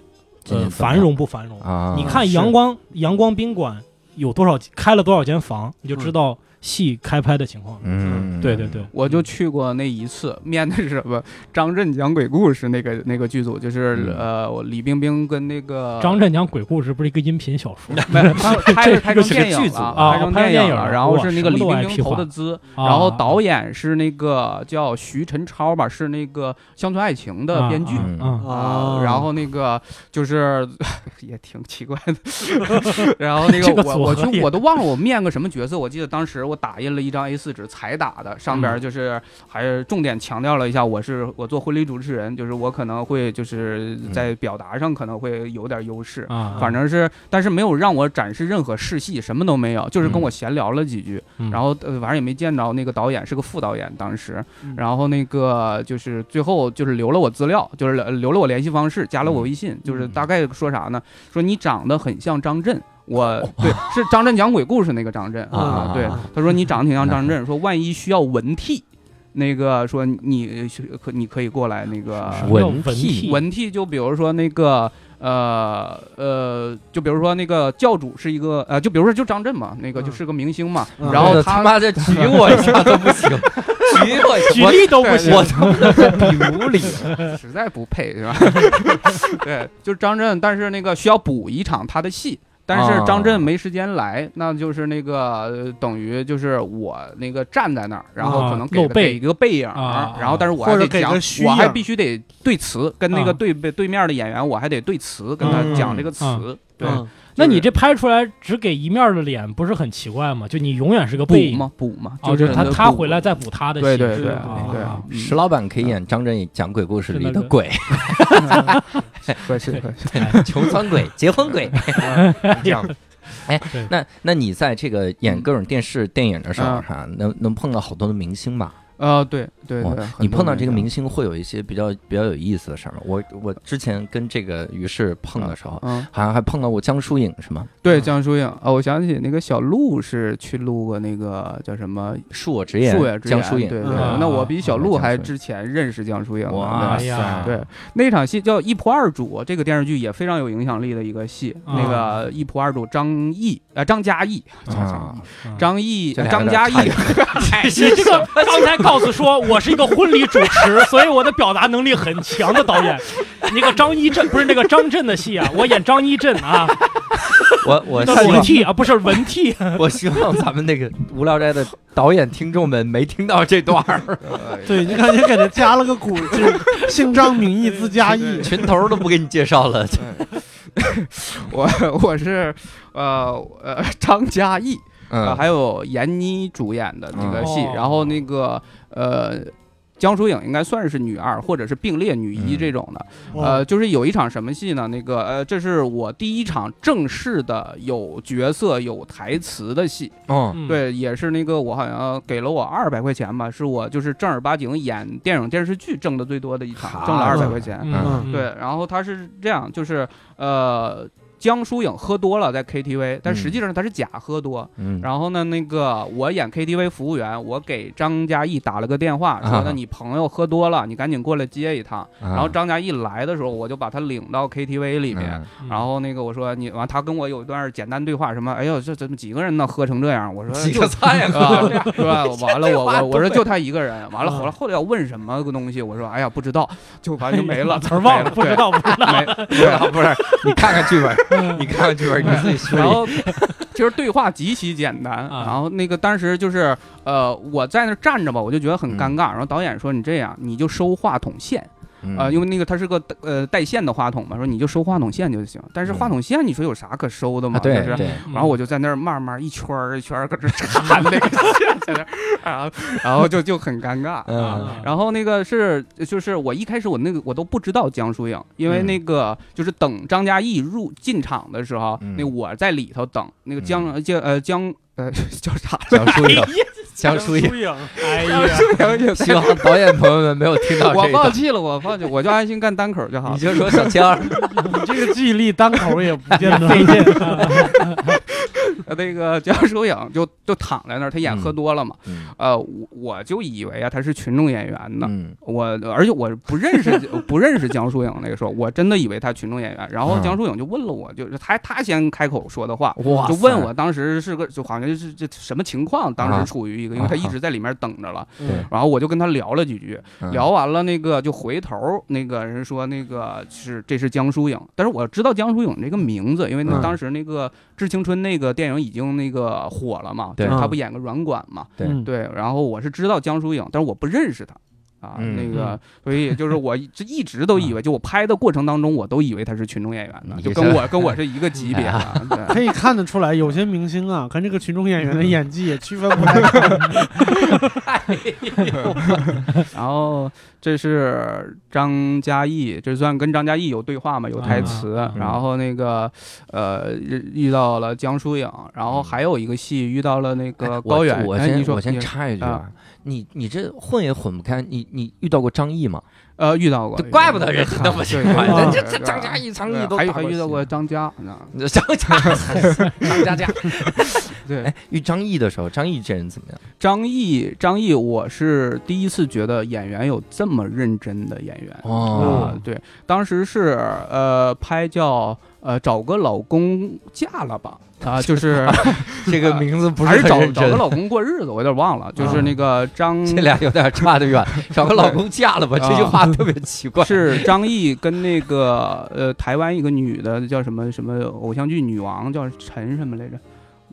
Speaker 1: 今年怎
Speaker 5: 呃
Speaker 1: 么
Speaker 5: 繁
Speaker 1: 样
Speaker 5: 荣不繁荣。
Speaker 1: 啊，
Speaker 5: 你看
Speaker 2: 是
Speaker 5: 阳光阳光宾馆有多少开了多少间房，你就知道戏开拍的情况。
Speaker 1: 嗯，
Speaker 5: 对对对，
Speaker 3: 我就去过那一次，面的是什么？张震讲鬼故事那个那个剧组，就是、
Speaker 1: 嗯
Speaker 3: 呃，我李冰冰跟那个
Speaker 5: 张震讲鬼故事不是一个音频小说，
Speaker 3: 没有 他拍
Speaker 5: 这
Speaker 3: 拍
Speaker 5: 这
Speaker 3: 成
Speaker 5: 是
Speaker 3: 电
Speaker 5: 个剧
Speaker 3: 影
Speaker 5: 组
Speaker 3: 了，
Speaker 5: 啊
Speaker 3: 拍成
Speaker 5: 拍成
Speaker 3: 电
Speaker 5: 电影
Speaker 3: 了
Speaker 5: 了
Speaker 3: 然后
Speaker 5: 哇
Speaker 3: 是那个
Speaker 5: 什么
Speaker 3: 李
Speaker 5: 都
Speaker 3: 冰
Speaker 5: IP
Speaker 3: 冰投
Speaker 5: 化
Speaker 3: 的资，
Speaker 5: 啊
Speaker 3: 然后导演是那个叫徐晨超吧，是那个《乡村爱情》的编剧。
Speaker 5: 啊啊
Speaker 1: 嗯
Speaker 5: 啊
Speaker 3: 啊，然后那个就是 也挺奇怪 的，然后那
Speaker 5: 这个
Speaker 3: 个我
Speaker 5: 组
Speaker 3: 我
Speaker 5: 合
Speaker 3: 去
Speaker 5: 也
Speaker 3: 我都忘了我面个什么角色，我记得当时我打印了一张 A4 纸彩打的，上边
Speaker 5: 嗯
Speaker 3: 就是还是重点强调了一下，我是我做婚礼主持人，就是我可能会就是
Speaker 5: 嗯
Speaker 3: 在表达上可能会有点优势，
Speaker 5: 啊，
Speaker 3: 反正是，但是没有让我展示任何试戏，什么都没有，就是跟
Speaker 1: 嗯
Speaker 3: 我闲聊了几句，
Speaker 5: 嗯
Speaker 3: 然后呃，反正也没见着那个导演是个副导演，当时
Speaker 2: 嗯，
Speaker 3: 然后那个就是最后就是留了我资料，就是留留了我联系方式，加了
Speaker 1: 嗯
Speaker 3: 我微信，就是大概说啥呢？说你长得很像张震。我对是张震讲鬼故事那个张震
Speaker 1: 啊哦 啊
Speaker 3: 对
Speaker 1: 啊，
Speaker 3: 他说你长得挺 像张震，说万一需要文替，那个说你可你可以过来那个
Speaker 5: 什么叫
Speaker 1: 文
Speaker 5: 替
Speaker 1: 替
Speaker 3: 文替就比如说那个呃呃，就比如说那个教主是一个呃，就比如说就张震嘛，那个
Speaker 2: 嗯
Speaker 3: 就是个明星嘛，
Speaker 2: 嗯
Speaker 3: 然后
Speaker 1: 啊他
Speaker 3: 他。
Speaker 1: 妈的举我一下都不行，举我一
Speaker 5: 举
Speaker 1: 下，
Speaker 5: 例都不行
Speaker 1: 我，我他妈的比 无理，
Speaker 3: 实在不配是吧？ 对，就是张震，但是那个需要补一场他的戏，但是张震没时间来，那就是那个、呃等于就是我那个站在那儿，然后可能给
Speaker 5: 露
Speaker 3: 他
Speaker 5: 背
Speaker 3: 给一个背影，
Speaker 5: 啊
Speaker 3: 然后但是我还
Speaker 2: 或者
Speaker 3: 得
Speaker 2: 给
Speaker 3: 讲
Speaker 2: 个虚，
Speaker 3: 我还
Speaker 2: 影
Speaker 3: 必须得对词，跟那
Speaker 5: 啊
Speaker 3: 个对背、对面的演员，我还得对词跟他
Speaker 5: 嗯
Speaker 3: 讲这个词。
Speaker 5: 嗯
Speaker 3: 对，
Speaker 2: 嗯
Speaker 5: 那
Speaker 3: 就是
Speaker 5: 你这拍出来只给一面的脸，不是很奇怪吗？就你永远是个
Speaker 3: 补
Speaker 5: 背影，
Speaker 3: 嘛补嘛，
Speaker 5: 哦，
Speaker 3: 是
Speaker 5: 他
Speaker 3: 那
Speaker 5: 他
Speaker 3: 补
Speaker 5: 回来再补他的戏，
Speaker 3: 对对
Speaker 5: 是
Speaker 3: 对
Speaker 5: 吧
Speaker 3: 对
Speaker 5: 啊
Speaker 3: 嗯
Speaker 1: 石老板可以演张震讲鬼故事里的鬼，
Speaker 3: 合适合适。
Speaker 1: 穷酸鬼、结婚鬼，这样。哎
Speaker 5: 对，
Speaker 1: 那那你在这个演各种电视电影的时候
Speaker 3: 嗯
Speaker 1: 哈，能能碰到好多的明星吧？
Speaker 3: 呃，对对
Speaker 1: 哇
Speaker 3: 对，
Speaker 1: 你
Speaker 3: 很多
Speaker 1: 碰到
Speaker 3: 人
Speaker 1: 这个
Speaker 3: 样
Speaker 1: 明星会有一些比较比较有意思的事儿吗？我我之前跟这个于适碰的时候，
Speaker 3: 嗯，
Speaker 1: 好啊嗯像还碰到过江疏影是吗？
Speaker 3: 对，江疏影哦，我想起那个小鹿是去录过那个叫什么
Speaker 1: 恕我直
Speaker 3: 《
Speaker 1: 言
Speaker 3: 树叶之
Speaker 1: 江
Speaker 3: 言
Speaker 1: 疏影，
Speaker 3: 对
Speaker 1: 对
Speaker 3: 对
Speaker 5: 嗯，
Speaker 3: 那我比小鹿还
Speaker 1: 江疏影
Speaker 3: 之前认识江疏影呢。
Speaker 1: 哇
Speaker 5: 哎呀
Speaker 1: 塞，
Speaker 3: 对，那场戏叫《一仆二主》，这个电视剧也非常有影响力的一个戏。那个《一仆二主》，张译啊，张嘉译，
Speaker 1: 啊，
Speaker 3: 张译，
Speaker 1: 这俩
Speaker 3: 张
Speaker 1: 有点
Speaker 3: 嘉
Speaker 1: 差
Speaker 3: 译
Speaker 1: 点，
Speaker 5: 哎，你这 个刚才告诉说我是一个婚礼主持，所以我的表达能力很强的导演。那个张一震不是那个张震的戏啊，我演张一震啊，
Speaker 1: 我我
Speaker 5: 那
Speaker 1: 希
Speaker 5: 文
Speaker 1: 望
Speaker 5: 替啊，不是文替，
Speaker 1: 我希望咱们那个无聊斋的导演听众们没听到这段儿，
Speaker 2: 对你感觉给他加了个鼓，就是姓张名义字加义，
Speaker 1: 群头都不给你介绍了。
Speaker 3: 我我是呃呃张嘉译，啊，
Speaker 1: 嗯，
Speaker 3: 还有闫妮主演的那个戏，
Speaker 5: 哦
Speaker 3: 然后那个呃。江疏影应该算是女二，或者是并列女一
Speaker 1: 嗯
Speaker 3: 这种的，
Speaker 2: 哦
Speaker 3: 呃，就是有一场什么戏呢？那个呃，这是我第一场正式的有角色有台词的戏，
Speaker 1: 哦，
Speaker 5: 嗯
Speaker 3: 对，也是那个我好像给了我二百块钱吧，是我就是正儿八经演电影电视剧挣的最多的一场，挣了二百块钱。
Speaker 5: 嗯，
Speaker 3: 对，然后他是这样，就是呃，江疏影喝多了在 KTV，但实际上他是假喝多，
Speaker 1: 嗯，
Speaker 3: 然后呢，那个我演 KTV 服务员，我给张嘉译打了个电话，说
Speaker 1: 啊
Speaker 3: 呢你朋友喝多了，你赶紧过来接一趟。
Speaker 5: 啊
Speaker 3: 然后张嘉译来的时候，我就把他领到 KTV
Speaker 5: 嗯
Speaker 3: 里
Speaker 1: 嗯
Speaker 3: 面。然后那个我说你完，他跟我有一段简单对话，什么哎呦这怎么几个人呢喝成这样？我说
Speaker 1: 几
Speaker 3: 呃就
Speaker 1: 个菜呀，
Speaker 3: 啊
Speaker 1: 哥，，
Speaker 3: 是吧？完了，我
Speaker 1: 话
Speaker 3: 我
Speaker 1: 都
Speaker 3: 我
Speaker 1: 会
Speaker 3: 说就他一个人，完了
Speaker 5: 啊
Speaker 3: 后来后来要问什么个东西，我说哎呀不知道，就完就没 了，
Speaker 5: 词儿 忘了，不知道，不知道。
Speaker 3: 没，
Speaker 1: 不是不是，你看看剧本， 你看看剧本，你自己梳理
Speaker 3: 然。后其实对话极其简单，
Speaker 5: 啊
Speaker 3: 然后那个当时就是呃我在那儿站着吧，我就觉得
Speaker 1: 嗯
Speaker 3: 很尴尬。然后导演说你这样你就收话筒线啊、呃
Speaker 1: 嗯
Speaker 3: 因为那个它是个呃带线的话筒嘛，说你就收话筒线就行。但是
Speaker 1: 嗯
Speaker 3: 话筒线你说有啥可收的嘛？
Speaker 1: 啊，对
Speaker 3: 就是。
Speaker 1: 对，
Speaker 3: 然后我就在那儿慢慢一圈儿一圈儿搁这儿缠那个线，在那儿啊，然后就就很尴尬。
Speaker 1: 嗯
Speaker 5: 啊
Speaker 3: 然后那个是，就是我一开始我那个我都不知道江疏影，因为
Speaker 1: 嗯
Speaker 3: 那个就是等张嘉译入进场的时候，
Speaker 1: 嗯
Speaker 3: 那我在里头等那个江、
Speaker 1: 嗯
Speaker 3: 江呃江呃 叫啥
Speaker 1: 江疏影，江
Speaker 5: 江
Speaker 1: 疏影，
Speaker 5: 影， 哎呀，
Speaker 3: 江疏 影也在
Speaker 1: 希望导演朋友们没有听到
Speaker 3: 我
Speaker 1: 这一
Speaker 3: 放
Speaker 1: 段，
Speaker 3: 弃了，我放弃，我就安心干单口就好
Speaker 1: 你
Speaker 3: 了。
Speaker 1: 就说小江，
Speaker 2: 你这个记忆力单口也不见 得费劲。
Speaker 3: 呃那个 江疏影就就躺在那儿，他演
Speaker 1: 嗯
Speaker 3: 喝多了嘛，
Speaker 1: 嗯
Speaker 3: 呃，我我就以为啊他是群众演员呢。
Speaker 1: 嗯
Speaker 3: 我而且我不认识 不认识江疏影那个时候，我真的以为他群众演员。然后
Speaker 1: 嗯
Speaker 3: 江疏影就问了我，就是他他先开口说的话，
Speaker 1: 哇
Speaker 3: 就问我当时是个就好像是这什么情况，当
Speaker 1: 啊
Speaker 3: 时处于一个，因为他一直在里面等着了。
Speaker 1: 对
Speaker 2: 嗯
Speaker 3: 然后我就跟他聊了几句，
Speaker 1: 嗯
Speaker 3: 聊完了那个就回头那个人说那个是这是江疏影，但是我知道江疏影这个名字，因为那
Speaker 1: 嗯
Speaker 3: 当时那个《致青春》那个电影已经那个火了嘛，
Speaker 1: 对
Speaker 3: 就是他
Speaker 2: 嗯
Speaker 3: 不演个软管嘛，
Speaker 1: 对
Speaker 2: 嗯，
Speaker 3: 对，然后我是知道江疏影，但是我不认识她。啊，
Speaker 1: 嗯
Speaker 3: 那个，所以就是我一这一直都以为，就我拍的过程当中，我都以为她是群众演员呢，
Speaker 1: 你
Speaker 3: 就
Speaker 1: 这哎
Speaker 3: 跟我跟我是一个级别的。对
Speaker 2: 可以看得出来，有些明星啊，跟这个群众演员的演技也区分不太开。
Speaker 3: 然后这是张嘉译，这算跟张嘉译有对话嘛，有台词。
Speaker 5: 啊
Speaker 1: 嗯
Speaker 3: 然后那个呃，遇遇到了江疏影，然后还有一个戏遇到了那个高
Speaker 1: 哎
Speaker 3: 远。
Speaker 1: 我我
Speaker 3: 哎、你
Speaker 1: 先
Speaker 3: 说
Speaker 1: 我先
Speaker 3: 你
Speaker 1: 插一句
Speaker 3: 啊，
Speaker 1: 你你这混也混不开，你你遇到过张译吗？
Speaker 3: 呃遇到过
Speaker 1: 这，怪不得人家那么喜欢，
Speaker 2: 对
Speaker 1: 人
Speaker 2: 对
Speaker 1: 家这张嘉译、张译
Speaker 3: 对
Speaker 1: 都
Speaker 3: 还
Speaker 1: 打
Speaker 3: 还遇到
Speaker 1: 戏啊嗯
Speaker 3: 过张嘉呢，
Speaker 1: 张嘉张嘉佳。
Speaker 3: 对
Speaker 1: 哎，遇张译的时候，张译这人怎么样？
Speaker 3: 张译张译，我是第一次觉得演员有这么认真的演员。
Speaker 1: 哦
Speaker 3: 啊，对，当时是呃拍叫呃找个老公嫁了吧啊，就是
Speaker 1: 这个名字不
Speaker 3: 还是
Speaker 1: 很
Speaker 3: 找
Speaker 1: 认
Speaker 3: 找个
Speaker 1: 真。啊
Speaker 3: 老公过日子，我有点忘了，就是那个张。
Speaker 1: 这俩有点差得远，找个老公嫁了吧，这句话特别奇怪。
Speaker 3: 是张译跟那个呃台湾一个女的叫什么什么偶像剧女王叫陈什么来着，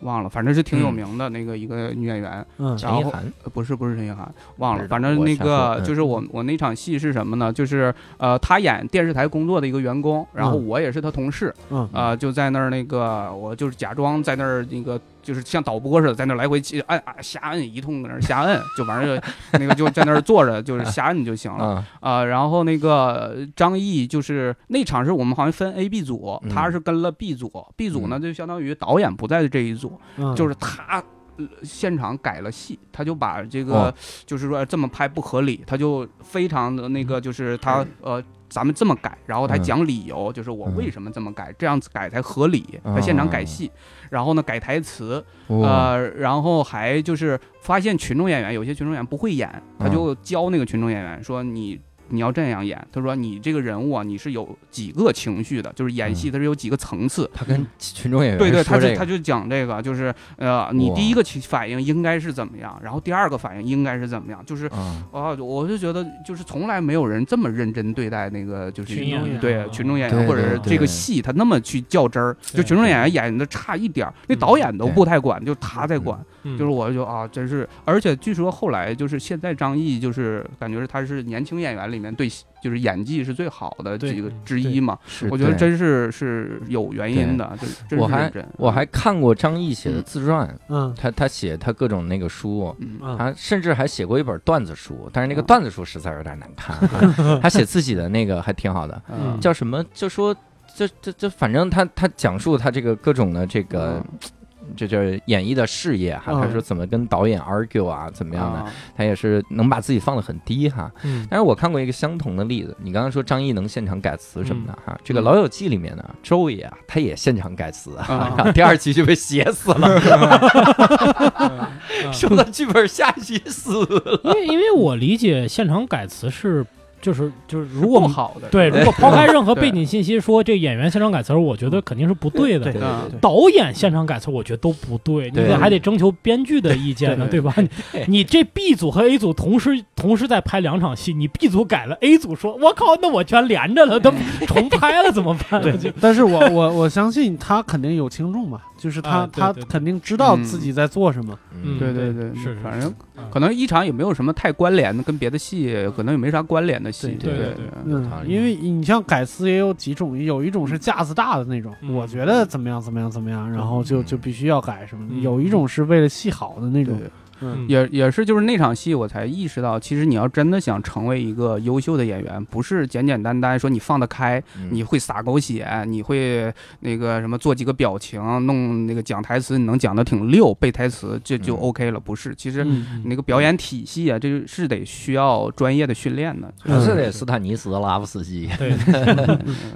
Speaker 3: 忘了，反正是挺
Speaker 1: 嗯
Speaker 3: 有名的那个一个女演员，
Speaker 2: 嗯
Speaker 1: 陈意涵，
Speaker 3: 呃不是不是陈意涵，忘
Speaker 1: 不
Speaker 3: 了，
Speaker 1: 知道
Speaker 3: 反正那
Speaker 1: 我瞎
Speaker 3: 个
Speaker 1: 说嗯
Speaker 3: 就是我我那场戏是什么呢？就是呃他演电视台工作的一个员工，然后
Speaker 2: 嗯
Speaker 3: 我也是他同事，
Speaker 2: 嗯
Speaker 3: 啊，就在那儿那个，我就是假装在那儿那个，就是像导播似的，在那儿来回去按按瞎按一通，在那儿瞎按，就完事儿就那个就在那儿坐着，就是瞎按就行 了
Speaker 1: 嗯
Speaker 3: 啊、然后那个张译就是那场是我们好像分 A、B 组，他
Speaker 1: 嗯
Speaker 3: 是跟了 B 组，B 组呢就相当于导演不在这一组，
Speaker 2: 嗯，
Speaker 3: 就是他。呃现场改了戏，他就把这个、
Speaker 1: 哦
Speaker 3: 就是说这么拍不合理，他就非常的那个，就是他、呃，咱们这么改，然后他
Speaker 1: 嗯
Speaker 3: 讲理由，就是我
Speaker 1: 嗯
Speaker 3: 为什么这么改，这样子改才合理。
Speaker 1: 哦
Speaker 3: 他现场改戏，然后呢改台词，
Speaker 1: 哇
Speaker 3: 呃，然后还就是发现群众演员有些群众演员不会演，
Speaker 1: 嗯
Speaker 3: 他就教那个群众演员说你。你要这样演，他说你这个人物啊，你是有几个情绪的，就是演
Speaker 1: 嗯
Speaker 3: 戏它是有几个层次，
Speaker 1: 他跟群众演员
Speaker 3: 对对，
Speaker 1: 说
Speaker 3: 他
Speaker 1: 这
Speaker 3: 就
Speaker 1: 个
Speaker 3: 他就讲这个，就是呃，你
Speaker 1: 哇
Speaker 3: 第一个起反应应该是怎么样，然后第二个反应应该是怎么样，就是
Speaker 1: 嗯
Speaker 3: 啊，我就觉得就是从来没有人这么认真对待那个就是
Speaker 5: 群演员
Speaker 3: 对
Speaker 5: 啊
Speaker 3: 群众演
Speaker 1: 对
Speaker 3: 员或者
Speaker 1: 对
Speaker 3: 是
Speaker 1: 对
Speaker 3: 这个戏他那么去较真儿，就
Speaker 5: 对
Speaker 3: 群众演员演的差一点儿，那导演都
Speaker 1: 嗯对
Speaker 3: 不太管，就他在
Speaker 1: 嗯
Speaker 3: 管，
Speaker 5: 嗯
Speaker 3: 就是我就啊，真是，而且据说后来就是现在张译就是感觉是他是年轻演员里面对就是演技是最好的
Speaker 5: 对
Speaker 3: 几个
Speaker 5: 嗯
Speaker 3: 之
Speaker 5: 对
Speaker 3: 一嘛，
Speaker 1: 是
Speaker 3: 我觉得
Speaker 1: 对
Speaker 3: 真是是有原因的，真真
Speaker 1: 我
Speaker 3: 是
Speaker 1: 还
Speaker 3: 认真，
Speaker 1: 我还看过张译写的自传，
Speaker 2: 嗯
Speaker 1: 他他写他各种那个书。
Speaker 3: 嗯
Speaker 2: 嗯
Speaker 1: 他甚至还写过一本段子书，但是那个
Speaker 3: 嗯
Speaker 1: 段子书实在有点难看啊。 他写自己的那个还挺好的，
Speaker 3: 嗯
Speaker 1: 叫什么？就说就就就反正他他讲述他这个各种的这个
Speaker 3: 啊嗯
Speaker 1: 这就是演绎的事业哈，
Speaker 2: 嗯
Speaker 1: 他说怎么跟导演 argue 啊，怎么样的，
Speaker 3: 啊
Speaker 1: 他也是能把自己放得很低哈。
Speaker 5: 嗯
Speaker 1: 但是我看过一个相同的例子，你刚刚说张译能现场改词什么的哈，这个《老友记》里面呢，周也啊，他也现场改词啊，
Speaker 3: 啊
Speaker 1: 然后第二集就被写死了，收到剧本下一集死了。
Speaker 5: 因为因为我理解现场改词是就是就是如
Speaker 3: 不
Speaker 5: 果
Speaker 3: 好 的，
Speaker 5: 对，如嗯果抛开任何
Speaker 3: 对
Speaker 5: 背景信息说这演员现场改词儿，我觉得肯定是不对的。
Speaker 2: 对
Speaker 3: 嗯
Speaker 2: 对
Speaker 5: 导演现场改词儿，我觉得都不对，你
Speaker 1: 对
Speaker 5: 得还得征求编剧的意见呢，
Speaker 3: 对
Speaker 5: 吧？你你这 B 组和 A 组同时同时在拍两场戏，你 B 组改了，A 组说我靠，那我全连着了，都重拍了怎么办？就
Speaker 2: 对，但是我我我相信他肯定有轻重嘛，就是他、
Speaker 5: 啊对对
Speaker 2: 他肯定知道自己在做什么。
Speaker 5: 嗯
Speaker 3: 对对对，
Speaker 5: 是是
Speaker 3: 反正
Speaker 5: 嗯
Speaker 3: 可能一场也没有什么太关联的，跟别的戏可能也没啥关联的戏，
Speaker 1: 对
Speaker 5: 对
Speaker 3: 对
Speaker 5: 对
Speaker 1: 有道
Speaker 2: 嗯，
Speaker 1: 理
Speaker 2: 因为你像改词也有几种，有一
Speaker 3: 嗯
Speaker 2: 种是架子大的那种，
Speaker 5: 嗯
Speaker 2: 我
Speaker 3: 嗯
Speaker 2: 觉得怎么样怎么样怎么样，然后就就必须要改什么的；
Speaker 5: 嗯
Speaker 2: 有一种是为了戏好的那
Speaker 3: 对
Speaker 2: 种，嗯
Speaker 3: 也也是就是那场戏，我才意识到，其实你要真的想成为一个优秀的演员，不是简简单单说你放得开，
Speaker 1: 嗯
Speaker 3: 你会撒狗血，你会那个什么做几个表情，弄那个讲台词，你能讲的挺溜，背台词就就
Speaker 1: 嗯
Speaker 3: OK 了。不是，其实
Speaker 2: 嗯
Speaker 3: 那个表演体系啊，这是得需要专业的训练的。
Speaker 1: 不是得斯坦尼斯拉夫斯基，
Speaker 5: 对，
Speaker 1: 这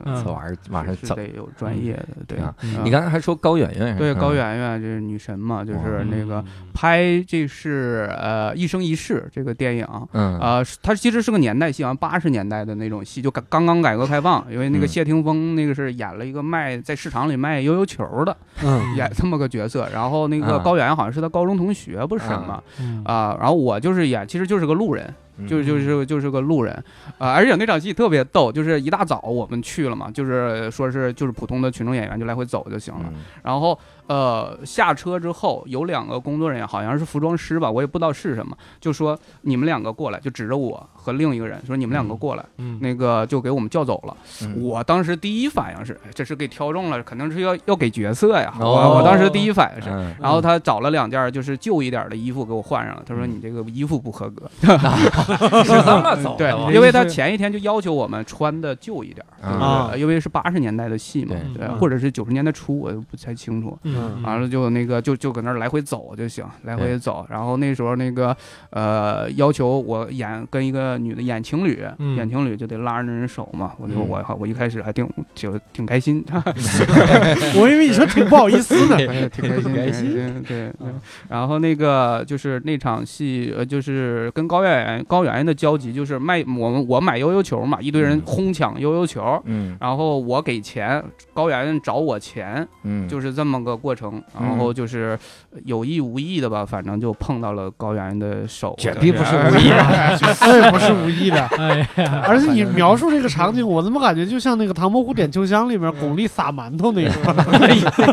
Speaker 5: 嗯，
Speaker 1: 玩意儿 马上
Speaker 3: 呃是
Speaker 1: 走。
Speaker 3: 得有专业的，对
Speaker 1: 啊
Speaker 3: 嗯
Speaker 1: 你刚才还说高圆圆是吧，
Speaker 3: 对高
Speaker 1: 嗯，
Speaker 3: 圆圆这是女神嘛，就是那个
Speaker 5: 嗯，
Speaker 3: 拍这是呃一生一世这个电影，
Speaker 1: 嗯
Speaker 3: 啊，是它其实是个年代戏，好像八十年代的那种戏，就刚刚刚改革开放，因为那个
Speaker 1: 嗯
Speaker 3: 谢霆锋那个是演了一个卖在市场里卖悠悠球的，
Speaker 2: 嗯
Speaker 3: 演这么个角色，然后那个
Speaker 1: 啊
Speaker 3: 高圆圆好像是他高中同学，不是什么
Speaker 5: 嗯
Speaker 3: 啊，然后我就是演，其实就是个路人，就就是就是个路人啊、而且那场戏特别逗，就是一大早我们去了嘛，就是说是就是普通的群众演员就来回走就行了。
Speaker 1: 嗯
Speaker 3: 然后呃下车之后有两个工作人员，好像是服装师吧，我也不知道是什么，就说你们两个过来，就指着我和另一个人说你们两个过来，
Speaker 5: 嗯
Speaker 3: 那个就给我们叫走了。
Speaker 1: 嗯
Speaker 3: 我当时第一反应是，哎这是给挑中了，肯定是要要给角色呀。
Speaker 1: 哦
Speaker 3: 我我当时第一反应是。
Speaker 1: 嗯
Speaker 3: 然后他找了两件就是旧一点的衣服给我换上了，他说
Speaker 1: 嗯
Speaker 3: 你这个衣服不合格，
Speaker 1: 是这么走
Speaker 3: 对
Speaker 1: 的吗，
Speaker 3: 因为他前一天就要求我们穿的旧一点儿，
Speaker 1: 嗯
Speaker 2: 啊
Speaker 3: 因为是八十年代的戏嘛，
Speaker 1: 对
Speaker 3: 对，
Speaker 5: 嗯
Speaker 3: 或者是九十年代初，我不太清楚。
Speaker 5: 嗯，
Speaker 3: 完了就那个就就搁那儿来回走就行，来回走。然后那时候那个呃要求我演跟一个女的演情侣，
Speaker 5: 嗯。
Speaker 3: 演情侣就得拉着那人手嘛。我就、
Speaker 1: 嗯
Speaker 3: 我我一开始还挺就挺开心，
Speaker 2: 我以为你说挺不好意 思呢。
Speaker 3: 哎挺开心，
Speaker 1: 开心
Speaker 3: 对 对。对嗯然后那个就是那场戏，呃，就是跟高圆圆高圆圆的交集，就是卖我们我买悠悠球嘛，一堆人
Speaker 1: 嗯
Speaker 3: 哄抢悠悠球，
Speaker 1: 嗯
Speaker 3: 然后我给钱，高圆圆找我钱，
Speaker 1: 嗯，
Speaker 3: 就是这么个过程。然后就是有意无意的吧，反正就碰到了高圆圆的手，
Speaker 1: 绝对不是
Speaker 3: 然后
Speaker 1: 无意 啊的
Speaker 2: 我哎也不是无意的
Speaker 5: 哎呀，
Speaker 2: 而且你描述这个场景，我怎么感觉就像那个《唐伯虎点秋香》里面巩俐撒馒头那个？
Speaker 3: 嗯 哎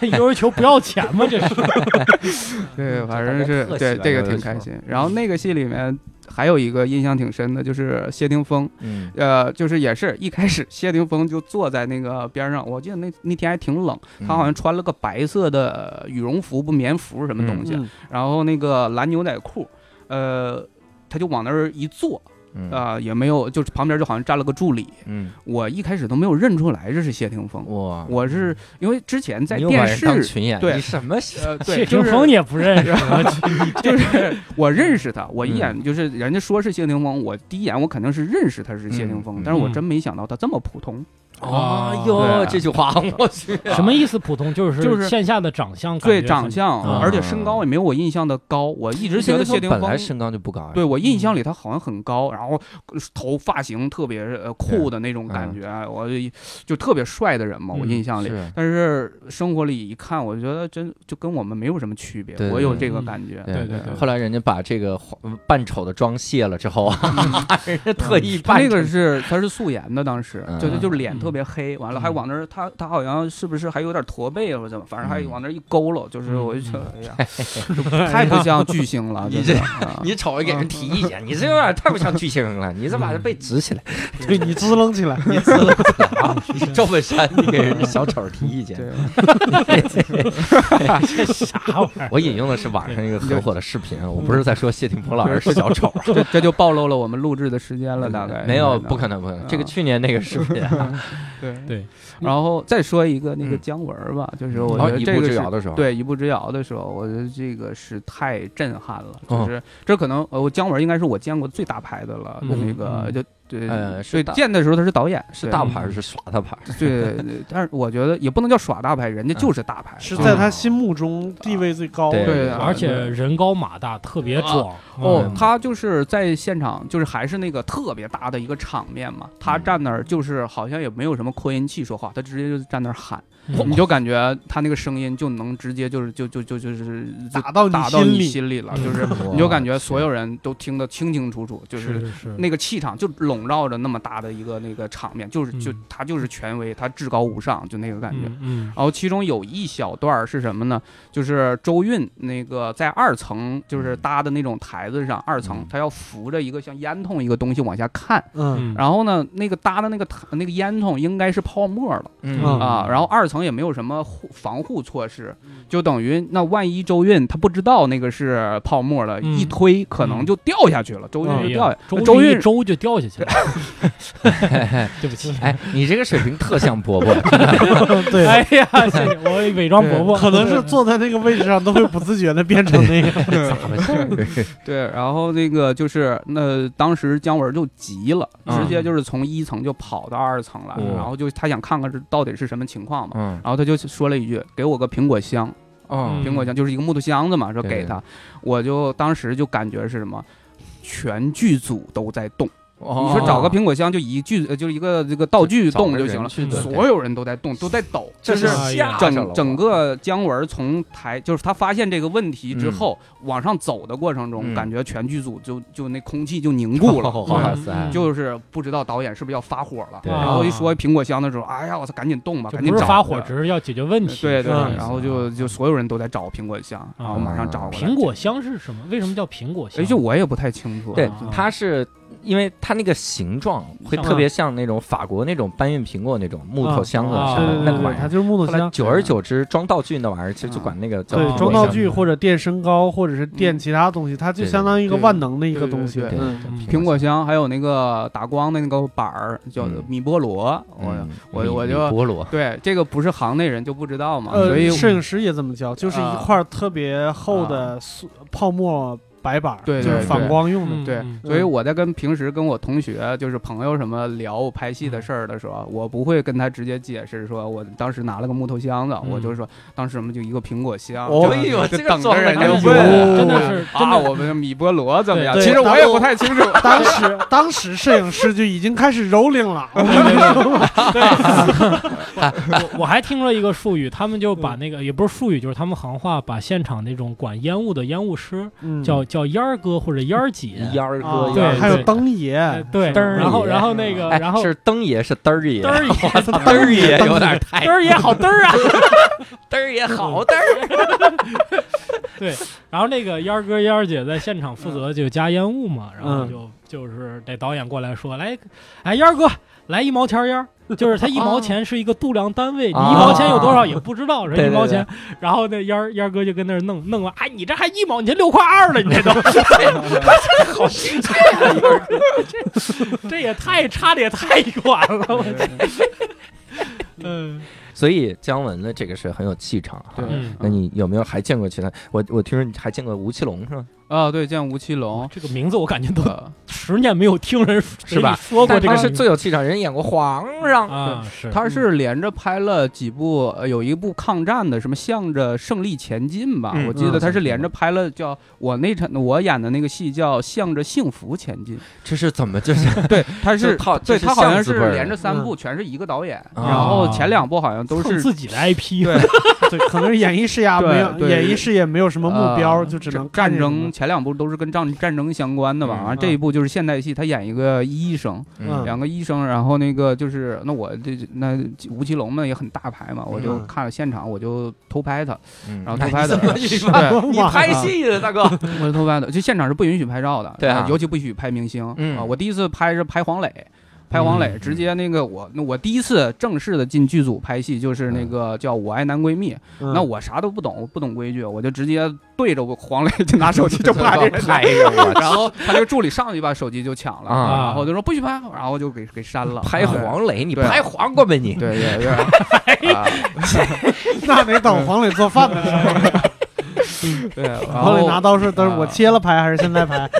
Speaker 5: 这悠悠球不要钱吗？这是，
Speaker 3: 对，
Speaker 1: 大
Speaker 3: 反
Speaker 1: 家
Speaker 3: 正是
Speaker 1: 特喜
Speaker 3: 对
Speaker 1: 欢
Speaker 3: 这个
Speaker 1: 悠悠
Speaker 3: 挺
Speaker 1: 球
Speaker 3: 开心。然后那个戏里面还有一个印象挺深的，就是谢霆锋。
Speaker 1: 嗯
Speaker 3: 呃，就是也是一开始谢霆锋就坐在那个边上，我记得那那天还挺冷，
Speaker 1: 嗯
Speaker 3: 他好像穿了个白色的羽绒服，不棉服什么东西，
Speaker 2: 嗯
Speaker 3: 然后那个蓝牛仔裤，呃，他就往那儿一坐，
Speaker 1: 嗯
Speaker 3: 啊、也没有，就是旁边就好像站了个助理，
Speaker 1: 嗯
Speaker 3: 我一开始都没有认出来这是谢霆锋，
Speaker 1: 哇，
Speaker 3: 我是因为之前在
Speaker 1: 嗯你又把
Speaker 3: 电
Speaker 1: 人当
Speaker 3: 视，
Speaker 1: 群演，
Speaker 3: 对
Speaker 1: 你什么 戏
Speaker 3: 呃，对，
Speaker 5: 谢
Speaker 3: 就
Speaker 5: 霆
Speaker 3: 是
Speaker 5: 锋你也不认识，我去
Speaker 3: 就是我认识他，我一
Speaker 1: 嗯
Speaker 3: 眼就是人家说是谢霆锋，我第一眼我肯定是认识他是谢霆
Speaker 1: 嗯
Speaker 3: 锋
Speaker 1: 嗯，
Speaker 3: 但是我真没想到他这么普通。
Speaker 1: 哦
Speaker 3: 对
Speaker 1: 哟，这句话我去，
Speaker 5: 什么意思？普通就是
Speaker 3: 就是
Speaker 5: 线下的长相，
Speaker 3: 对长，相，
Speaker 1: 啊
Speaker 3: 而且身高也没有我印象的高。我一直觉得谢霆
Speaker 1: 本
Speaker 3: 锋
Speaker 1: 来嗯身高就不高呀，啊
Speaker 3: 对我印象里他好像很高，然后呃头发型特别呃酷的
Speaker 1: 嗯
Speaker 3: 那种感觉，我就就特别帅的人嘛，我
Speaker 5: 嗯
Speaker 3: 印象里。
Speaker 1: 是
Speaker 3: 但是生活里一看，我觉得真就跟我们没有什么区别
Speaker 1: 对，
Speaker 3: 我
Speaker 1: 对
Speaker 3: 有
Speaker 1: 对
Speaker 3: 这个
Speaker 5: 嗯
Speaker 3: 感觉。
Speaker 1: 对
Speaker 5: 对对
Speaker 1: 后来人家把这个花扮丑的妆卸了之后， 人家特意
Speaker 3: 他
Speaker 1: 扮
Speaker 3: 那个
Speaker 1: 成
Speaker 3: 是他是素颜的，当时
Speaker 1: 嗯
Speaker 3: 就是就是脸特别黑，完了还往那儿他他好像是不是还有点驼背或者怎么，反正还
Speaker 1: 嗯
Speaker 3: 往那儿一佝偻，就是
Speaker 5: 嗯
Speaker 3: 我就觉得哎呀，就 太不像巨星了。
Speaker 1: 你
Speaker 3: 真的
Speaker 1: 这
Speaker 3: 啊
Speaker 1: 你瞅着给人提意见，你这有点太不像巨星了，你这把这背直起来，
Speaker 2: 对你支棱起来，
Speaker 1: 你撕了啊！你 赵本山，你给人家小丑提意 见。
Speaker 3: 对。
Speaker 5: 这啥玩意儿？
Speaker 1: 我引用的是网上一个很火的视频，我不是在说谢霆锋老师是小 丑，
Speaker 3: 这这就暴露了我们录制的时间了，大概
Speaker 1: 没有，
Speaker 3: 嗯
Speaker 1: 不可能，不可能。
Speaker 3: 嗯
Speaker 1: 这个去年那个视频啊，
Speaker 3: 对
Speaker 5: 对。
Speaker 3: 然后再说一个那
Speaker 1: 嗯
Speaker 3: 个
Speaker 1: 哦
Speaker 3: 姜文儿吧，就是我
Speaker 1: 然后
Speaker 3: 觉得
Speaker 1: 一
Speaker 3: 这
Speaker 1: 步
Speaker 3: 个
Speaker 1: 之
Speaker 3: 是
Speaker 1: 遥的时候，，
Speaker 3: 对《一步之遥》的时候，我觉得这个是太震撼了，
Speaker 1: 哦
Speaker 3: 就是这可能呃，我姜文应该是我见过最大牌的了，
Speaker 5: 嗯
Speaker 3: 那个
Speaker 5: 嗯
Speaker 3: 就对
Speaker 1: 呃是
Speaker 3: 对，
Speaker 1: 大
Speaker 3: 见的时候他是导演，
Speaker 1: 是
Speaker 3: 对
Speaker 1: 大牌儿是耍大牌儿，
Speaker 3: 对，但是我觉得也不能叫耍大牌，人家就是大牌，
Speaker 2: 是
Speaker 1: 嗯
Speaker 2: 在他心目中地位最高的。
Speaker 1: 对
Speaker 3: 对啊
Speaker 5: 而且嗯人高马大，特别壮
Speaker 3: 哦
Speaker 1: 嗯，
Speaker 3: 他就是在现场，就是还是那个特别大的一个场面嘛。他站那儿就是好像也没有什么扩音器说话，他直接就站那儿喊，
Speaker 5: 嗯
Speaker 3: 你就感觉他那个声音就能直接就是就就就就是就
Speaker 2: 打到你
Speaker 3: 打到
Speaker 2: 心
Speaker 3: 你
Speaker 2: 里，
Speaker 3: 心里了，就是
Speaker 1: 哇
Speaker 3: 你就感觉所有人都听得清清楚楚，就是
Speaker 5: 是
Speaker 3: 那个气场就笼笼罩着那么大的一个那个场面，就是就
Speaker 5: 嗯
Speaker 3: 他就是权威，他至高无上，就那个感觉。
Speaker 5: 嗯
Speaker 3: 然后其中有一小段儿是什么呢？就是周韵那个在二层，就是搭的那种台子上，二层
Speaker 1: 嗯
Speaker 3: 他要扶着一个像烟囱一个东西往下看。
Speaker 5: 嗯，
Speaker 2: 嗯
Speaker 3: 然后呢，那个搭的那个塔那个烟囱应该是泡沫了
Speaker 1: 嗯
Speaker 5: 嗯
Speaker 3: 啊， 然后二层也没有什么护防护措施，就等于那万一周韵他不知道那个是泡沫了，
Speaker 5: 嗯
Speaker 3: 一推可能就掉下去了，周韵
Speaker 5: 哎
Speaker 3: 就
Speaker 5: 呀
Speaker 3: 掉下，
Speaker 5: 周
Speaker 3: 周
Speaker 5: 一
Speaker 3: 韵
Speaker 5: 周就掉下去了， 对不起，
Speaker 1: 哎，你这个水平特像伯伯，真的
Speaker 2: 对，
Speaker 5: 哎呀，谢 谢我伪装伯伯，
Speaker 2: 可能是坐在那个位置上都会不自觉的变成那样。
Speaker 1: 咋 回事？
Speaker 3: 对，然后那个就是那当时姜文就急了，
Speaker 1: 嗯
Speaker 3: 直接就是从一层就跑到二层来，
Speaker 5: 嗯
Speaker 1: 哦
Speaker 3: 然后就他想看看这到底是什么情况嘛，
Speaker 1: 嗯
Speaker 3: 然后他就说了一句：“给我个苹果
Speaker 2: 嗯
Speaker 3: 箱。”
Speaker 5: 嗯
Speaker 1: 哦
Speaker 3: 苹果箱就是一个木头箱子嘛，说
Speaker 1: 对
Speaker 3: 给他，我就当时就感觉是什么。全剧组都在动，
Speaker 1: 哦
Speaker 3: 你说找个苹果箱就一剧，呃就是一个这个道具动就行了，
Speaker 1: 找个人去
Speaker 5: 对
Speaker 3: 所有人都在动，都在抖，
Speaker 1: 这
Speaker 3: 就是是
Speaker 5: 哎呀
Speaker 1: 吓着了
Speaker 3: 整
Speaker 1: 我
Speaker 3: 整个姜文从台，就是他发现这个问题之后，往上走的过程中，
Speaker 1: 嗯
Speaker 3: 感觉全剧组就就那空气就凝固了。 嗯
Speaker 1: 哇塞，
Speaker 3: 就是不知道导演是不是要发火了，
Speaker 1: 对啊
Speaker 3: 然后一说苹果箱的时候，哎呀，我操，赶紧动吧，
Speaker 5: 就
Speaker 3: 赶紧
Speaker 5: 不是
Speaker 3: 找
Speaker 5: 发火，
Speaker 3: 对
Speaker 5: 只是要解决问题。
Speaker 3: 对对，
Speaker 1: 啊
Speaker 2: 嗯
Speaker 3: 然后就就所有人都在找苹果箱，然后马上找过来。
Speaker 5: 苹果香是什么？为什么叫苹果香？
Speaker 3: 哎，就我也不太清楚。
Speaker 1: 对
Speaker 5: 啊，
Speaker 1: 它是因为它那个形状会
Speaker 5: 像
Speaker 1: 特别像那种法国那种搬运苹果那种木头箱子
Speaker 5: 啊
Speaker 1: 什
Speaker 2: 嗯对
Speaker 1: 么的
Speaker 2: 对
Speaker 1: 那
Speaker 2: 对
Speaker 1: 个
Speaker 2: 对
Speaker 1: 玩，意
Speaker 2: 它
Speaker 1: 儿。
Speaker 2: 就是木头
Speaker 1: 后来
Speaker 2: 箱。嗯
Speaker 1: 久而久之，装道具那玩意儿其实就管那个叫
Speaker 2: 对
Speaker 1: 苹，
Speaker 2: 装
Speaker 1: 果
Speaker 2: 道
Speaker 1: 箱
Speaker 2: 具或者垫身高，或者是垫其他东西，它就相当于一个万能的一个东西。
Speaker 3: 嗯对
Speaker 1: 对
Speaker 2: 嗯，
Speaker 5: 嗯
Speaker 3: 苹果箱还有那个打光的那个板儿叫
Speaker 1: 嗯
Speaker 3: 米菠萝，我
Speaker 1: 嗯
Speaker 3: 我
Speaker 1: 米
Speaker 3: 我
Speaker 1: 米
Speaker 3: 就
Speaker 1: 菠萝，
Speaker 3: 对这个不是行内人就不知道嘛，
Speaker 2: 呃
Speaker 3: 所以，
Speaker 2: 摄影师也这么教，就是一
Speaker 3: 啊
Speaker 2: 块特别厚的塑泡沫白板儿，
Speaker 3: 对
Speaker 2: 就
Speaker 3: 对
Speaker 2: 是反光用的。
Speaker 5: 嗯
Speaker 3: 对
Speaker 5: 嗯，
Speaker 3: 所以我在跟平时跟我同学就是朋友什么聊我拍戏
Speaker 1: 嗯
Speaker 3: 的事儿的时候，我不会跟他直接解释说我当时拿了个木头箱子，
Speaker 5: 嗯
Speaker 3: 我就说当时我们就一个苹果箱，
Speaker 1: 哦
Speaker 3: 就
Speaker 1: 哎呦
Speaker 3: 就
Speaker 1: 这个
Speaker 3: 等
Speaker 1: 装
Speaker 3: 着
Speaker 1: 得
Speaker 3: 人家
Speaker 5: 哎呦
Speaker 3: 问，
Speaker 5: 真的是真
Speaker 3: 啊，
Speaker 5: 的
Speaker 3: 我们米菠萝怎么样？
Speaker 2: 对
Speaker 3: 其实
Speaker 2: 对
Speaker 3: 我也不太清楚，
Speaker 2: 当时当时摄影师就已经开始蹂躏了，
Speaker 5: 我我还听了一个术语，他们就把那个也不是术语，就是他们行话，把现场那种管烟雾的烟雾师
Speaker 2: 嗯
Speaker 5: 叫叫烟儿哥或者烟儿姐。
Speaker 1: 烟儿
Speaker 2: 啊
Speaker 1: 哥，
Speaker 5: 对
Speaker 1: 烟儿
Speaker 2: 还有
Speaker 1: 哥
Speaker 2: 灯爷
Speaker 5: 哎，对，
Speaker 1: 灯儿
Speaker 5: 然后
Speaker 1: 爷
Speaker 5: 然后那个
Speaker 1: 哎
Speaker 5: 然后
Speaker 1: 是灯爷是嘚儿爷，
Speaker 5: 嘚 儿爷，
Speaker 1: 嘚儿爷有点太
Speaker 5: 嘚儿 爷好嘚儿啊！
Speaker 1: 嘚儿爷好嘚儿，
Speaker 5: 然后那个烟儿哥烟儿姐在现场负责就加烟雾
Speaker 1: 嗯
Speaker 5: 嘛，然后就就是这导演过来说，来，哎烟儿哥来一毛钱烟儿。就是他一毛钱是一个度量单位，你一毛钱有多少也不知道，
Speaker 1: 对
Speaker 5: 人
Speaker 1: 对
Speaker 5: 一毛钱，然后那烟儿烟儿哥就跟那儿弄弄完，哎，你这还一毛，你这六块二了，你这都，
Speaker 1: 好心切。
Speaker 5: 这也太差的也太远了，我嗯
Speaker 1: 所以姜文的这个是很有气场哈。
Speaker 3: 对
Speaker 5: 嗯，
Speaker 1: 那你有没有还见过其他？我我听说你还见过吴奇隆是吧？
Speaker 3: 啊，对，见吴奇隆，
Speaker 5: 这个名字我感觉都
Speaker 3: 呃
Speaker 5: 十年没有听人
Speaker 1: 是吧
Speaker 5: 谁说过
Speaker 1: 但
Speaker 5: 这个
Speaker 1: 他是
Speaker 5: 名
Speaker 1: 最有气场，人演过皇上。
Speaker 5: 啊，是
Speaker 3: 他是连着拍了几部，呃有一部抗战的，什么向着胜利前进吧，
Speaker 1: 嗯
Speaker 3: 我记得
Speaker 1: 嗯
Speaker 3: 他是连着拍了叫我那场我演的那个戏叫向着幸福前 进，
Speaker 1: 这是怎么？这是
Speaker 3: 对，他
Speaker 1: 这
Speaker 3: 是
Speaker 1: 套
Speaker 3: 对
Speaker 1: 这
Speaker 3: 他好像
Speaker 1: 巷子
Speaker 3: 是
Speaker 1: 味儿的嗯
Speaker 3: 连着三部，全是一个导演，
Speaker 1: 啊
Speaker 3: 然后前两部好像都
Speaker 5: 蹭
Speaker 3: 是
Speaker 5: 嗯自己的 IP，
Speaker 3: 对
Speaker 2: 对，可能是演艺事业啊
Speaker 3: 对
Speaker 2: 没有
Speaker 3: 对
Speaker 2: 演艺事业没有什么目标，
Speaker 3: 呃
Speaker 2: 就只
Speaker 3: 战
Speaker 2: 能看
Speaker 3: 战
Speaker 2: 见什
Speaker 3: 争，
Speaker 2: 么。
Speaker 3: 前两部都是跟战战争相关的吧，
Speaker 1: 嗯
Speaker 3: 然后这一部就是现代戏，他演一个医生，
Speaker 2: 嗯
Speaker 3: 两个医生，然后那个就是那我这那吴奇隆嘛也很大牌嘛，我就
Speaker 2: 嗯
Speaker 3: 看了现场，我就偷拍他，
Speaker 1: 嗯
Speaker 3: 然后偷拍的，
Speaker 2: 吧
Speaker 3: 对，
Speaker 1: 你拍戏的大哥，
Speaker 3: 我是偷拍的，就现场是不允许拍照的，
Speaker 1: 对啊
Speaker 3: 尤其不许拍明星，
Speaker 1: 嗯
Speaker 3: 啊，我第一次拍是拍黄磊。拍黄磊
Speaker 1: 嗯，
Speaker 3: 直接那个我，那我第一次正式的进剧组拍戏，就是
Speaker 1: 嗯
Speaker 3: 那个叫《我爱男闺蜜》，
Speaker 2: 嗯
Speaker 3: 那我啥都不懂，我不懂规矩，我就直接对着我黄磊就拿手机 就
Speaker 1: 就
Speaker 3: 拍
Speaker 1: 拍
Speaker 3: 人家，
Speaker 1: 拍着我
Speaker 3: 然后他就助理上去把手机就抢了，
Speaker 1: 啊
Speaker 3: 然后我就说不许拍，然后就给给删了。
Speaker 1: 拍
Speaker 3: 对
Speaker 1: 黄磊，你
Speaker 3: 啊对
Speaker 1: 拍黄瓜呗你。
Speaker 3: 对对 对，啊
Speaker 2: 那得
Speaker 3: 嗯
Speaker 2: 等黄磊做饭的时 候，
Speaker 3: 对，然
Speaker 2: 黄磊拿
Speaker 3: 后
Speaker 2: 刀是，但是
Speaker 3: 哦啊
Speaker 2: 我切了拍还是现在拍？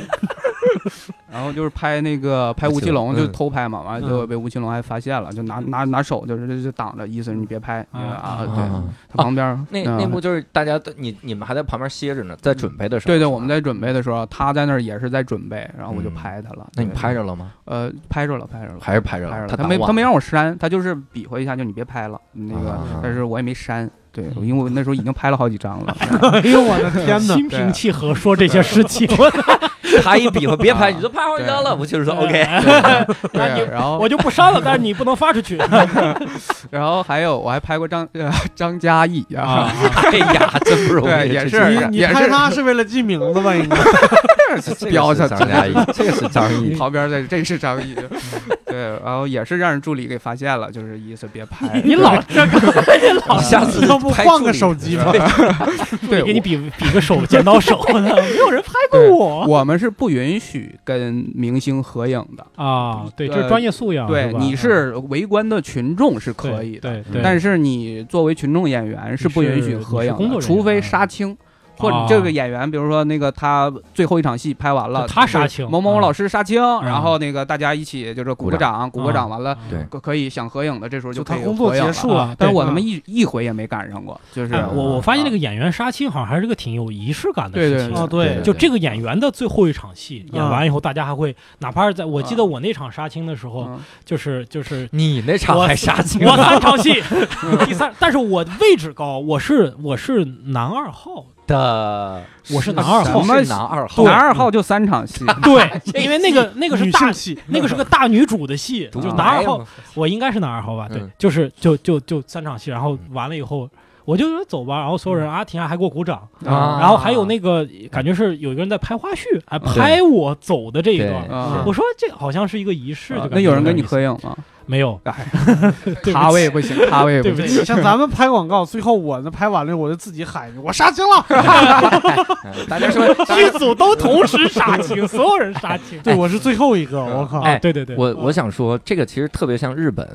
Speaker 3: 然后就是拍那个拍吴奇隆
Speaker 1: 嗯
Speaker 3: 就偷拍嘛，完了
Speaker 2: 嗯
Speaker 3: 结果被吴奇隆还发现了，就拿拿拿手就是就就挡着，意思是你别拍
Speaker 1: 嗯
Speaker 5: 啊
Speaker 3: 啊，对，
Speaker 1: 啊
Speaker 3: 他旁边
Speaker 1: 那
Speaker 3: 嗯
Speaker 1: 那部就是大家都你你们还在旁边歇着呢，在准备的时候。
Speaker 3: 对对，
Speaker 1: 是吧
Speaker 3: 我们。在准备的时候，他在那儿也是在准备，然后我就
Speaker 1: 嗯
Speaker 3: 拍他了。
Speaker 1: 那你
Speaker 3: 对
Speaker 1: 拍着了吗？
Speaker 3: 呃，拍着了，拍着了，
Speaker 1: 还是拍着
Speaker 3: 拍着
Speaker 1: 了？
Speaker 3: 了。他
Speaker 1: 挡
Speaker 3: 没
Speaker 1: 我
Speaker 3: 他没让我删，他就是比划一下，就你别拍了那个
Speaker 1: 啊，嗯
Speaker 3: 但是我也没删。对，因为我那时候已经拍了好几张 了。
Speaker 2: 哎呦我的天哪！
Speaker 5: 心平气和说这些事情，我
Speaker 1: 他一比划，别拍，
Speaker 3: 啊
Speaker 1: 你就拍发黄鱼汤了，吴庆说 OK，
Speaker 5: 那你
Speaker 3: 对，然后
Speaker 5: 我就不删了，但是你不能发 出去。
Speaker 3: 啊然后还有我还拍过张呃张嘉译啊，
Speaker 1: 哎呀，真不容易，
Speaker 3: 对也
Speaker 1: 这
Speaker 3: 是
Speaker 1: 这
Speaker 3: 是
Speaker 2: 你你
Speaker 3: 也
Speaker 2: 拍
Speaker 3: 是
Speaker 2: 他是为了记名字吧？应该
Speaker 1: 这
Speaker 3: 标
Speaker 1: 个
Speaker 3: 下
Speaker 1: 是张嘉译，这个是张 译，
Speaker 3: 旁边的这是张译， 对，然后也是让人助理给发现了，就是意思别拍，
Speaker 5: 你老这个，你老
Speaker 3: 哦
Speaker 1: 下次
Speaker 2: 要不
Speaker 1: 拍
Speaker 2: 换
Speaker 1: 助
Speaker 2: 个
Speaker 1: 理
Speaker 2: 手机
Speaker 1: 是
Speaker 2: 吧？
Speaker 3: 对
Speaker 5: 给你比比个手，剪刀 手呢，没有人拍
Speaker 3: 对
Speaker 5: 过我
Speaker 3: 我们是不允许跟明星合影的，
Speaker 5: 啊。对，
Speaker 3: 呃
Speaker 5: 这是专业素养。
Speaker 3: 对，
Speaker 5: 吧啊
Speaker 3: 你是围观的群众是可以的，
Speaker 5: 对对，
Speaker 3: 但
Speaker 5: 是
Speaker 3: 是你作为群众演员是不允许合影
Speaker 5: 你是工作人
Speaker 3: 的，
Speaker 5: 员啊
Speaker 3: 除非杀青。或者这个演员，比如说那个他最后一场戏拍完了，
Speaker 5: 他杀青
Speaker 3: 某某某老师杀青，
Speaker 5: 嗯啊
Speaker 3: 然后那个大家一起就是鼓个掌，鼓个掌，完了
Speaker 1: 对
Speaker 3: 可可以想合影的，这时候就可
Speaker 2: 他
Speaker 3: 以
Speaker 2: 工作
Speaker 3: 合影
Speaker 2: 结
Speaker 3: 了啊
Speaker 2: 束了，
Speaker 3: 但是我他
Speaker 2: 对
Speaker 3: 妈一一回也没赶上过，就是
Speaker 5: 嗯哎我我发现这
Speaker 3: 个
Speaker 5: 个演员杀青好像还是个挺有仪式感的
Speaker 3: 啊对
Speaker 5: 事
Speaker 3: 对
Speaker 5: 情。啊
Speaker 2: 哦对
Speaker 5: 就这个演员的最后一场戏
Speaker 2: 嗯
Speaker 5: 演完以后，大家还会，哪怕是在我记得
Speaker 3: 嗯
Speaker 5: 我那场杀青的时候，
Speaker 3: 嗯
Speaker 5: 就是就是
Speaker 1: 你那场
Speaker 5: 我
Speaker 1: 还杀青
Speaker 5: 我
Speaker 1: 了，
Speaker 5: 三场戏，第三，但是我位置高，我是我是男二号，
Speaker 1: 的，
Speaker 5: 我是男二号
Speaker 1: 什么男二号？
Speaker 3: 男
Speaker 5: 嗯
Speaker 3: 二号就三 场戏，啊
Speaker 5: 对，因为那个那个是
Speaker 2: 女
Speaker 5: 大
Speaker 2: 性戏，
Speaker 5: 那个是个大女主的戏，
Speaker 1: 独
Speaker 5: 就
Speaker 1: 白
Speaker 5: 男二号啊
Speaker 1: 嘛，
Speaker 5: 我应该是男二号吧？对
Speaker 1: 嗯，
Speaker 5: 就是就就就三场戏，然后完了以后。我就说走吧，然后所有人阿婷啊还给我鼓掌，
Speaker 1: 啊
Speaker 5: 然后还有那个感觉是有一个人在拍花絮，还拍我走的这一段
Speaker 1: 对。
Speaker 3: 啊
Speaker 5: 我说这好像是一个仪式的
Speaker 3: 啊
Speaker 5: 感觉。
Speaker 3: 那有人跟你
Speaker 5: 意思
Speaker 3: 合影吗？
Speaker 5: 没有？
Speaker 3: 哎
Speaker 5: 对不
Speaker 3: 咖
Speaker 5: 起
Speaker 3: 位不行，咖位
Speaker 5: 对
Speaker 3: 不
Speaker 5: 不
Speaker 3: 行。
Speaker 5: 起，
Speaker 2: 像咱们拍广告，最后我呢拍完了，我就自己喊我杀青了，
Speaker 1: 大家 说，大
Speaker 5: 剧
Speaker 1: 家
Speaker 5: 组都同时杀青，所有人杀 青。
Speaker 2: 对我是最后一个，我靠，
Speaker 1: 哎
Speaker 5: 对对对，
Speaker 1: 我我想说，这个其实特别像日本。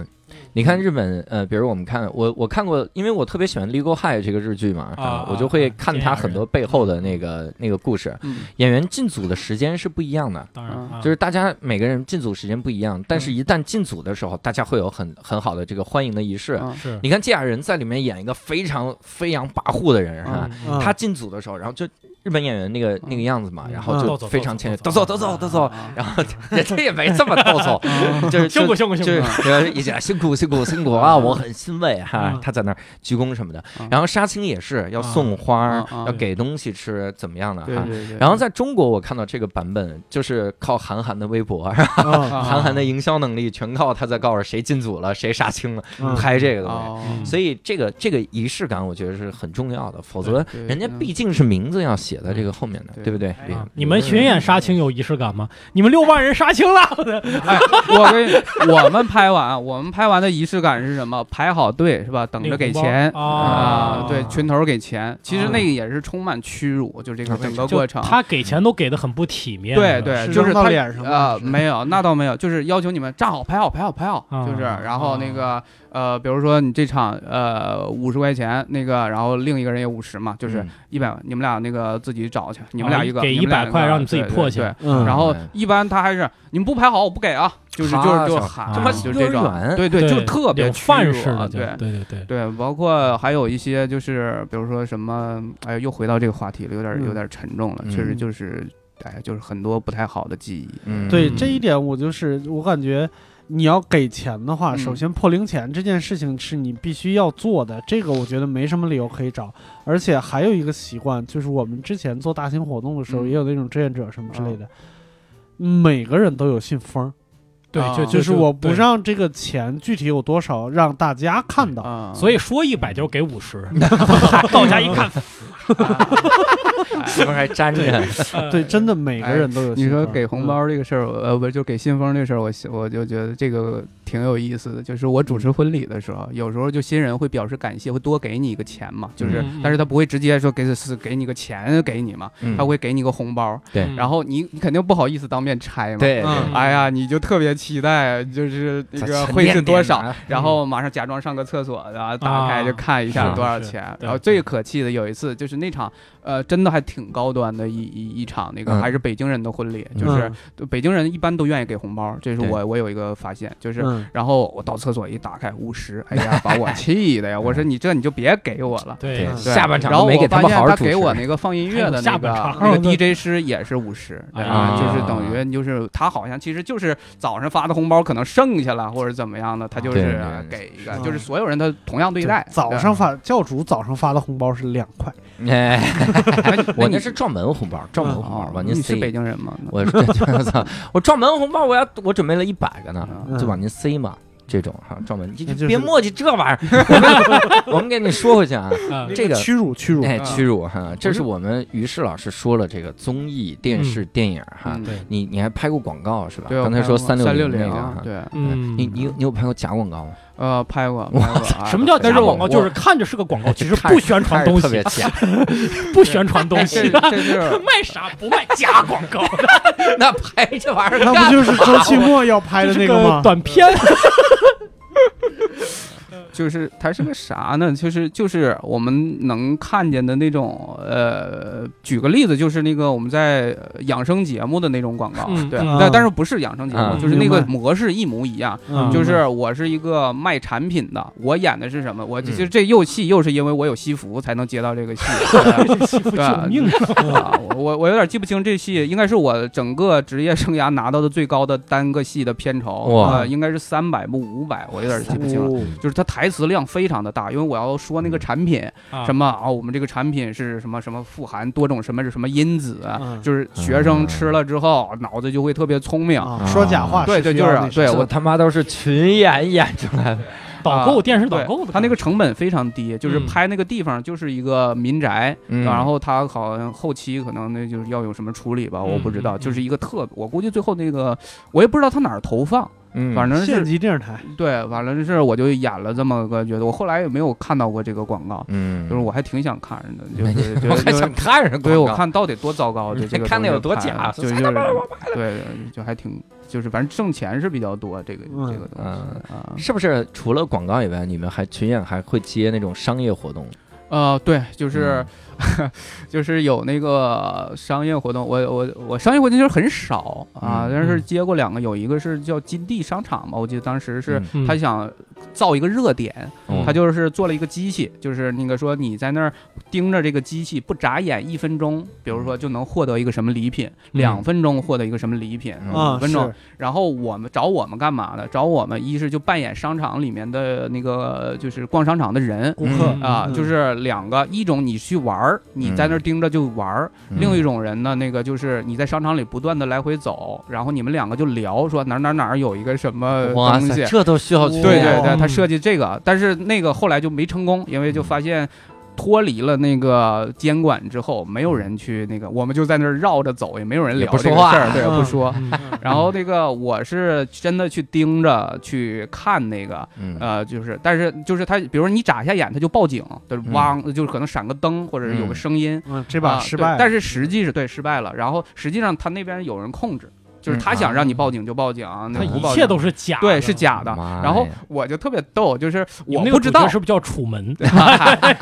Speaker 1: 你看日本，呃，比如我们看我我看过，因为我特别喜欢《Legal High》这个日剧嘛，
Speaker 5: 啊
Speaker 1: 我就会看它
Speaker 5: 啊
Speaker 1: 很多背后的那个那个故事。
Speaker 3: 嗯
Speaker 1: 演员进组的时间是不一样的，
Speaker 5: 当然啊
Speaker 1: 就是大家每个人进组时间不一样，但
Speaker 3: 嗯
Speaker 1: 是一旦进组的时候，大家会有很很好的这个欢迎的仪式。
Speaker 3: 啊
Speaker 5: 是
Speaker 1: 你看芥雅人在里面演一个非常飞扬跋扈的人，是
Speaker 3: 啊
Speaker 1: 吧？
Speaker 2: 嗯
Speaker 1: 他进组的时候，然后就日本演员那个那个样子嘛，
Speaker 3: 嗯
Speaker 1: 然后
Speaker 5: 嗯
Speaker 1: 就非常谦虚，都
Speaker 5: 都走
Speaker 1: 走都走
Speaker 5: 都走都
Speaker 1: 都
Speaker 5: 走
Speaker 1: 走，
Speaker 3: 啊
Speaker 1: 然后 人家也没这么哆嗦，就是
Speaker 5: 辛
Speaker 1: 就
Speaker 5: 苦辛苦辛
Speaker 1: 就
Speaker 5: 苦
Speaker 1: 是呃一起来辛苦辛苦辛苦啊，我很欣慰哈
Speaker 5: 嗯，
Speaker 1: 他在那儿鞠躬什么的
Speaker 3: 嗯，
Speaker 1: 然后杀青也是要送花
Speaker 3: 嗯
Speaker 1: 儿
Speaker 3: 嗯嗯，
Speaker 1: 要给东西吃，怎么样的
Speaker 3: 对
Speaker 1: 哈。
Speaker 3: 对对。
Speaker 1: 啊然后在中国，我看到这个版本就是靠韩寒的微博，
Speaker 2: 嗯
Speaker 1: 韩寒的营销能力全靠他在告诉谁进组了，谁杀青了，
Speaker 2: 嗯
Speaker 1: 拍这个东西。
Speaker 3: 哦
Speaker 5: 嗯
Speaker 1: 所以这个这个仪式感，我觉得是很重要的，否则
Speaker 3: 对对
Speaker 1: 人家
Speaker 3: 嗯
Speaker 1: 毕竟是名字要写在这个后面的，
Speaker 3: 对哎
Speaker 1: 对不对？
Speaker 5: 啊你们巡演杀青有仪式感吗？你们六万人杀青了，
Speaker 3: 哎， 我跟你我们拍完，我们拍完的仪式感是什么？排好队是吧？等着给钱
Speaker 5: 领红包啊
Speaker 3: 对，群头给钱。其实那个也是充满屈辱，就这个整个
Speaker 5: 就
Speaker 3: 过程。
Speaker 5: 啊他给钱都给的很不体面。
Speaker 3: 对
Speaker 2: 是
Speaker 3: 对，就是
Speaker 2: 扔到
Speaker 3: 他
Speaker 2: 脸上吗
Speaker 3: 啊，
Speaker 2: 是
Speaker 3: 没有，那倒没有，就是要求你们站好、排好、排好、排好，就是，
Speaker 5: 啊
Speaker 3: 然后那个呃，比如说你这场呃五十块钱，那个然后另一个人也五十嘛，就是
Speaker 1: 嗯
Speaker 3: 一百，你们俩那个自己找去，你们
Speaker 5: 啊
Speaker 3: 俩一个
Speaker 5: 给
Speaker 3: 你们俩
Speaker 5: 100块
Speaker 3: 个
Speaker 5: 让你自己
Speaker 3: 对
Speaker 5: 破
Speaker 3: 对
Speaker 5: 去
Speaker 3: 对
Speaker 2: 嗯
Speaker 3: 然后
Speaker 1: 嗯
Speaker 3: 一般他还是你们不排好我不给啊，就是就是就是
Speaker 1: 他
Speaker 3: 喊，
Speaker 5: 他妈
Speaker 3: 啊就是
Speaker 1: 幼
Speaker 3: 这
Speaker 1: 儿
Speaker 3: 种，
Speaker 1: 园
Speaker 3: 对对，就是特别
Speaker 5: 啊有
Speaker 3: 屈
Speaker 5: 范
Speaker 3: 辱
Speaker 5: 式
Speaker 3: 啊，
Speaker 5: 的，
Speaker 3: 对
Speaker 5: 对对对，
Speaker 3: 对，包括还有一些就是，比如说什么，哎呀，又回到这个话题了，有点有点沉重了，
Speaker 1: 嗯
Speaker 3: 确实就是，哎，就是很多不太好的记忆。
Speaker 1: 嗯
Speaker 2: 对
Speaker 5: 嗯
Speaker 2: 这一点，我就是我感觉，你要给钱的话，
Speaker 3: 嗯
Speaker 2: 首先破零钱这件事情是你必须要做的，这个我觉得没什么理由可以找。而且还有一个习惯，就是我们之前做大型活动的时候，
Speaker 3: 嗯
Speaker 2: 也有那种志愿者什么之类的，每个人都有信封，
Speaker 5: 对，就
Speaker 3: 啊
Speaker 2: 就是我不。
Speaker 5: 对
Speaker 2: 让这个钱具体有多少让大家看到。
Speaker 3: 啊，
Speaker 5: 所
Speaker 3: 以
Speaker 5: 以说一百就是给五 十，到家一看，
Speaker 1: 是不是还粘着？
Speaker 5: 呃
Speaker 2: 对，真的每个人都有
Speaker 3: 哎你
Speaker 2: 信 封。嗯
Speaker 3: 说给红包这个事儿，呃，不是就给信封这个事儿，我我就觉得这个挺有意思的。就是我
Speaker 5: 嗯
Speaker 3: 主持婚礼的时候，有时候就新人会表示感谢，会多给你一个钱嘛，就是，
Speaker 5: 嗯嗯
Speaker 3: 但是他不会直接说给是给你个钱给你嘛，
Speaker 1: 嗯
Speaker 3: 他会给你个红包，
Speaker 1: 对
Speaker 5: 嗯
Speaker 3: 然后你你肯定不好意思当面拆嘛，
Speaker 1: 对，
Speaker 2: 嗯
Speaker 3: 哎呀，你就特别期待，就是那个会是多少，？
Speaker 1: 啊
Speaker 3: 然后马上假装上个厕所，然后打开就看一下
Speaker 1: 是
Speaker 3: 多少钱
Speaker 5: 是。对
Speaker 3: 然后最可气的有一次就是那场，呃，真的还挺高端的一一一场那个
Speaker 1: 嗯
Speaker 3: 还是北京人的婚礼，
Speaker 1: 嗯
Speaker 3: 就是北京人一般都愿意给红包，这是
Speaker 1: 对
Speaker 3: 我我有一个发现，就是
Speaker 2: 嗯
Speaker 3: 然后我到厕所一打开五十，哎呀，把 我气的呀！我说
Speaker 1: 嗯
Speaker 3: 你这你就别给我了。
Speaker 5: 对
Speaker 1: 对，
Speaker 3: 对
Speaker 1: 下半场
Speaker 3: 然后
Speaker 1: 都没
Speaker 3: 我
Speaker 1: 给他
Speaker 3: 发
Speaker 1: 们
Speaker 3: 现
Speaker 1: 好好
Speaker 3: 他
Speaker 1: 主持
Speaker 3: 给我那个放音乐的那
Speaker 5: 哎还有下
Speaker 3: 个
Speaker 5: 半场
Speaker 3: 那个 DJ 师也是五十，
Speaker 5: 哎
Speaker 1: 呀
Speaker 3: 就是等于就是他好像其实就是早上发的红包可能剩下了，或者怎么样的，他就
Speaker 1: 对
Speaker 3: 是
Speaker 1: 对对
Speaker 3: 给一个
Speaker 2: 啊，
Speaker 5: 嗯
Speaker 3: 就是所有人他同样对待。
Speaker 2: 早上发教主早上发的红包是两块，
Speaker 1: 哎，
Speaker 3: 对，
Speaker 1: 我那
Speaker 3: 你
Speaker 1: 是撞门红包，撞门红包，
Speaker 3: 哦
Speaker 1: 往您
Speaker 3: 你
Speaker 1: 塞
Speaker 3: 是。北京人吗？
Speaker 1: 我是我操，我撞门红包，我要我准备了一百个呢，
Speaker 3: 啊
Speaker 2: 嗯
Speaker 1: 就往您塞嘛。这种哈，撞门，你
Speaker 2: 那就是
Speaker 1: 别墨迹这玩意儿。我 们我们给你说回去啊，
Speaker 5: 啊
Speaker 1: 这个
Speaker 2: 屈辱屈辱，
Speaker 1: 哎，
Speaker 3: 啊
Speaker 1: 屈辱哈，这是我们于适老师说了这个综艺、电视、电影哈
Speaker 3: 嗯，
Speaker 5: 对
Speaker 1: 你你还拍过广告是吧？
Speaker 3: 对，
Speaker 1: 啊刚才说三
Speaker 3: 六
Speaker 1: 六
Speaker 3: 零啊
Speaker 1: 那个啊哈，
Speaker 3: 对，
Speaker 5: 嗯，
Speaker 1: 你你有你有拍过假广告吗？
Speaker 3: 呃，拍过，拍过啊。
Speaker 5: 什么叫
Speaker 1: 但
Speaker 5: 假
Speaker 1: 是我
Speaker 5: 广告？就
Speaker 1: 我
Speaker 5: 是看着是个广 告，其实
Speaker 1: 看着
Speaker 5: 不宣传东
Speaker 1: 特别
Speaker 5: 西，
Speaker 1: 假，
Speaker 5: 不宣传东
Speaker 3: 哎
Speaker 5: 西
Speaker 3: 这，这是
Speaker 5: 卖啥不卖假广告，
Speaker 1: 那拍这玩意儿
Speaker 2: 那
Speaker 1: 干
Speaker 2: 不就是周期末要拍的那
Speaker 5: 这是
Speaker 2: 吗？
Speaker 5: 短片，
Speaker 3: 就是它是个啥呢？就是就是我们能看见的那种呃，举个例子，就是那个我们在呃养生节目的那种广告，
Speaker 5: 嗯
Speaker 3: 对，
Speaker 2: 嗯
Speaker 3: 但但是不是养生节目，
Speaker 1: 嗯
Speaker 3: 就是那
Speaker 2: 明白
Speaker 3: 个模式一模一样。
Speaker 2: 嗯
Speaker 3: 就是我是一个卖产品的，我演的是什么？我
Speaker 1: 嗯
Speaker 3: 其实这又戏又是因为我有西服才能接 到这个戏，对
Speaker 5: 欺负
Speaker 3: 对
Speaker 5: 救命啊！
Speaker 3: 啊，我我我有点记不清这戏，应该是我整个职业生涯拿到的最高的单个戏的片酬，
Speaker 1: 哇
Speaker 3: 呃应该是三百不五百，我有点记不清了。
Speaker 2: 哦
Speaker 3: 就是它台词量非常的大，因为我要说那个产品
Speaker 5: 啊
Speaker 3: 什么啊、我们这个产品是什么什么富含多种什么是什么因子，
Speaker 5: 啊
Speaker 2: 嗯
Speaker 3: 啊就是学生吃了之后脑子就会特别聪明。
Speaker 2: 啊说假话，
Speaker 3: 对对，就是啊对
Speaker 1: 我
Speaker 3: 我啊
Speaker 1: 他妈都是群演演出来的，啊
Speaker 5: 导购电视导
Speaker 3: 对
Speaker 5: 购的，
Speaker 3: 他那个成本非常低，就是
Speaker 5: 嗯
Speaker 3: 拍那个地方就是一个民宅，啊
Speaker 1: 嗯
Speaker 3: 然后他好像后期可能那就是要有什么处理吧，我不知
Speaker 5: 嗯
Speaker 3: 道，
Speaker 5: 嗯嗯
Speaker 3: 就是一个特，我估计最后那个我也不知道他哪儿投放，
Speaker 1: 嗯
Speaker 3: 反正
Speaker 2: 县
Speaker 3: 是
Speaker 2: 级电视台，
Speaker 3: 对，完了这事儿我就演了这么个角色，我后来也没有看到过这个广告，
Speaker 1: 嗯，
Speaker 3: 就是我还挺想看的，就是觉
Speaker 1: 我
Speaker 3: 得
Speaker 1: 还想看人广
Speaker 3: 对，
Speaker 1: 告，
Speaker 3: 我看到底多糟糕，就这个
Speaker 1: 看
Speaker 3: 的
Speaker 1: 得有多假
Speaker 3: 就 就是对，就还挺就是反正挣钱是比较多，这个
Speaker 2: 嗯
Speaker 3: 这个东西啊，
Speaker 1: 是不是除了广告以外，你们还群演还会接那种商业活动？
Speaker 3: 呃，对，就是嗯 就是有那个商业活动，我我我商业活动其实很少啊
Speaker 1: 嗯，
Speaker 3: 但是
Speaker 5: 嗯
Speaker 3: 接过两个，有一个是叫金地商场嘛，我记得当时是
Speaker 1: 嗯
Speaker 5: 嗯
Speaker 3: 他想造一个热点，
Speaker 1: 嗯
Speaker 3: 他就是做了一个机器，就是那个说你在那儿盯着这个机器不眨眼一分钟，比如说就能获得一个什么礼品，两分钟获得一个什么礼品，
Speaker 1: 嗯
Speaker 2: 啊
Speaker 3: 五分钟
Speaker 2: 是。
Speaker 3: 然后我们找我们干嘛呢？找我们一是就扮演商场里面的那个就是逛商场的人。
Speaker 2: 顾客
Speaker 5: 嗯
Speaker 3: 啊，
Speaker 2: 嗯
Speaker 3: 就是两个，一种你去玩儿，你在那儿盯着就玩儿；
Speaker 1: 嗯
Speaker 3: 另一种人呢，那个就是你在商场里不断的来回走，然后你们两个就聊，说哪儿哪儿哪儿有一个什么
Speaker 1: 哇
Speaker 3: 呃东西，
Speaker 1: 塞，这都需要群
Speaker 3: 对
Speaker 1: 演
Speaker 3: 对对，
Speaker 5: 嗯
Speaker 3: 他设计这个，但是那个后来就没成功，因
Speaker 1: 嗯
Speaker 3: 为就发现脱离了那个监管之后，没有人去那个，我们就在那儿绕着走，也没有
Speaker 1: 嗯
Speaker 3: 人
Speaker 1: 也
Speaker 3: 聊
Speaker 1: 不
Speaker 3: 这
Speaker 1: 说
Speaker 3: 个
Speaker 1: 话
Speaker 3: 事儿，对，
Speaker 2: 嗯
Speaker 3: 不说。
Speaker 5: 嗯
Speaker 3: 然后那个我是真的去盯着去看那个，
Speaker 1: 嗯
Speaker 3: 呃，就是但是就是他，比如说你眨一下眼，他就报警，就是
Speaker 1: 嗯
Speaker 3: 汪，就是可能闪个灯或者是有
Speaker 1: 嗯
Speaker 3: 个声音，
Speaker 2: 嗯，这把
Speaker 3: 啊
Speaker 2: 失
Speaker 3: 对
Speaker 2: 败了，
Speaker 3: 但是实际是对失败了，然后实际上他那边有人控制，就是
Speaker 1: 嗯
Speaker 3: 他想让你报警就报警，那
Speaker 5: 他
Speaker 3: 不
Speaker 5: 嗯一
Speaker 3: 报
Speaker 5: 切
Speaker 3: 警
Speaker 5: 都是假，
Speaker 3: 对是。假的。
Speaker 1: 妈呀嗯
Speaker 3: 然后我就特别逗，就是
Speaker 5: 你
Speaker 3: 我
Speaker 5: 们那个
Speaker 3: 不知
Speaker 5: 主角
Speaker 3: 道，
Speaker 5: 是不是叫楚门？
Speaker 3: 啊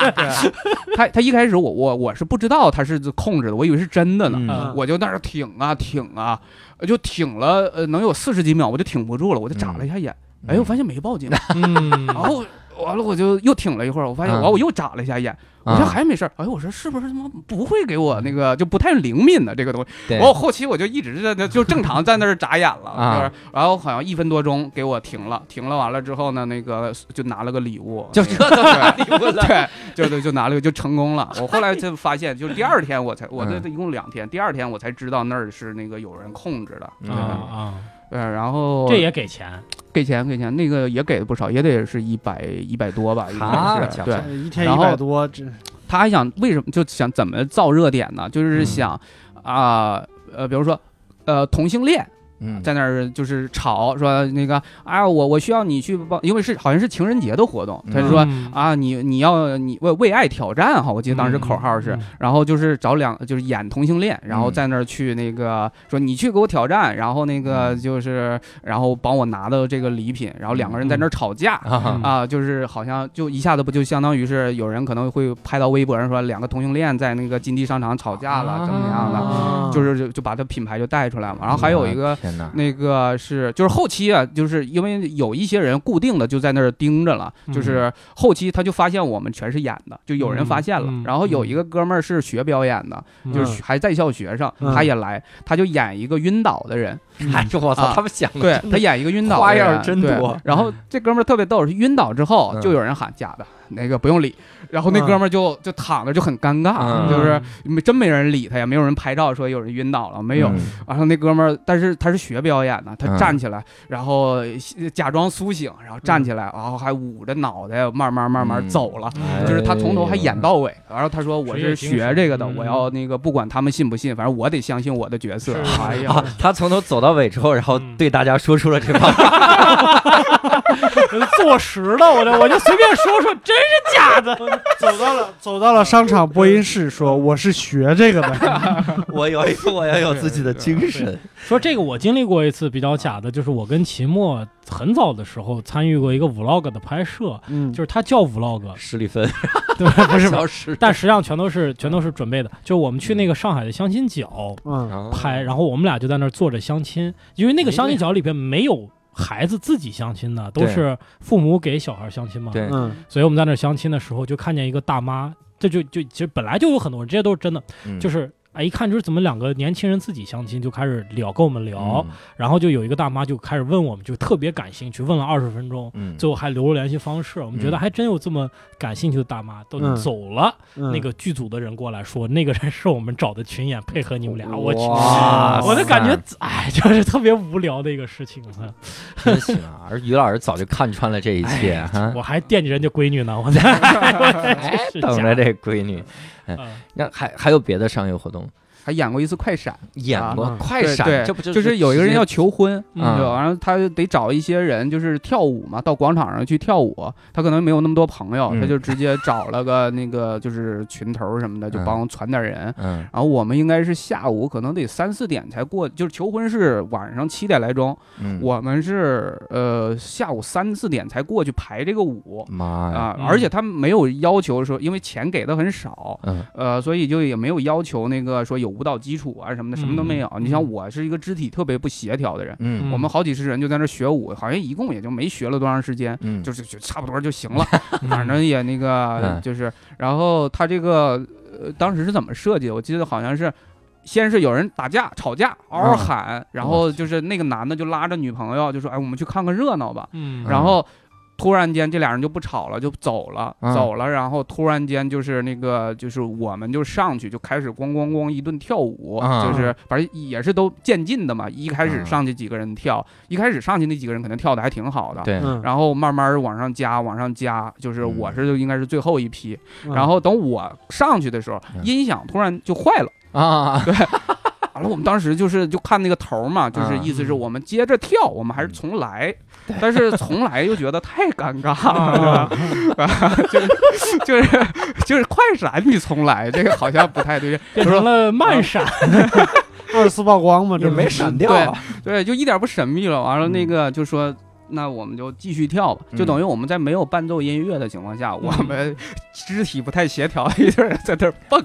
Speaker 3: 他他一开始我我我是不知道他是控制的，我以为是真的呢，
Speaker 5: 嗯
Speaker 3: 我就在那儿挺啊挺啊，就挺了呃能有四十几秒，我就挺不住了，我就眨了一下眼，哎，我发现没 报警，
Speaker 5: 嗯，
Speaker 3: 然后完了我就又挺了一会儿，我发现
Speaker 1: 嗯
Speaker 3: 完我又眨了一下眼，我
Speaker 5: 嗯
Speaker 3: 说还没事儿，哎我说是不是他妈不会给我那个就不太灵敏的这个东西。
Speaker 1: 对
Speaker 3: 我哦后期我就一直在那就正常在那儿眨眼了，
Speaker 1: 啊
Speaker 3: 就是然后好像一分多钟给我停了，停了完了之后呢，那个就拿了个礼物，
Speaker 1: 就
Speaker 3: 那
Speaker 1: 这
Speaker 3: 个
Speaker 1: 都哪里不了？
Speaker 3: 对，就就就拿了个就成功了。我后来就发现，就是第二天我才我这
Speaker 1: 嗯
Speaker 3: 一共两天，第二天我才知道那儿是那个有人控制的，
Speaker 5: 啊
Speaker 1: 嗯
Speaker 5: 啊，
Speaker 3: 对，然后
Speaker 5: 这也给钱，
Speaker 3: 给钱给钱，那个也给了不少，也得是一百一百多吧，应
Speaker 1: 好
Speaker 3: 该是
Speaker 1: 家伙
Speaker 3: 对。
Speaker 2: 呃一天
Speaker 3: 然
Speaker 2: 一
Speaker 3: 后
Speaker 2: 百多，这
Speaker 3: 他还想为什么就想怎么造热点呢？就是
Speaker 1: 嗯
Speaker 3: 想啊呃比如说呃同性恋。
Speaker 1: 嗯，
Speaker 3: 在那儿就是吵说那个啊，我我需要你去帮，因为是好像是情人节的活动，他就说。
Speaker 5: 嗯
Speaker 3: 啊，你你要你为为爱挑战哈，我记得当时口号是，
Speaker 5: 嗯
Speaker 3: 然后就是找两就是演同性恋，然后
Speaker 1: 嗯
Speaker 3: 在那儿去那个说你去给我挑战，然后那个
Speaker 1: 嗯
Speaker 3: 就是然后帮我拿到这个礼品，然后两个人在那儿吵架，
Speaker 1: 啊
Speaker 5: 嗯
Speaker 3: 啊，就是好像就一下子不就相当于是有人可能会拍到微博上说两个同性恋在那个金地商场吵架了，怎么样的，
Speaker 1: 啊
Speaker 3: 就是就就把他品牌就带出来嘛。然后还有一个
Speaker 1: 天天哪！
Speaker 3: 那个是就是后期啊，就是因为有一些人固定的就在那儿盯着了，
Speaker 5: 嗯
Speaker 3: 就是后期他就发现我们全是演的，就有人发现了。
Speaker 5: 嗯嗯
Speaker 3: 然后有一个哥们儿是学表演的，
Speaker 5: 嗯
Speaker 3: 就是还在校学生，
Speaker 2: 嗯
Speaker 3: 他也来，他就演一个晕倒的人，
Speaker 1: 哎呦我操，
Speaker 3: 啊
Speaker 1: 他们想
Speaker 2: 嗯
Speaker 1: 的
Speaker 3: 对
Speaker 1: 真
Speaker 3: 他
Speaker 1: 的
Speaker 3: 演一个晕倒的
Speaker 1: 花
Speaker 3: 人
Speaker 1: 样真
Speaker 3: 对
Speaker 1: 多
Speaker 3: 然后这哥们儿特别逗，是晕倒之后
Speaker 1: 嗯
Speaker 3: 就有人喊假的，那个不用理。然后那
Speaker 2: 嗯
Speaker 3: 哥们儿就就躺着就很尴尬，
Speaker 1: 嗯
Speaker 3: 就是没真没人理他呀，没有人拍照说有人晕倒了，没有。
Speaker 1: 嗯
Speaker 3: 然后那哥们儿，但是他是学表演的，他
Speaker 1: 嗯
Speaker 3: 站起来，然后假装苏醒，然后站起来，然后还捂着脑袋，慢慢慢慢
Speaker 1: 嗯
Speaker 3: 走了。
Speaker 1: 哎
Speaker 3: 就是他从头还演
Speaker 1: 呦
Speaker 3: 到尾，然后他说我
Speaker 5: 职
Speaker 3: 是
Speaker 5: 业精神
Speaker 3: 学这个的，
Speaker 5: 嗯
Speaker 3: 我要那个不管他们信不信，反正我得相信我的角色。
Speaker 5: 是
Speaker 3: 哎呀
Speaker 1: 啊，他从头走到尾之后，然后对大家说出了这番 话，
Speaker 5: 坐实了，我这我就随便说说，真是假的。
Speaker 2: 走到了走到了商场播音室，说我是学这个 的，
Speaker 1: 我有一我要有自己的精神。
Speaker 5: 说这个我经历过一次比较假的，就是我跟秦墨很早的时候参与过一个 vlog 的拍摄，
Speaker 2: 嗯，
Speaker 5: 就是他叫 vlog，
Speaker 1: 史蒂芬
Speaker 5: 对，不是，
Speaker 1: 消失，
Speaker 5: 但实际上全都是全都是准备的，就是我们去那个上海的相亲角
Speaker 2: 嗯
Speaker 5: 拍，然后我们俩就在那儿坐着相亲，因为那个相亲角里边没有。孩子自己相亲的都
Speaker 1: 对
Speaker 5: 是父母给小孩相亲嘛，
Speaker 1: 对
Speaker 2: 嗯
Speaker 5: 所以我们在那儿相亲的时候就看见一个大妈，这就就其实本来就有很多人，这些都是真的，
Speaker 1: 嗯
Speaker 5: 就是哎一看就是怎么两个年轻人自己相亲就开始聊，跟我们
Speaker 1: 嗯
Speaker 5: 聊，，然后就有一个大妈就开始问我们，就特别感兴趣，问了二十分钟，
Speaker 1: 嗯，
Speaker 5: 最后还留了联系方式，我们觉得
Speaker 1: 嗯
Speaker 5: 还真有这么感兴趣的大妈，都
Speaker 2: 嗯
Speaker 5: 走了，
Speaker 2: 嗯，
Speaker 5: 那个剧组的 人过来说，那个人是我们找的群演配合你们俩，我去。
Speaker 1: 哇
Speaker 5: 我就感觉
Speaker 1: 塞，
Speaker 5: 哎，就是特别无聊的一个事情啊！
Speaker 1: 真行啊！而于老师早就看穿了这一切啊哈，
Speaker 5: 哎我还惦记人家闺女呢，我在哎我真 是
Speaker 1: 等
Speaker 5: 假
Speaker 1: 着
Speaker 5: 的
Speaker 1: 这闺女。
Speaker 2: 啊
Speaker 5: 嗯
Speaker 1: 那还还有别的商业活动
Speaker 3: 还演过一次快闪，
Speaker 1: 演过
Speaker 2: 啊
Speaker 1: 快闪，
Speaker 3: 嗯对，
Speaker 1: 这不
Speaker 3: 就有一个人要求婚，
Speaker 1: 嗯
Speaker 3: 对，然后他得找一些人，就是跳舞嘛，到广场上去跳舞。他可能没有那么多朋友，
Speaker 1: 嗯
Speaker 3: 他就直接找了个那个就是群头什么的，就
Speaker 1: 嗯
Speaker 3: 帮我传点人。
Speaker 1: 嗯
Speaker 3: 然后我们应该是下午，可能得三四点才过，就是求婚是晚上七点来钟，
Speaker 1: 嗯，
Speaker 3: 我们是呃下午三四点才过去排这个舞
Speaker 1: 妈呀，
Speaker 3: 啊、
Speaker 5: 嗯
Speaker 3: 而且他没有要求说，因为钱给的很少，
Speaker 1: 嗯
Speaker 3: 呃，所以就也没有要求那个说有舞蹈基础啊什么的，什么都没有。
Speaker 5: 嗯
Speaker 3: 你像我是一个肢体特别不协调的人，
Speaker 1: 嗯
Speaker 3: 我们好几十人就在那儿学舞，好像一共也就没学了多长时间，
Speaker 1: 嗯，
Speaker 3: 就是就差不多就行了，
Speaker 5: 嗯
Speaker 3: 反正也那
Speaker 1: 嗯
Speaker 3: 个就是，然后他这个呃当时是怎么设计的？我记得好像是。先是有人打架吵架，嗷嗷
Speaker 1: 嗯
Speaker 3: 喊，然后就是那个男的就拉着女朋友就说：“哎，我们去看看热闹吧。”
Speaker 5: 嗯，
Speaker 3: 然后突然间这俩人就不吵了，就走了，
Speaker 1: 嗯
Speaker 3: 走了。然后突然间就是那个，就是我们就上去就开始咣咣咣一顿跳舞，
Speaker 1: 啊
Speaker 3: 就是反正也是都渐进的嘛。一开
Speaker 1: 啊
Speaker 3: 始上去几个人跳，一开始上去那几个人可能跳的还挺好的。
Speaker 1: 对，
Speaker 2: 嗯，
Speaker 3: 然后慢慢往上加，往上加，就是
Speaker 1: 嗯
Speaker 3: 我是就应该是最后一批。
Speaker 2: 嗯
Speaker 3: 然后等我上去的时候，
Speaker 1: 嗯
Speaker 3: 音响突然就坏了。
Speaker 1: 啊，
Speaker 3: 完了，我们当时就是就看那个头儿嘛，就是意思是我们接着跳，我们还是重来，但是重来又觉得太尴尬了，是吧？ 啊就是就是就是快闪你重来，这个好像不太对劲。
Speaker 5: 变成了慢 闪，
Speaker 2: 二次曝光嘛，
Speaker 1: 也
Speaker 2: 这
Speaker 1: 没闪掉
Speaker 3: 对
Speaker 1: 啊，
Speaker 3: 对，就一点不神秘了。完了，
Speaker 1: 嗯
Speaker 3: 那个就说。那我们就继续跳吧，就等于我们在没有伴奏音乐的情况下，我
Speaker 1: 嗯
Speaker 3: 们肢体不太协调， 一阵儿在那儿蹦，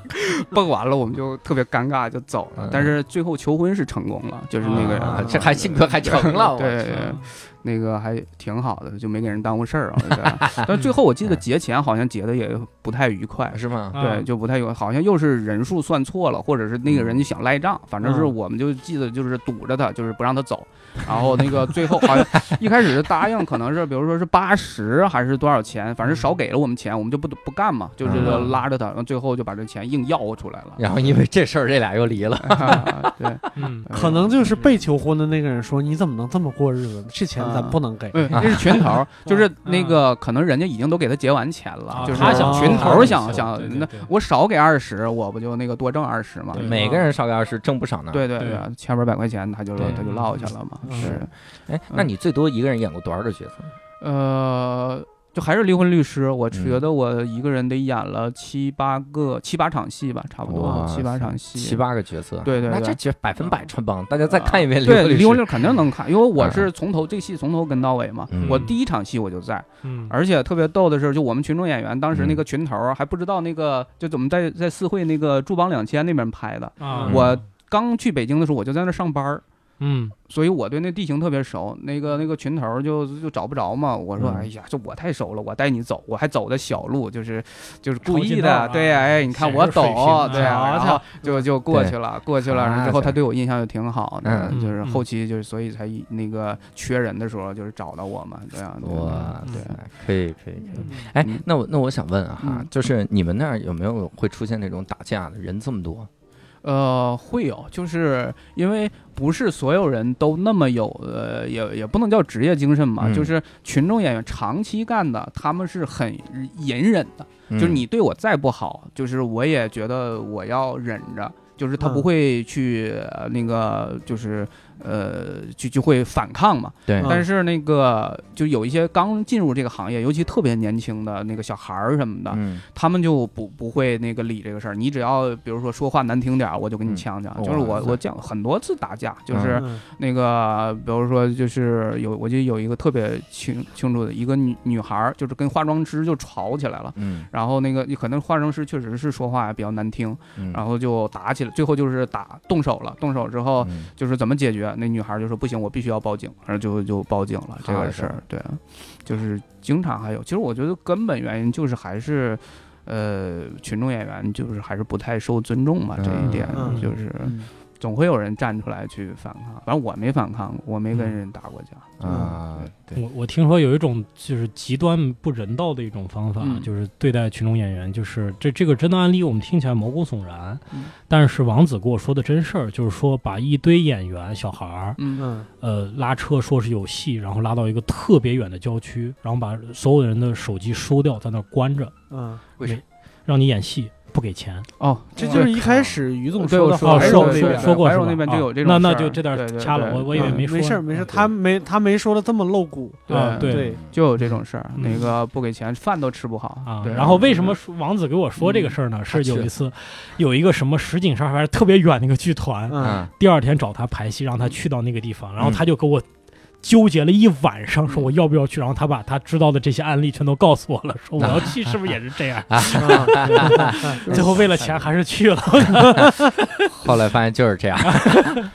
Speaker 3: 蹦完了我们就特别尴尬就走了
Speaker 1: 嗯。
Speaker 3: 但是最后求婚是成功了，就是 那个人，
Speaker 1: 啊这还啊幸亏还成了，我
Speaker 3: 对，
Speaker 2: 嗯
Speaker 3: 那个还挺好的，就没给人耽误事儿啊。我 觉得但最后我记得结钱好像结的也不太愉快，
Speaker 1: 是吗？
Speaker 5: 啊
Speaker 2: 嗯
Speaker 3: 对，就不太有，好像又是人数算错了，或者是那个人
Speaker 5: 嗯
Speaker 3: 就想赖账，反正是
Speaker 2: 嗯
Speaker 3: 我们就记得就是堵着他，就是不让他走。然后那个最后好像一开始是答应，可能是比如说是八十还是多少钱，反正
Speaker 5: 嗯
Speaker 3: 少给了我们钱，我们就不不干嘛，就是
Speaker 1: 嗯
Speaker 3: 拉着他，然后最后就把这钱硬要出来了。
Speaker 1: 然后因为这事儿，这俩又离了。
Speaker 3: 啊对，
Speaker 5: 嗯，
Speaker 2: 可能就是被求婚的那个人说：“你怎么能这么过日子呢？这钱
Speaker 3: 嗯
Speaker 2: 咱不能给。
Speaker 3: 对，这是群 头儿，就是
Speaker 5: 嗯
Speaker 3: 那个可能人家已经都给他结完钱
Speaker 5: 啊
Speaker 3: 了，就是
Speaker 5: 他
Speaker 2: 想
Speaker 3: 群
Speaker 2: 他
Speaker 3: 头儿
Speaker 5: 想
Speaker 3: 想
Speaker 5: 对
Speaker 3: 想
Speaker 5: 对
Speaker 3: 那
Speaker 5: 对
Speaker 3: 我少给二十，我不就那个多挣二十嘛？
Speaker 5: 对
Speaker 1: 每个人少个二十，挣不少呢。，
Speaker 3: 对对
Speaker 5: 对
Speaker 3: 对，千八百块钱他就
Speaker 1: 啊对
Speaker 3: 他就落下了嘛。
Speaker 2: 嗯
Speaker 3: 是，
Speaker 1: 哎，那你最多一个人演过多少个角色？
Speaker 3: 呃，就还是离婚律师，我
Speaker 1: 嗯
Speaker 3: 觉得我一个人得演了七八个七八场戏吧，差不多
Speaker 1: 哇
Speaker 3: 七八
Speaker 1: 塞
Speaker 3: 场戏，
Speaker 1: 七八个角色，
Speaker 3: 对对
Speaker 1: 那
Speaker 3: 对啊
Speaker 1: 这绝百分百穿帮。大家再看一遍《
Speaker 3: 对，
Speaker 1: 律
Speaker 3: 离
Speaker 1: 师
Speaker 3: 婚律师肯定能看，因为我
Speaker 1: 嗯
Speaker 3: 是从头这戏从头跟到尾嘛
Speaker 1: 嗯。
Speaker 3: 我第一场戏我就在，
Speaker 5: 嗯，
Speaker 3: 而且特别逗的是，就我们群众演员当时
Speaker 1: 嗯
Speaker 3: 那个群头儿还不知道那个，就怎么在在四惠那个驻邦两千那边拍的。
Speaker 5: 啊，
Speaker 1: 嗯
Speaker 3: 我刚去北京的时候，我就在那儿上班儿，
Speaker 5: 嗯
Speaker 3: 所以我对那地形特别熟。那个那个群头儿就就找不着嘛，我说
Speaker 1: 嗯
Speaker 3: 哎呀，这我太熟了，我带你走，我还走的小路，就是就是故
Speaker 5: 抄近
Speaker 3: 意
Speaker 5: 道啊
Speaker 3: 的，对，哎，你看我
Speaker 5: 显示水平啊
Speaker 3: 懂，对啊，然后就就过去了，过去了，然后之后
Speaker 1: 啊
Speaker 3: 他对我印象就挺好的，
Speaker 5: 嗯
Speaker 3: 就是
Speaker 5: 嗯
Speaker 3: 后期就是所以才那个缺人的时候就是找到我嘛，对啊，对啊
Speaker 1: 哇
Speaker 3: 对
Speaker 1: 塞
Speaker 3: 啊，
Speaker 1: 嗯可以可以可以。哎
Speaker 3: 嗯，
Speaker 1: 那我那我想问啊哈
Speaker 3: 嗯，
Speaker 1: 就是你们那儿有没有会出现那种打架的人这么多？
Speaker 3: 呃，会有，就是因为不是所有人都那么有，呃，也也不能叫职业精神嘛，
Speaker 1: 嗯
Speaker 3: 就是群众演员长期干的，他们是很隐忍的，
Speaker 1: 就
Speaker 2: 嗯
Speaker 3: 就是你对我再不好，就是我也觉得我要忍着。就是他不
Speaker 2: 嗯
Speaker 3: 会去、呃那个，就是呃，就就会反抗嘛。
Speaker 1: 对
Speaker 2: 嗯
Speaker 3: 但是那个，就有一些刚进入这个行业，尤其特别年轻的那个小孩儿什么的，
Speaker 1: 嗯
Speaker 3: 他们就不不会那个理这个事儿。你只要比如说说话难听点儿，我就给你
Speaker 1: 嗯
Speaker 3: 呛呛。
Speaker 1: 哇
Speaker 3: 就是我
Speaker 1: 塞
Speaker 3: 我讲很多次打架，就是
Speaker 2: 嗯
Speaker 3: 那个，比如说就是有我就有一个特别清清楚的一个女女孩儿，就是跟化妆师就吵起来了。
Speaker 1: 嗯
Speaker 3: 然后那个可能化妆师确实是说话比较难听，
Speaker 1: 嗯，
Speaker 3: 然后就打起来，最后就是打动手了。动手之后
Speaker 1: 嗯
Speaker 3: 就是怎么解决？那女孩儿就说不行，我必须要报警，然后就就报警了。这
Speaker 1: 好的
Speaker 3: 个事儿，对，就是经常还有。其实我觉得根本原因就是还是，呃，群众演员就是还是不太受尊重吧，这一点、
Speaker 2: 嗯
Speaker 3: 就是
Speaker 2: 嗯
Speaker 3: 总会有人站出来去反抗。反正我没反抗过，我没跟人打过架。
Speaker 1: 啊，对，
Speaker 5: 我我听说有一种就是极端不人道的一种方法，
Speaker 3: 嗯
Speaker 5: 就是对待群众演员，就是这这个真的案例我们听起来毛骨悚然，
Speaker 3: 嗯
Speaker 5: 但是王子跟我说的真事儿，就是说把一堆演员小孩儿
Speaker 3: 嗯
Speaker 2: 嗯
Speaker 5: 呃拉车说是有戏，然后拉到一个特别远的郊区，然后把所有人的手机收掉，在那儿关着，
Speaker 2: 嗯，
Speaker 5: 让你演戏不给钱。
Speaker 3: 哦，
Speaker 2: 这
Speaker 3: 这
Speaker 2: 就
Speaker 3: 就是是
Speaker 2: 一开始于总
Speaker 3: 对我
Speaker 2: 的
Speaker 3: 说
Speaker 2: 话，
Speaker 5: 哦
Speaker 3: 白
Speaker 5: 是
Speaker 3: 手
Speaker 5: 我
Speaker 3: 那
Speaker 5: 说
Speaker 3: 边
Speaker 5: 说过
Speaker 3: 白
Speaker 5: 是
Speaker 3: 手
Speaker 5: 吧
Speaker 3: 那边就
Speaker 5: 啊
Speaker 3: 有这种
Speaker 5: 那那
Speaker 3: 事儿
Speaker 5: 就这点
Speaker 3: 对对
Speaker 5: 掐了，
Speaker 3: 对
Speaker 5: 我我以为
Speaker 3: 嗯
Speaker 5: 没说
Speaker 2: 没
Speaker 5: 呢。
Speaker 2: 事儿没事儿，他没他没说的这么露骨，
Speaker 5: 啊对
Speaker 2: 对
Speaker 3: 就有这种事儿，
Speaker 5: 嗯
Speaker 3: 那个不给钱，饭都吃不好
Speaker 5: 啊，
Speaker 3: 对
Speaker 5: 然后为什么说王子给我说这个事儿呢？是有一次，有一个什么实景上还是特别远的一个剧团，
Speaker 2: 嗯
Speaker 1: 啊，
Speaker 5: 第二天找他排戏，让他去到那个地
Speaker 3: 嗯
Speaker 5: 方，然后他就给我纠结了一晚上，说我要不要去，然后他把他知道的这些案例全都告诉我了，
Speaker 3: 嗯
Speaker 5: 说我要去是不是也是这 样？
Speaker 2: 啊对 嗯
Speaker 5: 最后为了钱还是去了。
Speaker 1: 后来发现就是这 样，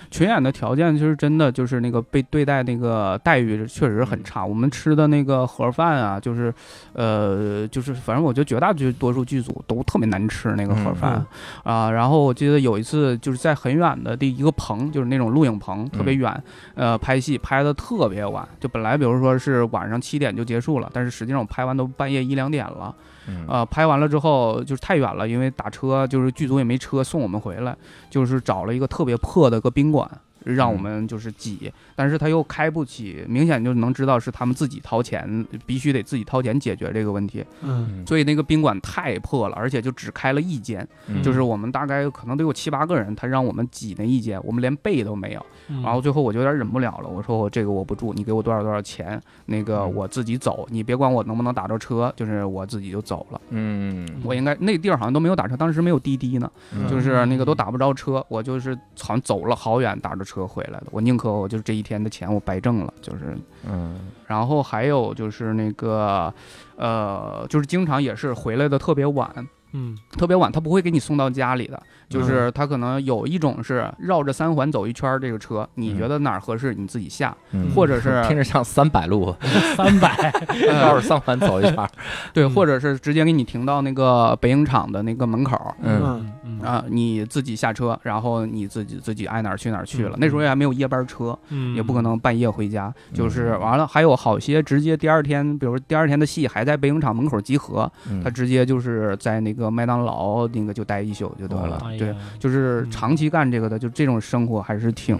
Speaker 3: 群演的条件就是真的就是那个被对待那个待遇确实很差。我们吃的那个盒饭啊，就是，呃，就是反正我觉得绝大剧多数剧组都特别难吃那个盒饭啊、然后我记得有一次就是在很远的地一个棚，就是那种录影棚，特别远，呃，拍戏拍的特别晚，就本来比如说是晚上七点就结束了，但是实际上我拍完都半夜一两点了。
Speaker 1: 嗯
Speaker 3: 呃，拍完了之后就是太远了，因为打车就是剧组也没车送我们回来，就是找了一个特别破的个宾馆，让我
Speaker 1: 嗯
Speaker 3: 们就是挤，但是他又开不起，明显就能知道是他们自己掏钱，必须得自己掏钱解决这个问题，
Speaker 2: 嗯
Speaker 3: 所以那个宾馆太破了，而且就只开了一间，
Speaker 1: 嗯
Speaker 3: 就是我们大概可能得有七八个人，他让我们挤那一间，我们连被都没有。
Speaker 5: 然
Speaker 1: 嗯
Speaker 3: 然后最后我就有点忍不了了，我说我这个我不住，你给我多少多少钱，那个
Speaker 1: 嗯
Speaker 3: 我自己走，你别管我能不能打着车，就是我自己就走了。
Speaker 1: 嗯，
Speaker 3: 我应该那地儿好像都没有打车，当时没有滴滴呢，
Speaker 1: 嗯
Speaker 3: 就是那个都打不着车，我就是好像走了好远打着车回来的，我宁可我就是这一天的钱我白挣了，就是。
Speaker 1: 嗯
Speaker 3: 然后还有就是那个，呃，就是经常也是回来的特别晚，
Speaker 5: 嗯
Speaker 3: 特别晚，他不会给你送到家里的，
Speaker 1: 嗯
Speaker 3: 就是他可能有一种是绕着三环走一圈儿这个车，你觉得哪儿合适你自 己下，
Speaker 1: 嗯
Speaker 3: 或者是嗯
Speaker 1: 听着像三百路，
Speaker 5: 三百，
Speaker 1: 绕着三环走一圈儿，
Speaker 3: 呃对，
Speaker 5: 嗯
Speaker 3: 或者是直接给你停到那个北影厂的那个门口儿，
Speaker 1: 嗯
Speaker 2: 嗯
Speaker 5: 嗯
Speaker 3: 啊，你自己下车，然后你自己自己爱哪儿去哪儿去了。
Speaker 5: 嗯
Speaker 3: 那时候也还没有夜班车，
Speaker 5: 嗯
Speaker 3: 也不可能半夜回家。就是
Speaker 1: 嗯
Speaker 3: 完了，还有好些直接第二天，比如第二天的戏还在北影厂门口集合，
Speaker 1: 嗯
Speaker 3: 他直接就是在那个麦当劳那个就待一宿就得了
Speaker 2: 哦
Speaker 1: 哇。
Speaker 5: 哎呀
Speaker 3: 对，就是长期干这个的，就这种生活还是挺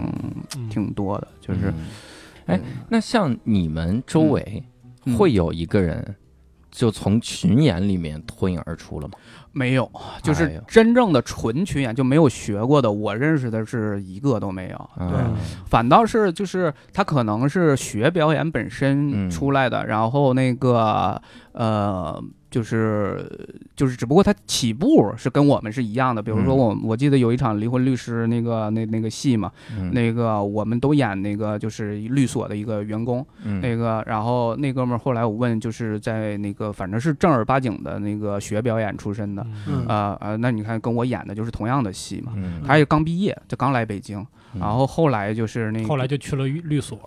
Speaker 5: 嗯
Speaker 3: 挺多的，就
Speaker 1: 嗯
Speaker 3: 是。
Speaker 1: 哎那像你们周围
Speaker 3: 嗯
Speaker 1: 会有一个人就从群演里面脱颖而出了吗？
Speaker 3: 没有，就
Speaker 1: 哎
Speaker 3: 是
Speaker 1: 呦
Speaker 3: 真正的纯群演就没有学过的，我认识的是一个都没有。对，
Speaker 1: 嗯
Speaker 3: 反倒是就是他可能是学表演本身
Speaker 1: 嗯
Speaker 3: 出来的，然后那个呃。就是就是，只不过他起步是跟我们是一样的。比如说
Speaker 1: 嗯
Speaker 3: 我我记得有一场《离婚律师》那个那那个戏嘛，
Speaker 1: 嗯
Speaker 3: 那个我们都演那个就是律所的一个员工，
Speaker 1: 嗯
Speaker 3: 那个然后那哥们儿后来我问，就是在那个反正是正儿八经的那个学表演出身的，呃
Speaker 5: 嗯
Speaker 3: 啊啊，那你看跟我演的就是同样的戏嘛，
Speaker 1: 嗯
Speaker 3: 他也刚毕业，就刚来北京，然后后来就是那个
Speaker 5: 后来就去了律律
Speaker 3: 啊
Speaker 5: 所，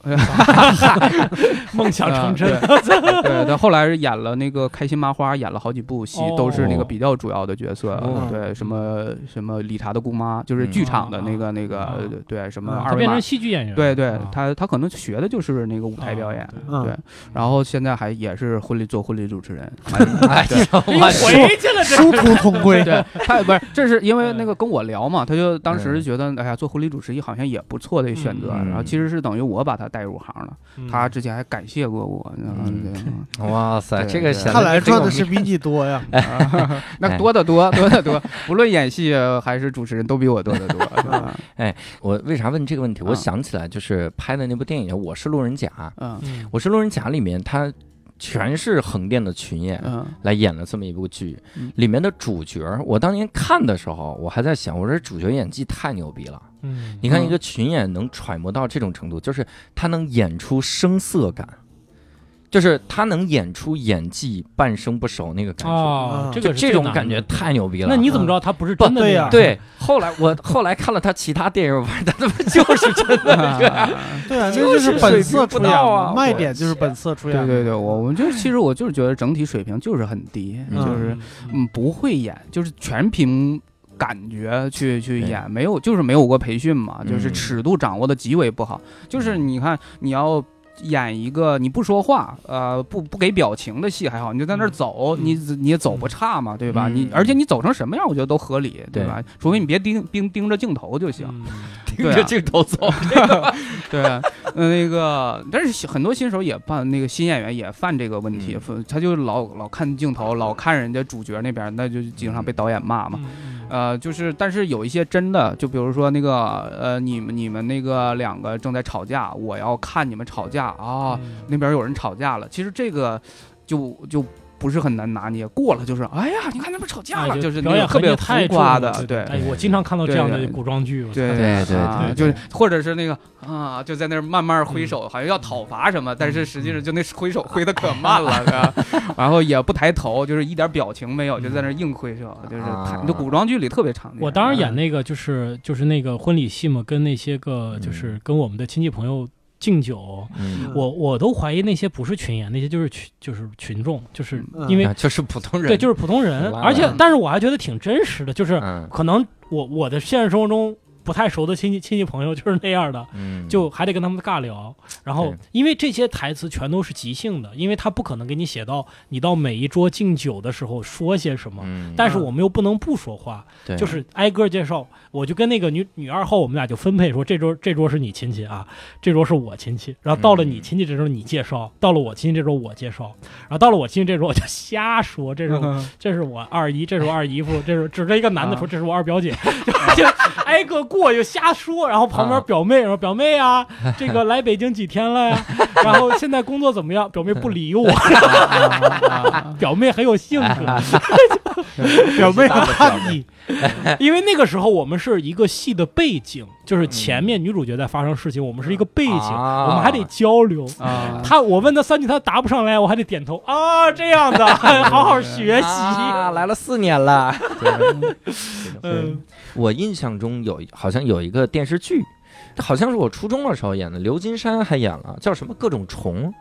Speaker 5: 梦 想成真。
Speaker 3: 呃对对，他后来演了那个《开心麻花》，演了好几部戏，
Speaker 5: 哦
Speaker 3: 都是那个比较主要的角色。
Speaker 2: 哦
Speaker 3: 对，什么什么理查的姑妈，就是剧场的那个、那个，
Speaker 5: 哦
Speaker 3: 呃对，什么
Speaker 2: 嗯
Speaker 3: 二
Speaker 5: 他
Speaker 3: 维
Speaker 5: 变
Speaker 3: 码
Speaker 5: 成。戏剧演员，
Speaker 3: 对对
Speaker 5: 啊，
Speaker 3: 他他可能学的就是那个舞台表演，
Speaker 2: 哦嗯
Speaker 3: 对，然后现在还也是婚礼做婚礼主持人，
Speaker 1: 哎呀，我
Speaker 5: 哎呦回去了，这
Speaker 2: 殊途同归。
Speaker 3: 对他不是，这是因为那个跟我聊嘛，他就当
Speaker 1: 嗯
Speaker 3: 时觉得，哎呀，做婚礼主持好像也不错的选择，
Speaker 1: 嗯
Speaker 3: 然后其实是等于我把他带入行了，
Speaker 5: 嗯
Speaker 3: 他之前还感谢过我，
Speaker 1: 嗯
Speaker 3: 嗯，对
Speaker 1: 哇塞，
Speaker 3: 对
Speaker 1: 这个
Speaker 3: 对
Speaker 1: 显
Speaker 2: 看
Speaker 1: 得
Speaker 2: 来
Speaker 1: 你很
Speaker 2: 赚
Speaker 1: 有
Speaker 2: 的是比你多呀。
Speaker 3: 啊
Speaker 1: 哎
Speaker 3: 那多得多，多得多，不论演戏呃还是主持人，都比我多得多。是吧
Speaker 1: 我为啥问这个问题？我
Speaker 3: 啊
Speaker 1: 想起来就是拍的那部电影《我是路人甲》，
Speaker 3: 嗯
Speaker 1: 《我是路人甲》里面他全是横店的群演
Speaker 3: 嗯
Speaker 1: 来演了这么一部剧
Speaker 3: 嗯，
Speaker 1: 里面的主角，我当年看的时候，我还在想，我说主角演技太牛逼了。
Speaker 5: 嗯，
Speaker 1: 你看一
Speaker 3: 嗯
Speaker 1: 个群演能揣摩到这种程度，就是他能演出生涩感，就是他能演出演技半生不熟那个感觉，
Speaker 5: 哦
Speaker 2: 嗯，
Speaker 5: 这
Speaker 1: 就
Speaker 5: 个是
Speaker 1: 这
Speaker 5: 最
Speaker 1: 种
Speaker 5: 难
Speaker 1: 感觉
Speaker 5: 的。
Speaker 1: 太牛逼了。嗯
Speaker 5: 那你
Speaker 3: 嗯
Speaker 5: 怎么知道他不是真的
Speaker 2: 不对
Speaker 5: 呀
Speaker 2: 呀？
Speaker 1: 对，后来我后来看了他其他电影，我发现他他妈 就是真的对啊。
Speaker 2: 对啊，那
Speaker 1: 就
Speaker 2: 就是是本色
Speaker 1: 水平不
Speaker 2: 出演
Speaker 1: 到
Speaker 2: 嘛
Speaker 1: 啊，
Speaker 2: 卖
Speaker 1: 我
Speaker 2: 点就是本色出
Speaker 3: 对
Speaker 2: 演。
Speaker 3: 对对，我我就是其实我就是觉得整体水平就是很低，
Speaker 1: 嗯
Speaker 3: 就是嗯不会演，就是全凭感觉去去
Speaker 1: 对
Speaker 3: 演，没有就是没有过培训嘛，就是
Speaker 1: 嗯
Speaker 3: 尺度掌握的极为不好。就是你看你要。演一个你不说话，呃，不不给表情的戏还好，你就在那
Speaker 5: 嗯
Speaker 3: 儿走，
Speaker 5: 嗯
Speaker 3: 你你也走不差嘛，对吧？
Speaker 1: 嗯
Speaker 3: 你而且你走成什么样，我觉得都合理，对
Speaker 1: 对
Speaker 3: 吧？除非你别盯盯盯着镜头就行。
Speaker 5: 嗯
Speaker 1: 盯着镜头走，
Speaker 3: 对，呃那个，但是很多新手也犯那个新演员也犯这个问题，他就老老看镜头，老看人家主角那边，那就经常被导演骂嘛。
Speaker 5: 嗯
Speaker 3: 呃，就是，但是有一些真的，就比如说那个，呃，你们你们那个两个正在吵架，我要看你们吵架啊，
Speaker 5: 嗯
Speaker 3: 那边有人吵架了，其实这个就就。不是很难拿捏，过了就是，哎呀，你看他们吵架
Speaker 5: 哎
Speaker 3: 了，
Speaker 5: 就
Speaker 3: 就是
Speaker 5: 表
Speaker 3: 那
Speaker 5: 演
Speaker 3: 种特
Speaker 5: 痕迹
Speaker 3: 别
Speaker 5: 太
Speaker 3: 浮
Speaker 5: 重了
Speaker 3: 夸的，
Speaker 5: 对
Speaker 3: 对，
Speaker 5: 哎，我经常看到这样的
Speaker 3: 对对
Speaker 5: 古装剧，我操
Speaker 3: 对
Speaker 1: 对对
Speaker 3: 啊
Speaker 1: 对
Speaker 3: 就是
Speaker 5: 对
Speaker 3: 或者是那个啊，就在那儿慢慢挥
Speaker 5: 嗯
Speaker 3: 手，好像要讨伐什么，但是实际上就那挥手挥的可慢
Speaker 5: 嗯
Speaker 3: 了，是吧？然后也不抬头，就是一点表情没有，就在那儿硬挥手，就是
Speaker 1: 啊
Speaker 3: 就古装剧里特别常见。
Speaker 5: 嗯
Speaker 3: 啊
Speaker 5: 我当时演那个就是就是那个婚礼戏嘛，跟那些个就是跟我们的亲戚朋友敬酒，
Speaker 1: 嗯
Speaker 5: 我我都怀疑那些不是群演，那些就是群就是群众，就是因为、
Speaker 3: 嗯
Speaker 1: 啊就是普通人，
Speaker 5: 嗯对就是普通人，
Speaker 1: 拉
Speaker 5: 而且
Speaker 1: 人
Speaker 5: 但是我还觉得挺真实的，就是
Speaker 1: 嗯
Speaker 5: 可能我我的现实生活中不太熟的亲戚亲戚朋友就是那样的，
Speaker 1: 嗯，
Speaker 5: 就还得跟他们尬聊。然后
Speaker 1: 对，
Speaker 5: 因为这些台词全都是即兴的，因为他不可能给你写到你到每一桌敬酒的时候说些什么。
Speaker 1: 嗯，
Speaker 5: 但是我们又不能不说话，
Speaker 1: 对
Speaker 5: 就是挨个介绍。我就跟那个女女二号，我们俩就分配说，这桌这桌是你亲戚啊，这桌是我亲戚。然后到了你
Speaker 1: 嗯
Speaker 5: 亲戚这桌你介绍，到了我亲戚这桌我介绍，然后到了我亲戚这桌我就 瞎说，这是我
Speaker 1: 嗯
Speaker 3: 嗯
Speaker 5: 这是我二姨，这是我二姨夫，这是指着一个男的说，
Speaker 3: 啊
Speaker 5: 这是我二表姐， 就就挨个过就瞎说，然后旁边
Speaker 1: 啊
Speaker 5: 表妹说表妹啊，这个来北京几天了呀，然后现在工作怎么样？表妹不理我，
Speaker 1: 啊
Speaker 5: 表妹很有兴致，
Speaker 2: 表 妹啊
Speaker 1: 大的表妹
Speaker 5: 你，因为那个时候我们是一个戏的背景，就是前面女主角在发生事情，我们是一个背景，
Speaker 1: 嗯啊
Speaker 5: 我们还得交流。
Speaker 3: 啊，
Speaker 5: 他我问他三句，他答不上来，我还得点头啊，这样的， 好好学习。
Speaker 1: 啊来了四年 了。
Speaker 5: 嗯，
Speaker 1: 我印象中有一好像有一个电视剧，好像是我初中的时候演的，刘金山还演了，叫什么各种虫，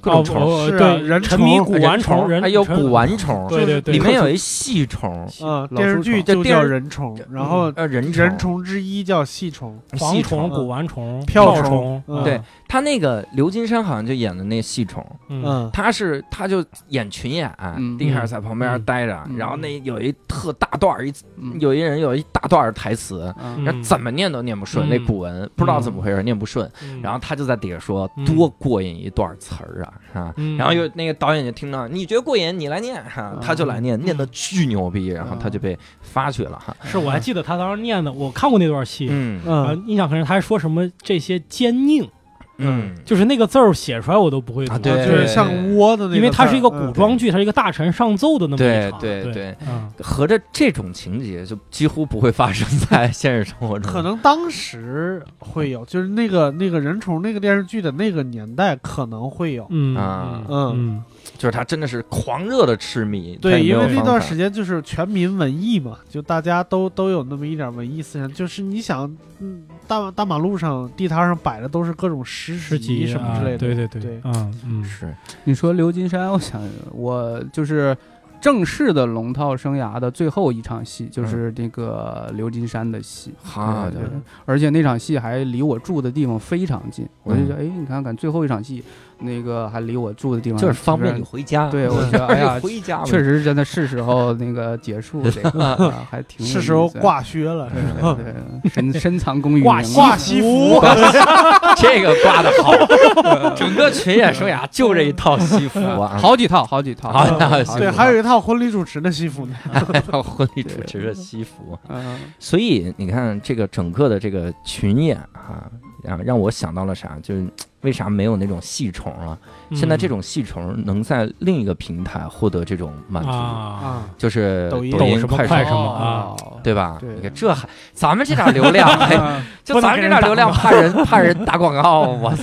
Speaker 1: 各种虫，
Speaker 5: 哦哦
Speaker 2: 是啊
Speaker 5: 对，
Speaker 2: 人
Speaker 5: 沉迷
Speaker 2: 虫
Speaker 5: 古
Speaker 1: 哎
Speaker 5: 玩
Speaker 1: 人虫
Speaker 5: 人
Speaker 1: 还有
Speaker 5: 沉迷
Speaker 1: 古玩虫，
Speaker 5: 对对对，
Speaker 1: 里面有一细虫，
Speaker 2: 嗯，
Speaker 3: 老
Speaker 2: 电视
Speaker 3: 书
Speaker 2: 剧
Speaker 3: 虫
Speaker 1: 这
Speaker 2: 就
Speaker 1: 电
Speaker 2: 叫
Speaker 1: 视
Speaker 2: 人虫，然
Speaker 5: 嗯
Speaker 2: 后
Speaker 1: 呃人
Speaker 2: 人虫之一叫细虫、嗯
Speaker 5: 蝗
Speaker 1: 细
Speaker 5: 虫、
Speaker 1: 虫。啊
Speaker 5: 古玩虫、
Speaker 2: 票
Speaker 5: 虫
Speaker 2: 虫，，
Speaker 1: 对他那个刘金山好像就演的那细虫，
Speaker 5: 嗯，
Speaker 2: 嗯，
Speaker 1: 他是他就演群演，
Speaker 3: 嗯
Speaker 1: 丁海在旁边待着，
Speaker 3: 嗯
Speaker 1: 然后那有一特大段儿一
Speaker 3: 嗯
Speaker 1: 有一人有一大段儿台词，
Speaker 3: 啊
Speaker 5: 嗯
Speaker 1: 然后怎么念都念不顺，
Speaker 5: 嗯
Speaker 1: 那古文不知道怎么回事念不顺，
Speaker 5: 嗯
Speaker 1: 然后他就在底下说
Speaker 5: 嗯
Speaker 1: 多过瘾一段词儿啊啊
Speaker 5: 嗯，
Speaker 1: 然后又那个导演就听到你觉得过瘾，你来念哈
Speaker 3: 嗯，
Speaker 1: 他就来念，念的巨牛逼，然后他就被发去了哈，
Speaker 5: 是我还记得他当时念的，我看过那段戏，
Speaker 1: 嗯
Speaker 5: 啊，
Speaker 2: 嗯，
Speaker 5: 印象很深。他还说什么这些奸佞，
Speaker 1: 嗯，
Speaker 5: 就是那个字儿写出来我都不会读
Speaker 1: 啊，对
Speaker 2: 就是像窝的那个字儿，
Speaker 5: 因为它是一个古
Speaker 2: 嗯
Speaker 5: 装剧，它是一个大臣上奏的那么一
Speaker 1: 对
Speaker 5: 场，
Speaker 1: 对
Speaker 5: 对，
Speaker 1: 对，
Speaker 5: 嗯
Speaker 1: 合着这种情节就几乎不会发生在现实生活中，
Speaker 2: 可能当时会有，就是那个那个人虫那个电视剧的那个年代可能会有，
Speaker 5: 嗯
Speaker 1: 啊
Speaker 5: 嗯嗯
Speaker 1: 就是他真的是狂热的痴迷，他
Speaker 2: 对，
Speaker 1: 也没
Speaker 2: 因
Speaker 1: 有
Speaker 2: 为那
Speaker 1: 方
Speaker 2: 段
Speaker 1: 法
Speaker 2: 时间就是全民文艺嘛，就大家都都有那么一点文艺思想，就是你想，嗯，大大马路上地摊上摆的都是各种诗
Speaker 5: 十
Speaker 2: 集
Speaker 5: 级
Speaker 2: 什么之类的，
Speaker 5: 啊对对
Speaker 2: 对
Speaker 5: 对，嗯嗯，
Speaker 1: 是
Speaker 3: 你说刘金山，我想我就是正式的龙套生涯的最后一场戏，就是那个刘金山的戏。
Speaker 1: 好
Speaker 3: 对
Speaker 1: 的
Speaker 3: 对，对而且那场戏还离我住的地方非常近，我就觉得，哎，你看看最后一场戏，那个还离我住的地方
Speaker 1: 就是方便你
Speaker 3: 实
Speaker 1: 回家。
Speaker 3: 对我觉得哎呀
Speaker 1: 回家吧
Speaker 3: 确实真的是时候那个结束这个了，啊还挺有
Speaker 2: 是时候
Speaker 3: 意思的。
Speaker 2: 挂靴了，
Speaker 3: 对对对对，深深藏功与
Speaker 2: 挂
Speaker 1: 嗯
Speaker 3: 名
Speaker 2: 挂
Speaker 3: 啊
Speaker 2: 西服，
Speaker 1: 这个挂的好，整个群演生涯就这一套西服啊，
Speaker 3: 好几套，好几套，
Speaker 1: 好几套
Speaker 3: 好几
Speaker 1: 西服
Speaker 2: 对，还有一套婚礼主持的西服呢，
Speaker 1: 套婚礼主持的西服。
Speaker 3: 嗯
Speaker 1: 所以你看这个整个的这个群演啊，啊让我想到了啥？就是为啥没有那种戏虫了？
Speaker 5: 嗯
Speaker 1: 现在这种戏虫能在另一个平台获得这种满足，
Speaker 5: 啊，
Speaker 2: 啊，
Speaker 1: 就是
Speaker 2: 抖音
Speaker 1: 抖音、
Speaker 5: 抖什么
Speaker 1: 快
Speaker 5: 快
Speaker 1: 手
Speaker 5: 手。啊
Speaker 3: 哦
Speaker 1: 对吧？
Speaker 3: 对
Speaker 1: 你看这还咱们这点流量，嘿就咱们这点流量怕人怕人打广告，我操，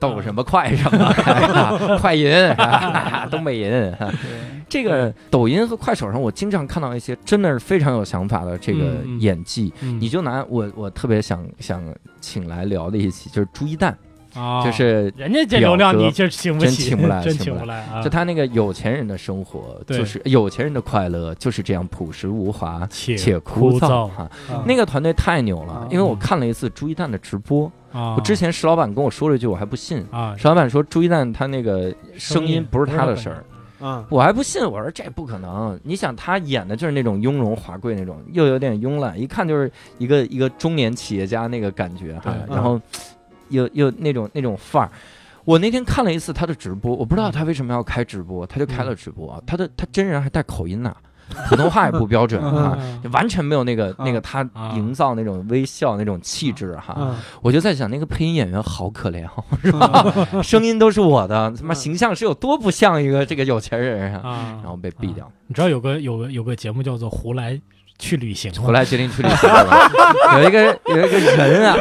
Speaker 1: 抖什么快什么，快银、 啊东北银。啊
Speaker 3: 对
Speaker 1: 这个抖音和快手上，我经常看到一些真的是非常有想法的这个
Speaker 5: 嗯嗯
Speaker 1: 演技。你
Speaker 5: 你
Speaker 1: 就拿我我特别想想请来聊的一期，就是朱一蛋，
Speaker 5: 啊，
Speaker 1: 就是
Speaker 5: 人家这流量
Speaker 1: 表哥
Speaker 5: 你这请不
Speaker 1: 真
Speaker 5: 起，
Speaker 1: 请不来
Speaker 5: 真
Speaker 1: 请
Speaker 5: 请
Speaker 1: 不
Speaker 5: 不来啊！
Speaker 1: 就他那个有钱人的生活，
Speaker 5: 对
Speaker 1: 就是有钱人的快乐就是这样朴实无华
Speaker 5: 且
Speaker 1: 且枯燥
Speaker 5: 燥
Speaker 1: 哈。
Speaker 2: 啊
Speaker 1: 那个团队太牛了
Speaker 3: 啊，
Speaker 1: 因为我看了一次朱一蛋的直播，
Speaker 5: 啊！
Speaker 1: 我之前石老板跟我说了一句，我还不信。
Speaker 5: 啊，
Speaker 1: 石老板说朱一蛋他那个声
Speaker 5: 声音
Speaker 1: 音不是他的
Speaker 5: 不是他
Speaker 1: 声
Speaker 5: 本
Speaker 1: 儿，
Speaker 2: 啊，
Speaker 1: 我还不信，我说这不可能。你想他演的就是那种雍容华贵那种，又有点慵懒，一看就是一个一个中年企业家那个感觉哈。
Speaker 5: 对
Speaker 1: 然后又又那种那种范儿。我那天看了一次他的直播，我不知道他为什么要开直播，他就开了直播。啊他的他真人还带口音呢、普通话也不标准啊，
Speaker 5: 啊
Speaker 1: 完全没有那个那个
Speaker 2: 啊
Speaker 1: 他
Speaker 5: 啊
Speaker 1: 营造那种微笑那种气质哈。
Speaker 2: 啊
Speaker 1: 我就在想，那个配音演员好可怜哦，是吧？声音都是我的，他妈形象是有多不像一个这个有钱人啊！
Speaker 5: 啊
Speaker 1: 然后被毙掉，
Speaker 5: 你知道有个有个有个节目叫做《胡来去旅行》吗
Speaker 1: 后来决定去旅行了。 有一个有一个人啊，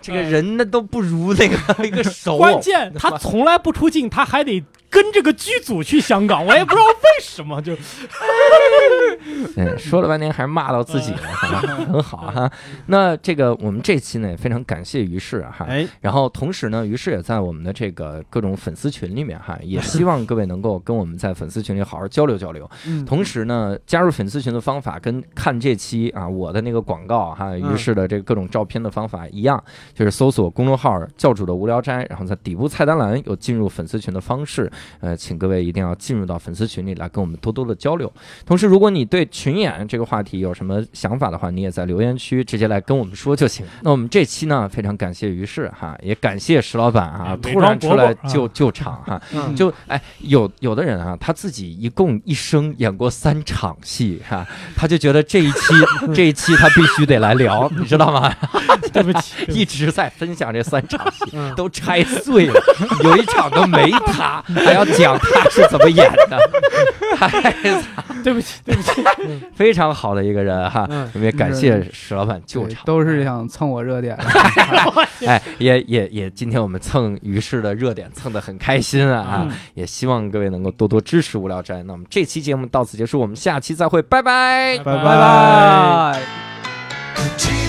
Speaker 1: 这个人那都不如那个一个手
Speaker 5: 哎关键他从来不出镜，他还得跟这个剧组去香港，我也不知道为什么，就
Speaker 1: 嗯，说了半天还是骂到自己了，
Speaker 5: 嗯
Speaker 1: 很好啊哈。那这个我们这期呢也非常感谢于适啊哈，
Speaker 2: 哎，
Speaker 1: 然后同时呢，于是也在我们的这个各种粉丝群里面哈，也希望各位能够跟我们在粉丝群里好好交流交流。
Speaker 2: 嗯
Speaker 1: 同时呢，加入粉丝群的方法跟看这期啊我的那个广告哈，于是的这各种照片的方法一样，就是搜索公众号“教主的无聊斋”，然后在底部菜单栏有进入粉丝群的方式。呃，请各位一定要进入到粉丝群里来跟我们多多的交流。同时，如果你对群演这个话题有什么想法的话，你也在留言区直接来跟我们说就行。那我们这期呢，非常感谢于适哈，也感谢石老板啊
Speaker 5: 哎，
Speaker 1: 突然出来
Speaker 5: 伪装伯伯啊
Speaker 1: 救救场哈。
Speaker 2: 嗯
Speaker 1: 就哎，有有的人啊，他自己一共一生演过三场戏哈、他就觉得这一 期这一期他必须得来聊，你知道吗？
Speaker 5: 对不起，对 不
Speaker 1: 一
Speaker 5: 起
Speaker 1: 直在分享这三场戏，
Speaker 2: 嗯
Speaker 1: 都拆碎了，有一场都没他，还要讲他是怎么演的，太
Speaker 5: 对不起，对不起，
Speaker 1: 非常好的一个人哈、
Speaker 2: 嗯
Speaker 1: 我们也感谢史老板救
Speaker 3: 对
Speaker 1: 场，
Speaker 3: 都是想蹭我热点，
Speaker 1: 哎，也也也，今天我们蹭于适的热点蹭得很开心啊啊！
Speaker 5: 嗯
Speaker 1: 也希望各位能够多多支持无聊斋。那我们这期节目到此结束，我们下期再会，拜拜。
Speaker 2: 拜
Speaker 5: 拜
Speaker 2: 拜。
Speaker 3: 拜。
Speaker 6: Jesus.